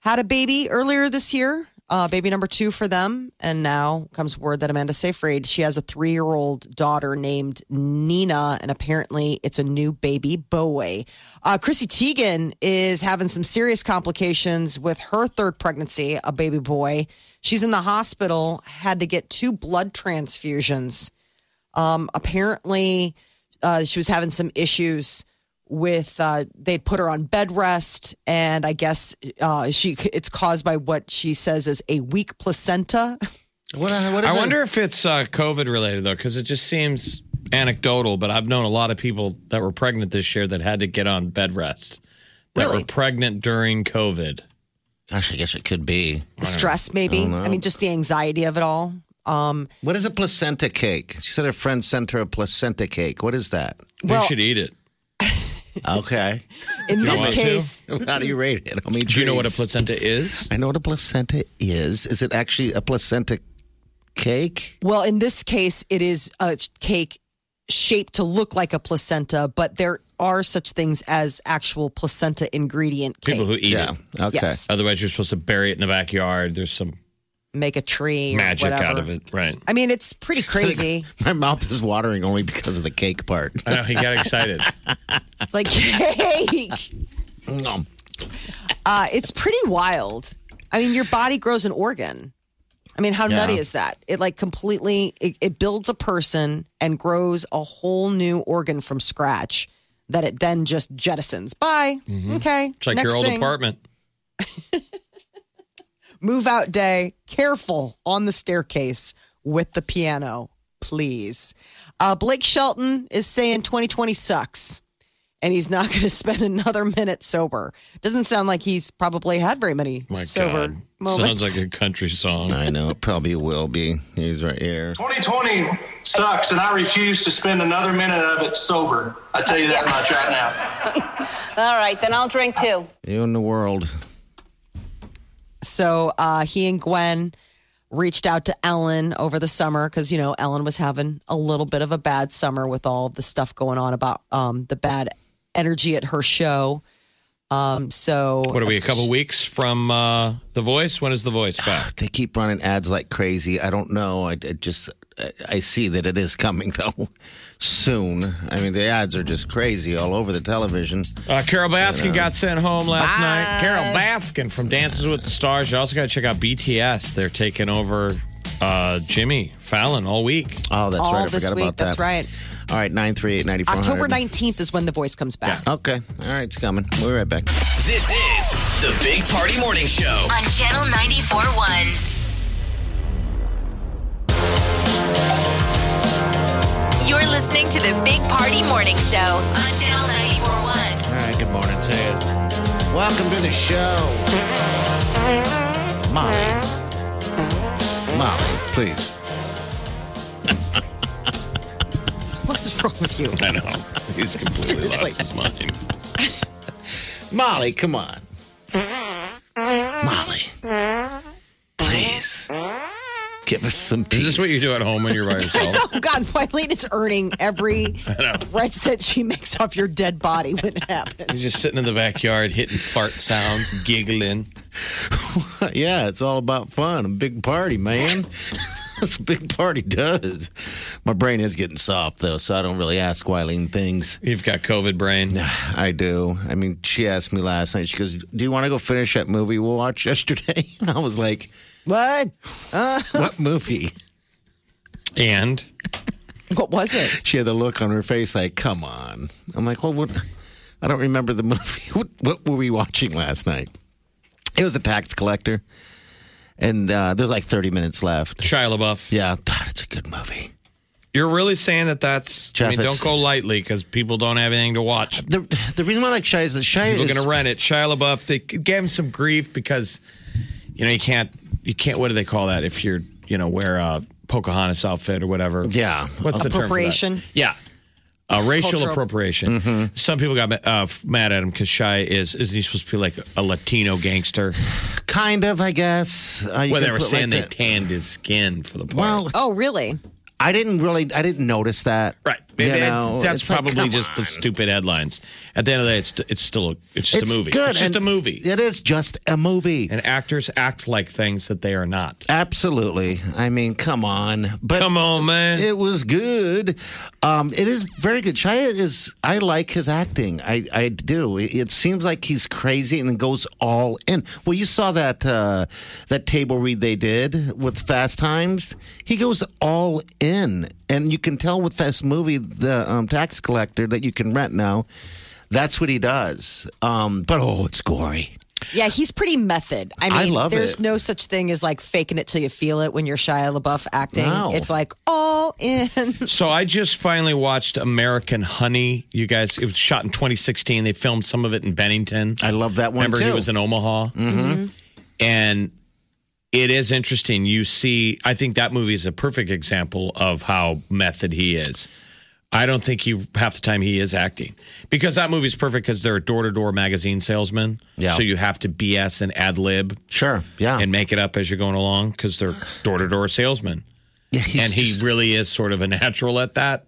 [SPEAKER 5] had a baby earlier this year, uh, baby number two for them. And now comes word that Amanda Seyfried, she has a three year old daughter named Nina, and apparently it's a new baby boy. Uh, Chrissy Teigen is having some serious complications with her third pregnancy, a baby boy. She's in the hospital, had to get two blood transfusions. Um, apparently, uh, she was having some issues with uh, they'd put her on bed rest, and I guess uh, she it's caused by what she says is a weak placenta.
[SPEAKER 3] What,
[SPEAKER 4] I wonder if it's uh, COVID related though, because it just seems anecdotal. But I've known a lot of people that were pregnant this year that had to get on bed rest that were pregnant during COVID.
[SPEAKER 3] Gosh, I guess it could be
[SPEAKER 5] stress, maybe. I, mean, just the anxiety of it all. Um,
[SPEAKER 3] What is a placenta cake? She said her friend sent her a placenta cake. What is that?
[SPEAKER 5] You Well- should
[SPEAKER 4] eat it.
[SPEAKER 3] Okay.
[SPEAKER 5] In You this
[SPEAKER 4] want to? case-
[SPEAKER 3] how do you rate it? I mean,
[SPEAKER 4] Do you know what a placenta is?
[SPEAKER 3] I know what a placenta is. Is it actually a placenta cake?
[SPEAKER 5] Well, in this case, it is a cake shaped to look like a placenta, but there are such things as actual placenta ingredient cake.
[SPEAKER 4] People who eat it.
[SPEAKER 5] okay. Yes.
[SPEAKER 4] Otherwise, you're supposed to bury it in the backyard. There's some
[SPEAKER 5] Make a tree or
[SPEAKER 4] magic
[SPEAKER 5] whatever.
[SPEAKER 4] out of it, right?
[SPEAKER 5] I mean, it's pretty crazy.
[SPEAKER 3] My mouth is watering only because of the cake part.
[SPEAKER 4] I know he got excited.
[SPEAKER 5] It's like cake.
[SPEAKER 3] Nom.
[SPEAKER 5] Uh, it's pretty wild. I mean, your body grows an organ. I mean, how
[SPEAKER 3] Yeah.
[SPEAKER 5] nutty is that? It like completely it, it builds a person and grows a whole new organ from scratch that it then just jettisons. Bye. Okay.
[SPEAKER 4] Mm-hmm. It's like
[SPEAKER 5] Next
[SPEAKER 4] your old
[SPEAKER 5] thing,
[SPEAKER 4] apartment.
[SPEAKER 5] Move out day. Careful on the staircase with the piano, please. Uh, Blake Shelton is saying 2020 sucks. and he's not going to spend another minute sober. Doesn't sound like he's probably had very many
[SPEAKER 4] My
[SPEAKER 5] sober
[SPEAKER 4] God,
[SPEAKER 5] moments.
[SPEAKER 4] sounds like a country song.
[SPEAKER 3] I know it probably will be. He's right here.
[SPEAKER 1] 2020 sucks, and I refuse to spend another minute of it sober. I tell you that much right now.
[SPEAKER 7] All right, then I'll drink too.
[SPEAKER 3] You in the world.
[SPEAKER 5] so uh, he and Gwen reached out to Ellen over the summer because you know Ellen was having a little bit of a bad summer with all of the stuff going on about um, the bad energy at her show. Um, so
[SPEAKER 4] What are we? A couple weeks from uh, the Voice. When is the Voice back?
[SPEAKER 3] They keep running ads like crazy. I don't know. I, I just I, I see that it is coming though soon. I mean, the ads are just crazy all over the television.
[SPEAKER 4] Uh, Carol Baskin
[SPEAKER 3] You know.
[SPEAKER 4] got sent home last
[SPEAKER 3] Bye.
[SPEAKER 4] night. Carol Baskin from Dances with the Stars. You also got to check out BTS. They're taking over uh, Jimmy Fallon all week.
[SPEAKER 3] Oh, that's
[SPEAKER 5] all
[SPEAKER 3] right. I
[SPEAKER 5] this
[SPEAKER 3] forgot
[SPEAKER 5] week.
[SPEAKER 3] about that.
[SPEAKER 5] That's right.
[SPEAKER 3] All right, nine three eight ninety four.
[SPEAKER 5] October 19th is when the voice comes back.
[SPEAKER 3] Okay. All right, it's coming. We'll be right back.
[SPEAKER 6] This is the Big Party Morning Show.
[SPEAKER 2] on Channel 94.1. listening to the Big Party Morning Show on Channel 941.
[SPEAKER 3] All right, good morning to you. Welcome to the show. Molly. Molly, please.
[SPEAKER 5] What's wrong with you?
[SPEAKER 4] I know. He's completely lost his mind.
[SPEAKER 3] Molly, come on. Molly. Please. Give us some peace.
[SPEAKER 4] Is this what you do at home when you're by yourself?
[SPEAKER 5] Oh God, Wileen is earning every
[SPEAKER 4] I know.
[SPEAKER 5] threats that she makes off your dead body when it happens.
[SPEAKER 4] You're just sitting in the backyard hitting fart sounds, giggling.
[SPEAKER 3] yeah, it's all about fun. A big party, man. That's what a big party does. My brain is getting soft though, so I don't really ask Wileen things.
[SPEAKER 4] You've got COVID brain.
[SPEAKER 3] I do. I mean, she asked me last night. She goes, "Do you want to go finish that movie we watched yesterday?" I was like,
[SPEAKER 5] "What?
[SPEAKER 3] what movie?"
[SPEAKER 4] And
[SPEAKER 5] What was it?
[SPEAKER 3] She had the look on her face like, "Come on." I'm like, "Well, what? I don't remember the movie. What, what were we watching last night?" It was a tax collector, and uh, there's like 30 minutes left.
[SPEAKER 4] Shia LaBeouf.
[SPEAKER 3] Yeah, God, it's a good movie.
[SPEAKER 4] You're really saying that that's. I
[SPEAKER 3] Jeff,
[SPEAKER 4] mean, don't
[SPEAKER 3] it's-
[SPEAKER 4] go lightly because people don't have anything to watch.
[SPEAKER 3] The the reason why I like Shia is that Shia
[SPEAKER 4] People are
[SPEAKER 3] is
[SPEAKER 4] going to rent it. Shia LaBeouf. They gave him some grief because, you know, you can't. You can't. What do they call that? If you're, you know, wear a Pocahontas outfit or whatever.
[SPEAKER 3] Yeah. Uh,
[SPEAKER 4] What's the term for that?
[SPEAKER 5] Appropriation?
[SPEAKER 4] Yeah. Uh, racial
[SPEAKER 5] Cultural-
[SPEAKER 4] appropriation.
[SPEAKER 3] Mm-hmm.
[SPEAKER 4] Some people got ma- uh, f- mad at him because Shia is isn't he supposed to be like a Latino gangster?
[SPEAKER 3] kind of, I guess. Uh, you
[SPEAKER 4] Well, they
[SPEAKER 3] could
[SPEAKER 4] were
[SPEAKER 3] put it
[SPEAKER 4] saying
[SPEAKER 3] like
[SPEAKER 4] they
[SPEAKER 3] that.
[SPEAKER 4] tanned his skin for the part.
[SPEAKER 3] Well,
[SPEAKER 5] Oh, really?
[SPEAKER 3] I didn't really, I didn't notice that.
[SPEAKER 4] Right. They-
[SPEAKER 3] You
[SPEAKER 4] they-
[SPEAKER 3] know,
[SPEAKER 4] that's
[SPEAKER 3] it's like,
[SPEAKER 4] probably
[SPEAKER 3] come
[SPEAKER 4] just the
[SPEAKER 3] on.
[SPEAKER 4] stupid headlines. At the end of the day, it's it's still a, it's just
[SPEAKER 3] It's
[SPEAKER 4] a movie.
[SPEAKER 3] good,
[SPEAKER 4] It's just a
[SPEAKER 3] and-
[SPEAKER 4] movie.
[SPEAKER 3] It is just a movie.
[SPEAKER 4] And actors act like things that they are not.
[SPEAKER 3] Absolutely. I mean, come on. But
[SPEAKER 4] Come on, man.
[SPEAKER 3] It was good. Um, it is very good. Shia is. I like his acting. I, I do. It, it seems like he's crazy and goes all in. Well, you saw that uh, that table read they did with Fast Times. He goes all in, and you can tell with this movie, the um, tax collector that you can rent now. That's what he does. Um, but oh, it's gory.
[SPEAKER 5] Yeah, he's pretty method. I
[SPEAKER 3] I
[SPEAKER 5] mean,
[SPEAKER 3] love
[SPEAKER 5] there's
[SPEAKER 3] it.
[SPEAKER 5] no such thing as like faking it till you feel it when you're Shia LaBeouf acting.
[SPEAKER 3] No.
[SPEAKER 5] It's like all in.
[SPEAKER 4] So I just finally watched American Honey. You guys, it was shot in 2016. They filmed some of it in Bennington.
[SPEAKER 3] I love that one
[SPEAKER 4] Remember,
[SPEAKER 3] too. Mm-hmm.
[SPEAKER 4] he was in Omaha, Mm-hmm. and it is interesting. You see, I think that movie is a perfect example of how method he is. I don't think he half the time he is acting because that movie's perfect because they're a door to door magazine salesman.
[SPEAKER 3] Yeah. Uh-huh.
[SPEAKER 4] So you have to BS and ad lib
[SPEAKER 3] sure. Yeah.
[SPEAKER 4] and make it up as you're going along because they're door to door salesmen.
[SPEAKER 3] yeah he's
[SPEAKER 4] and he
[SPEAKER 3] just-
[SPEAKER 4] really is sort of a natural at that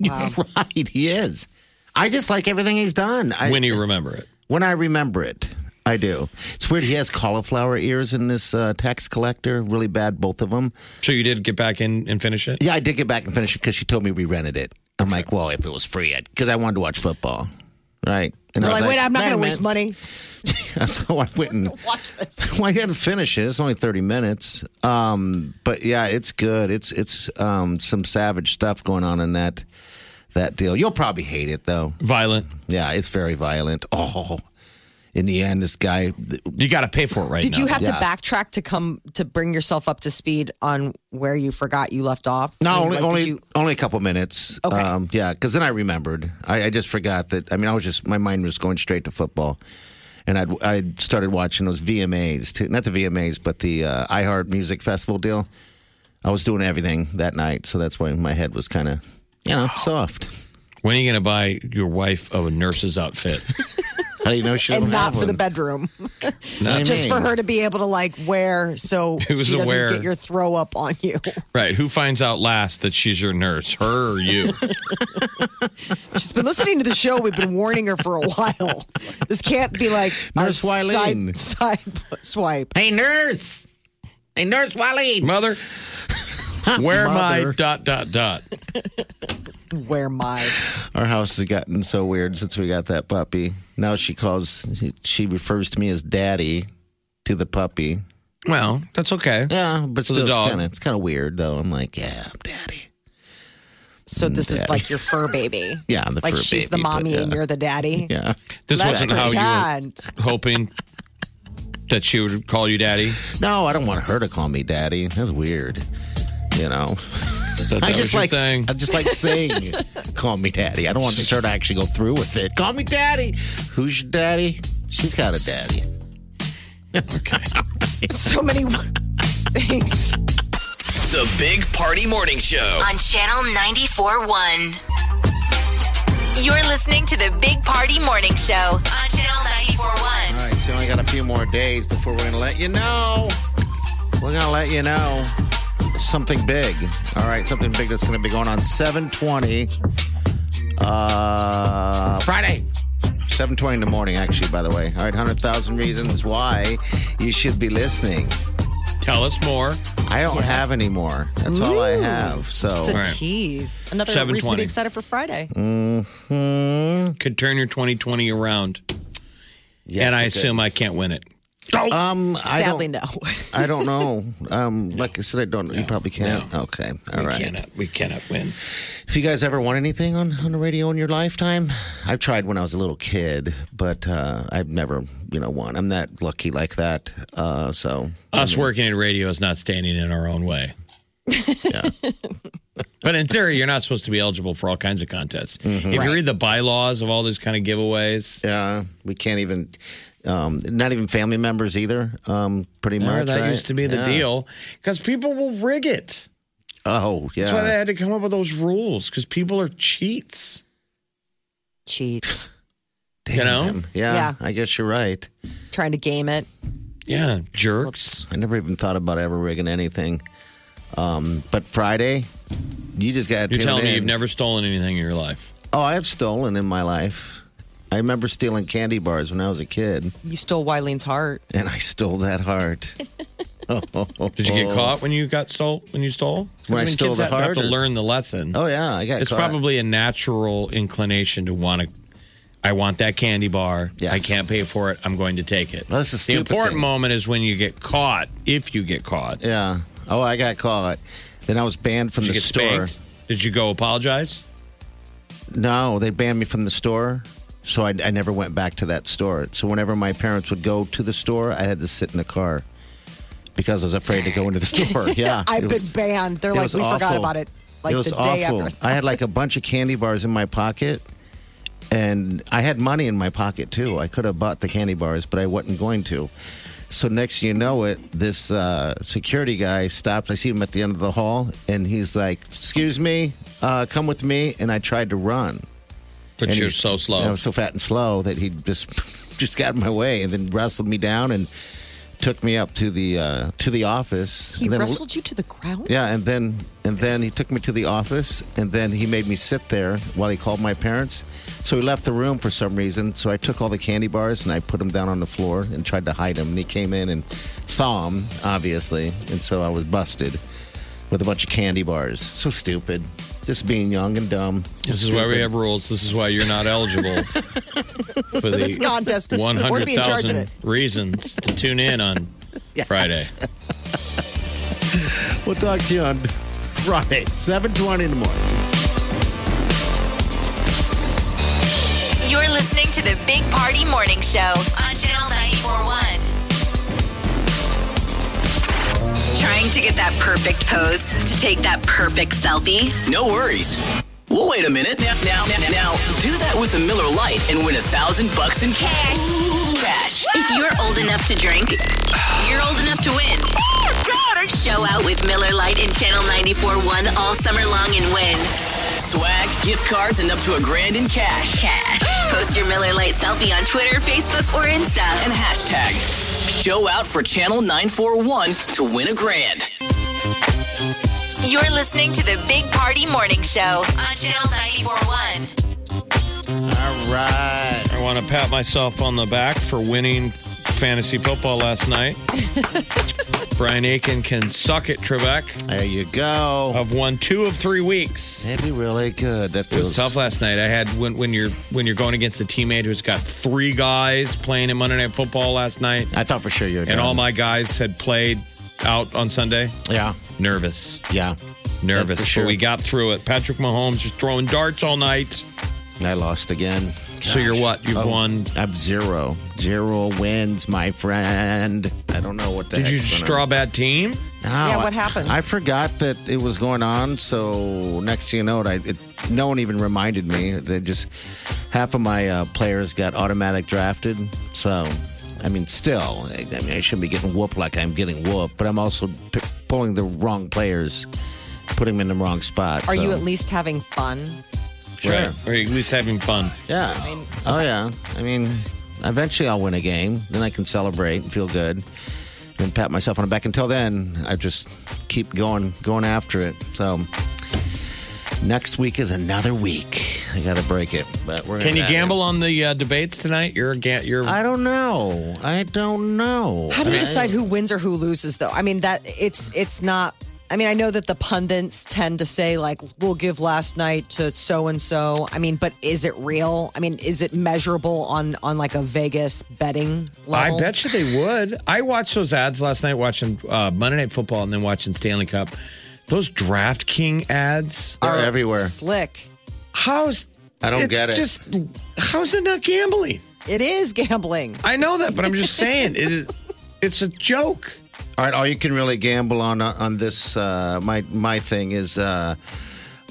[SPEAKER 5] Wow.
[SPEAKER 3] Right, he is. I just like everything he's done. I,
[SPEAKER 4] when you remember it.
[SPEAKER 3] when I remember it, I do. It's weird. He has cauliflower ears in this uh, tax collector. Really bad, both of them.
[SPEAKER 4] So you did get back in and finish it?
[SPEAKER 3] Yeah, I did get back and finish it because she told me we rented it. I'm like, well, if it was free, because I wanted to watch football, right? And
[SPEAKER 5] You're
[SPEAKER 3] was
[SPEAKER 5] like, wait, I'm not
[SPEAKER 3] "Wait a
[SPEAKER 5] going to waste
[SPEAKER 3] minute."
[SPEAKER 5] money.
[SPEAKER 3] so I went and
[SPEAKER 5] Watch this.
[SPEAKER 3] well, I didn't finish it. It's only thirty minutes. Um, but yeah, it's good. It's it's um, some savage stuff going on in that that deal. You'll probably hate it though.
[SPEAKER 4] Violent.
[SPEAKER 3] Yeah, it's very violent. Oh, in the end, this guy.
[SPEAKER 4] You got to pay for it right
[SPEAKER 5] Did
[SPEAKER 4] now.
[SPEAKER 5] you have to
[SPEAKER 3] Yeah.
[SPEAKER 5] backtrack to come to bring yourself up to speed on where you forgot you left off? I
[SPEAKER 3] No,
[SPEAKER 5] mean,
[SPEAKER 3] only
[SPEAKER 5] like, did
[SPEAKER 3] only,
[SPEAKER 5] you-
[SPEAKER 3] only a couple minutes.
[SPEAKER 5] Okay.
[SPEAKER 3] Um, yeah, because then I remembered. I, I just forgot that. I mean, I was just my mind was going straight to football, and I I started watching those VMAs too. Not the VMAs, but the uh, iHeart Music Festival deal. I was doing everything that night, so that's why my head was kind of you know soft.
[SPEAKER 4] when are you going to buy your wife a nurse's outfit?
[SPEAKER 3] How do you know she
[SPEAKER 5] and
[SPEAKER 3] don't
[SPEAKER 5] not
[SPEAKER 3] have
[SPEAKER 5] for the
[SPEAKER 3] one?
[SPEAKER 5] bedroom,
[SPEAKER 3] I
[SPEAKER 5] just for
[SPEAKER 3] mean,
[SPEAKER 5] her to be able to like wear, so she
[SPEAKER 4] It was
[SPEAKER 5] doesn't
[SPEAKER 4] aware.
[SPEAKER 5] get your throw up on you.
[SPEAKER 4] right. Who finds out last that she's your nurse, her or you?
[SPEAKER 5] She's been listening to the show. We've been warning her for a while. This can't be like a
[SPEAKER 3] Nurse Wileen.
[SPEAKER 5] side, side swipe.
[SPEAKER 3] Hey nurse, hey nurse Wally.
[SPEAKER 4] Mother, where my
[SPEAKER 3] Mother.
[SPEAKER 4] dot, dot, dot?
[SPEAKER 5] Where my
[SPEAKER 3] Our house has gotten so weird since we got that puppy. Now she calls, she refers to me as daddy to the puppy.
[SPEAKER 4] Well, that's okay.
[SPEAKER 3] Yeah, but
[SPEAKER 4] To
[SPEAKER 3] still,
[SPEAKER 4] the
[SPEAKER 3] it's
[SPEAKER 4] dog.
[SPEAKER 3] kind of it's kind of weird though. I'm like, yeah, I'm daddy.
[SPEAKER 5] so this is like your fur baby.
[SPEAKER 3] Yeah, I'm the
[SPEAKER 5] like
[SPEAKER 3] fur
[SPEAKER 5] she's the
[SPEAKER 3] baby, but
[SPEAKER 5] mommy and
[SPEAKER 3] yeah.
[SPEAKER 5] you're the daddy.
[SPEAKER 3] Yeah,
[SPEAKER 4] This
[SPEAKER 5] Let's
[SPEAKER 4] wasn't how you
[SPEAKER 5] pretend.
[SPEAKER 4] were hoping that she would call you daddy.
[SPEAKER 3] no, I don't want her to call me daddy. That's weird. You know,
[SPEAKER 4] That, that
[SPEAKER 3] I
[SPEAKER 4] was
[SPEAKER 3] just
[SPEAKER 4] your
[SPEAKER 3] like
[SPEAKER 4] thing.
[SPEAKER 3] I just like saying, "Call me daddy." I don't want the her to actually go through with it. Call me daddy. Who's your daddy? She's got a daddy. Okay.
[SPEAKER 5] so many things.
[SPEAKER 6] The Big Party Morning Show.
[SPEAKER 2] on Channel 94.1. You're listening to the Big Party Morning Show on Channel 94.1.
[SPEAKER 3] All right, so I got a few more days before we're going to let you know. We're going to let you know something big. All right, something big that's going to be going on 720 uh, Friday. 720 in the morning, actually, by the way. All right, 100,000 reasons why you should be listening.
[SPEAKER 4] Tell us more.
[SPEAKER 3] I don't have any more. That's all I
[SPEAKER 5] Ooh.
[SPEAKER 3] have. So
[SPEAKER 5] It's a tease. Another reason to
[SPEAKER 4] 720.
[SPEAKER 5] be excited for Friday.
[SPEAKER 3] Mm. Mhm.
[SPEAKER 4] Could turn your 2020 around. and I
[SPEAKER 3] it could.
[SPEAKER 4] assume I can't win it.
[SPEAKER 3] Um, I
[SPEAKER 5] Sadly,
[SPEAKER 3] don't,
[SPEAKER 5] no.
[SPEAKER 3] I don't know. Um, like I said, I don't. you probably can't. Okay, all right.
[SPEAKER 4] we Cannot, we cannot win.
[SPEAKER 3] If you guys ever want anything on, on the radio in your lifetime, I've tried when I was a little kid, but uh, I've never, you know, won. I'm not lucky like that. Uh, so
[SPEAKER 4] Us working in radio is not standing in our own way. but in theory, you're not supposed to be eligible for all kinds of contests. If you read the bylaws of all those kind of giveaways,
[SPEAKER 3] Mm-hmm. yeah, we can't even, um, not even family members either. Um, pretty
[SPEAKER 4] no,
[SPEAKER 3] much.
[SPEAKER 4] that
[SPEAKER 3] right?
[SPEAKER 4] used to be the
[SPEAKER 3] Yeah.
[SPEAKER 4] deal because people will rig it.
[SPEAKER 3] Oh yeah.
[SPEAKER 4] That's why they had to come up with those rules because people are cheats.
[SPEAKER 5] Cheats.
[SPEAKER 4] you know?
[SPEAKER 3] yeah,
[SPEAKER 5] Yeah.
[SPEAKER 3] I guess you're right.
[SPEAKER 5] Trying to game it.
[SPEAKER 4] Yeah, jerks.
[SPEAKER 3] I never even thought about ever rigging anything. Um, but Friday, you just got.
[SPEAKER 4] You're telling me you've never stolen anything in your life.
[SPEAKER 3] Oh, I have stolen in my life. I remember stealing candy bars when I was a kid,
[SPEAKER 5] You stole Wileen's heart.
[SPEAKER 3] and I stole that heart. Oh.
[SPEAKER 4] Did you get caught when you got stole? When you stole? 'Cause
[SPEAKER 3] When I stole
[SPEAKER 4] kids
[SPEAKER 3] the
[SPEAKER 4] have- have
[SPEAKER 3] heart,
[SPEAKER 4] to
[SPEAKER 3] or-
[SPEAKER 4] learn the lesson.
[SPEAKER 3] Oh yeah, I got
[SPEAKER 4] it's
[SPEAKER 3] caught.
[SPEAKER 4] probably a natural inclination to want to. I want that candy bar. I can't pay for it. I'm going to take it.
[SPEAKER 3] that's a
[SPEAKER 4] the
[SPEAKER 3] stupid
[SPEAKER 4] important
[SPEAKER 3] thing.
[SPEAKER 4] moment is when you get caught. If you get caught,
[SPEAKER 3] yeah. Oh, I got caught. Then I was banned from
[SPEAKER 4] did you
[SPEAKER 3] the
[SPEAKER 4] get
[SPEAKER 3] store.
[SPEAKER 4] spanked? Did you go apologize?
[SPEAKER 3] No, they banned me from the store, so I, I never went back to that store. So whenever my parents would go to the store, I had to sit in the car because I was afraid to go into the store. Yeah,
[SPEAKER 5] I've
[SPEAKER 3] Ah, it was-
[SPEAKER 5] been banned. They're
[SPEAKER 3] it
[SPEAKER 5] like,
[SPEAKER 3] was
[SPEAKER 5] we forgot
[SPEAKER 3] awful.
[SPEAKER 5] about it. Like
[SPEAKER 3] it was
[SPEAKER 5] the day
[SPEAKER 3] awful.
[SPEAKER 5] after.
[SPEAKER 3] I had like a bunch of candy bars in my pocket, and I had money in my pocket too. I could have bought the candy bars, but I wasn't going to. So next you know it, this uh, security guy stopped. I see him at the end of the hall, and he's like, "Excuse me, uh, come with me." And I tried to run.
[SPEAKER 4] But
[SPEAKER 3] And
[SPEAKER 4] you're
[SPEAKER 3] he's-
[SPEAKER 4] so slow.
[SPEAKER 3] I was so fat and slow that he just just got in my way and then wrestled me down and took me up to the uh, to the office.
[SPEAKER 5] He
[SPEAKER 3] And then-
[SPEAKER 5] wrestled you to the ground?
[SPEAKER 3] yeah, and then and then he took me to the office, and then he made me sit there while he called my parents. So he left the room for some reason. So I took all the candy bars and I put them down on the floor and tried to hide them. And he came in and saw them, obviously, and so I was busted with a bunch of candy bars. So stupid, just being young and dumb.
[SPEAKER 4] This is why we have rules. This is why you're not eligible for
[SPEAKER 5] This
[SPEAKER 4] the
[SPEAKER 5] contest.
[SPEAKER 4] one
[SPEAKER 5] We're to
[SPEAKER 4] hundred
[SPEAKER 5] be in charge of it.
[SPEAKER 4] thousand reasons to tune in on
[SPEAKER 3] Yes.
[SPEAKER 4] Friday.
[SPEAKER 3] We'll talk to you on Friday, seven twenty in the morning.
[SPEAKER 2] You're listening to the Big Party Morning Show on Channel 941. Trying to get that perfect pose to take that perfect selfie?
[SPEAKER 6] No worries. Well, wait a minute. Now, now, now, now, do that with a Miller Lite and win a thousand bucks in cash. Cash.
[SPEAKER 2] If you're old enough to drink, you're old enough to win. Show out with Miller Lite and Channel 94.1 all summer long and win.
[SPEAKER 6] Swag, gift cards, and up to a grand in cash.
[SPEAKER 2] Cash. Post your Miller Lite selfie on Twitter, Facebook, or Insta.
[SPEAKER 6] And hashtag show out for Channel 941 to win a grand.
[SPEAKER 2] You're listening to the Big Party Morning Show on Channel 941.
[SPEAKER 3] All right.
[SPEAKER 4] I want to pat myself on the back for winning fantasy football last night. Brian Aiken can suck it, Trebek.
[SPEAKER 3] There you go.
[SPEAKER 4] I've won two of three weeks.
[SPEAKER 3] That'd be really good. That
[SPEAKER 4] Oh. It was
[SPEAKER 3] feels
[SPEAKER 4] tough last night. I had when when you're when you're going against a teammate who's got three guys playing in Monday Night Football last night,
[SPEAKER 3] I thought for sure you were
[SPEAKER 4] and
[SPEAKER 3] done.
[SPEAKER 4] all my guys had played out on Sunday.
[SPEAKER 3] yeah
[SPEAKER 4] Nervous,
[SPEAKER 3] yeah.
[SPEAKER 4] nervous,
[SPEAKER 3] for sure.
[SPEAKER 4] but we got through it. Patrick Mahomes just throwing darts all night.
[SPEAKER 3] I lost again.
[SPEAKER 4] So you're what? You've
[SPEAKER 3] Oh,
[SPEAKER 4] won
[SPEAKER 3] I've zero. Zero wins, my friend. I don't know what the
[SPEAKER 4] Did you
[SPEAKER 3] heck's
[SPEAKER 4] just
[SPEAKER 3] going
[SPEAKER 4] draw a
[SPEAKER 3] on.
[SPEAKER 4] bad team?
[SPEAKER 3] No,
[SPEAKER 5] Yeah,
[SPEAKER 3] I-
[SPEAKER 5] what happened?
[SPEAKER 3] I, forgot that it was going on. So next thing you know, it, I, it, no one even reminded me. They just half of my uh, players got automatic drafted. So I mean, still, I, I mean, I shouldn't be getting whooped like I'm getting whooped, but I'm also p- pulling the wrong players, putting them in the wrong spot.
[SPEAKER 5] Are
[SPEAKER 3] so.
[SPEAKER 5] you at least having fun?
[SPEAKER 3] Sure.
[SPEAKER 4] Or at least having fun.
[SPEAKER 3] Yeah. oh yeah. I mean, eventually I'll win a game, then I can celebrate and feel good, and pat myself on the back. Until then, I just keep going, going after it. So next week is another week. I got to break it, but we're.
[SPEAKER 4] Can
[SPEAKER 3] gonna
[SPEAKER 4] you
[SPEAKER 3] have it.
[SPEAKER 4] gamble on the uh, debates tonight? You're a ga- you're.
[SPEAKER 3] I don't know. I don't know.
[SPEAKER 5] How do you
[SPEAKER 3] I-
[SPEAKER 5] decide who wins or who loses, though? I mean, that it's it's not. I mean, I know that the pundits tend to say like, "We'll give last night to so and so." I mean, but is it real? I mean, is it measurable on on like a Vegas betting level?
[SPEAKER 4] I bet you they would. I watched those ads last night, watching uh, Monday Night Football and then watching Stanley Cup. Those DraftKings ads
[SPEAKER 3] They're everywhere.
[SPEAKER 5] Slick.
[SPEAKER 4] How's
[SPEAKER 3] I don't
[SPEAKER 4] it's
[SPEAKER 3] get it.
[SPEAKER 4] Just how's it not gambling?
[SPEAKER 5] It is gambling.
[SPEAKER 4] I know that, but I'm just saying it. It's a joke.
[SPEAKER 3] All right, all you can really gamble on on this uh, my my thing is uh,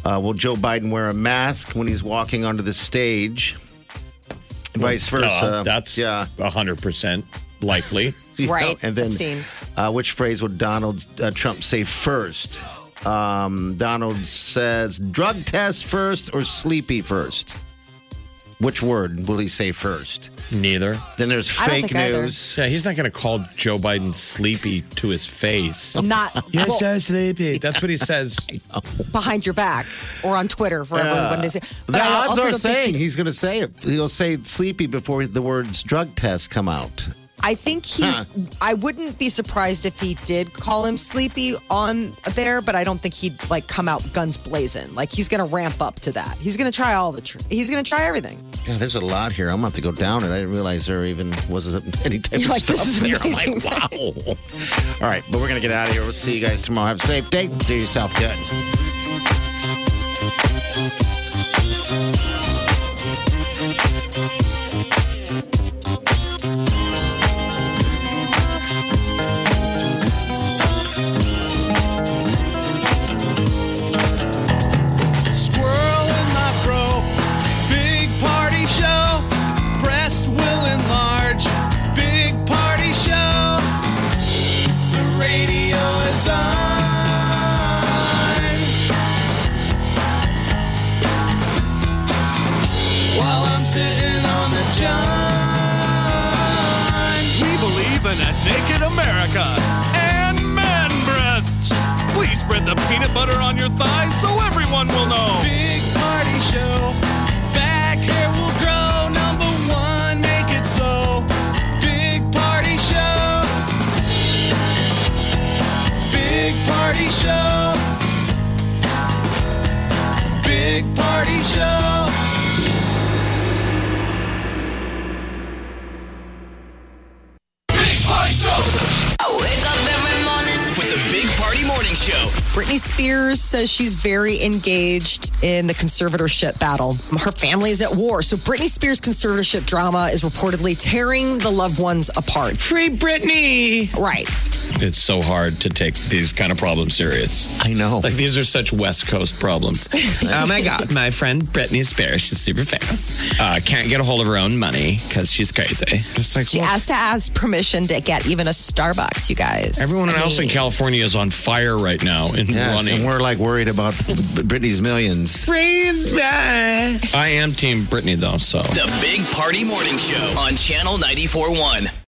[SPEAKER 3] uh, will Joe Biden wear a mask when he's walking onto the stage? Vice
[SPEAKER 4] Well,
[SPEAKER 3] versa.
[SPEAKER 4] duh, Uh, that's
[SPEAKER 3] yeah,
[SPEAKER 4] hundred percent likely.
[SPEAKER 3] You
[SPEAKER 5] Right,
[SPEAKER 3] know, and then
[SPEAKER 5] it seems.
[SPEAKER 3] uh, which phrase would Donald uh, Trump say first? Um, Donald says drug test first or sleepy first. Which word will he say first?
[SPEAKER 4] Neither.
[SPEAKER 3] Then there's
[SPEAKER 5] I don't
[SPEAKER 3] fake
[SPEAKER 5] think either.
[SPEAKER 3] news.
[SPEAKER 4] Yeah, he's not going to call Joe Biden sleepy to his face.
[SPEAKER 5] Not
[SPEAKER 4] Yes,
[SPEAKER 5] well,
[SPEAKER 4] I'm sleepy. That's what he says.
[SPEAKER 5] behind your back or on Twitter for everyone to see. But
[SPEAKER 3] the
[SPEAKER 5] I
[SPEAKER 3] odds
[SPEAKER 5] also
[SPEAKER 3] are
[SPEAKER 5] don't think
[SPEAKER 3] saying he's going to say it. He'll say sleepy before the words drug test come out.
[SPEAKER 5] I think he.
[SPEAKER 3] Huh.
[SPEAKER 5] I wouldn't be surprised if he did call him sleepy on there, but I don't think he'd like come out guns blazing. Like he's going to ramp up to that. He's going to try all the. Tr- he's going to try everything.
[SPEAKER 3] Yeah, there's a lot here. I'm going to have to go down it. I didn't realize there even was any type
[SPEAKER 5] You're
[SPEAKER 3] of
[SPEAKER 5] like,
[SPEAKER 3] stuff
[SPEAKER 5] this is
[SPEAKER 3] there.
[SPEAKER 5] amazing.
[SPEAKER 3] I'm like, wow. All right, but we're going to get out of here. We'll see you guys tomorrow. Have a safe day. Do yourself good.
[SPEAKER 19] Squirrel in my fro. Big party show. Breast will enlarge. Big party show. The radio is on. While I'm sitting on the john. We believe in a naked America and man breasts. Please spread the peanut butter on your thighs so everyone will know. Big party show. Back hair will grow. Number one, make it so. Big party show. Big party show. Big party show.
[SPEAKER 2] I wake up every morning.
[SPEAKER 6] With the Big Party Morning Show.
[SPEAKER 5] Britney Spears says she's very engaged in the conservatorship battle. Her family is at war, so Britney Spears' conservatorship drama is reportedly tearing the loved ones apart.
[SPEAKER 4] Free Britney.
[SPEAKER 5] Right.
[SPEAKER 4] It's so hard to take these kind of problems serious.
[SPEAKER 3] I know.
[SPEAKER 4] Like these are such West Coast problems. oh my God, my friend Brittany Spears, she's super famous. Uh, can't get a hold of her own money because she's crazy. Just like
[SPEAKER 5] She
[SPEAKER 4] look,
[SPEAKER 5] asked to ask permission to get even a Starbucks, you guys.
[SPEAKER 4] everyone
[SPEAKER 5] I
[SPEAKER 4] else in
[SPEAKER 5] mean-
[SPEAKER 4] California is on fire right now and
[SPEAKER 3] Yes,
[SPEAKER 4] running.
[SPEAKER 3] and we're like worried about Britney's millions.
[SPEAKER 4] I am Team Brittany though, so.
[SPEAKER 6] The Big Party Morning Show on Channel 94.1.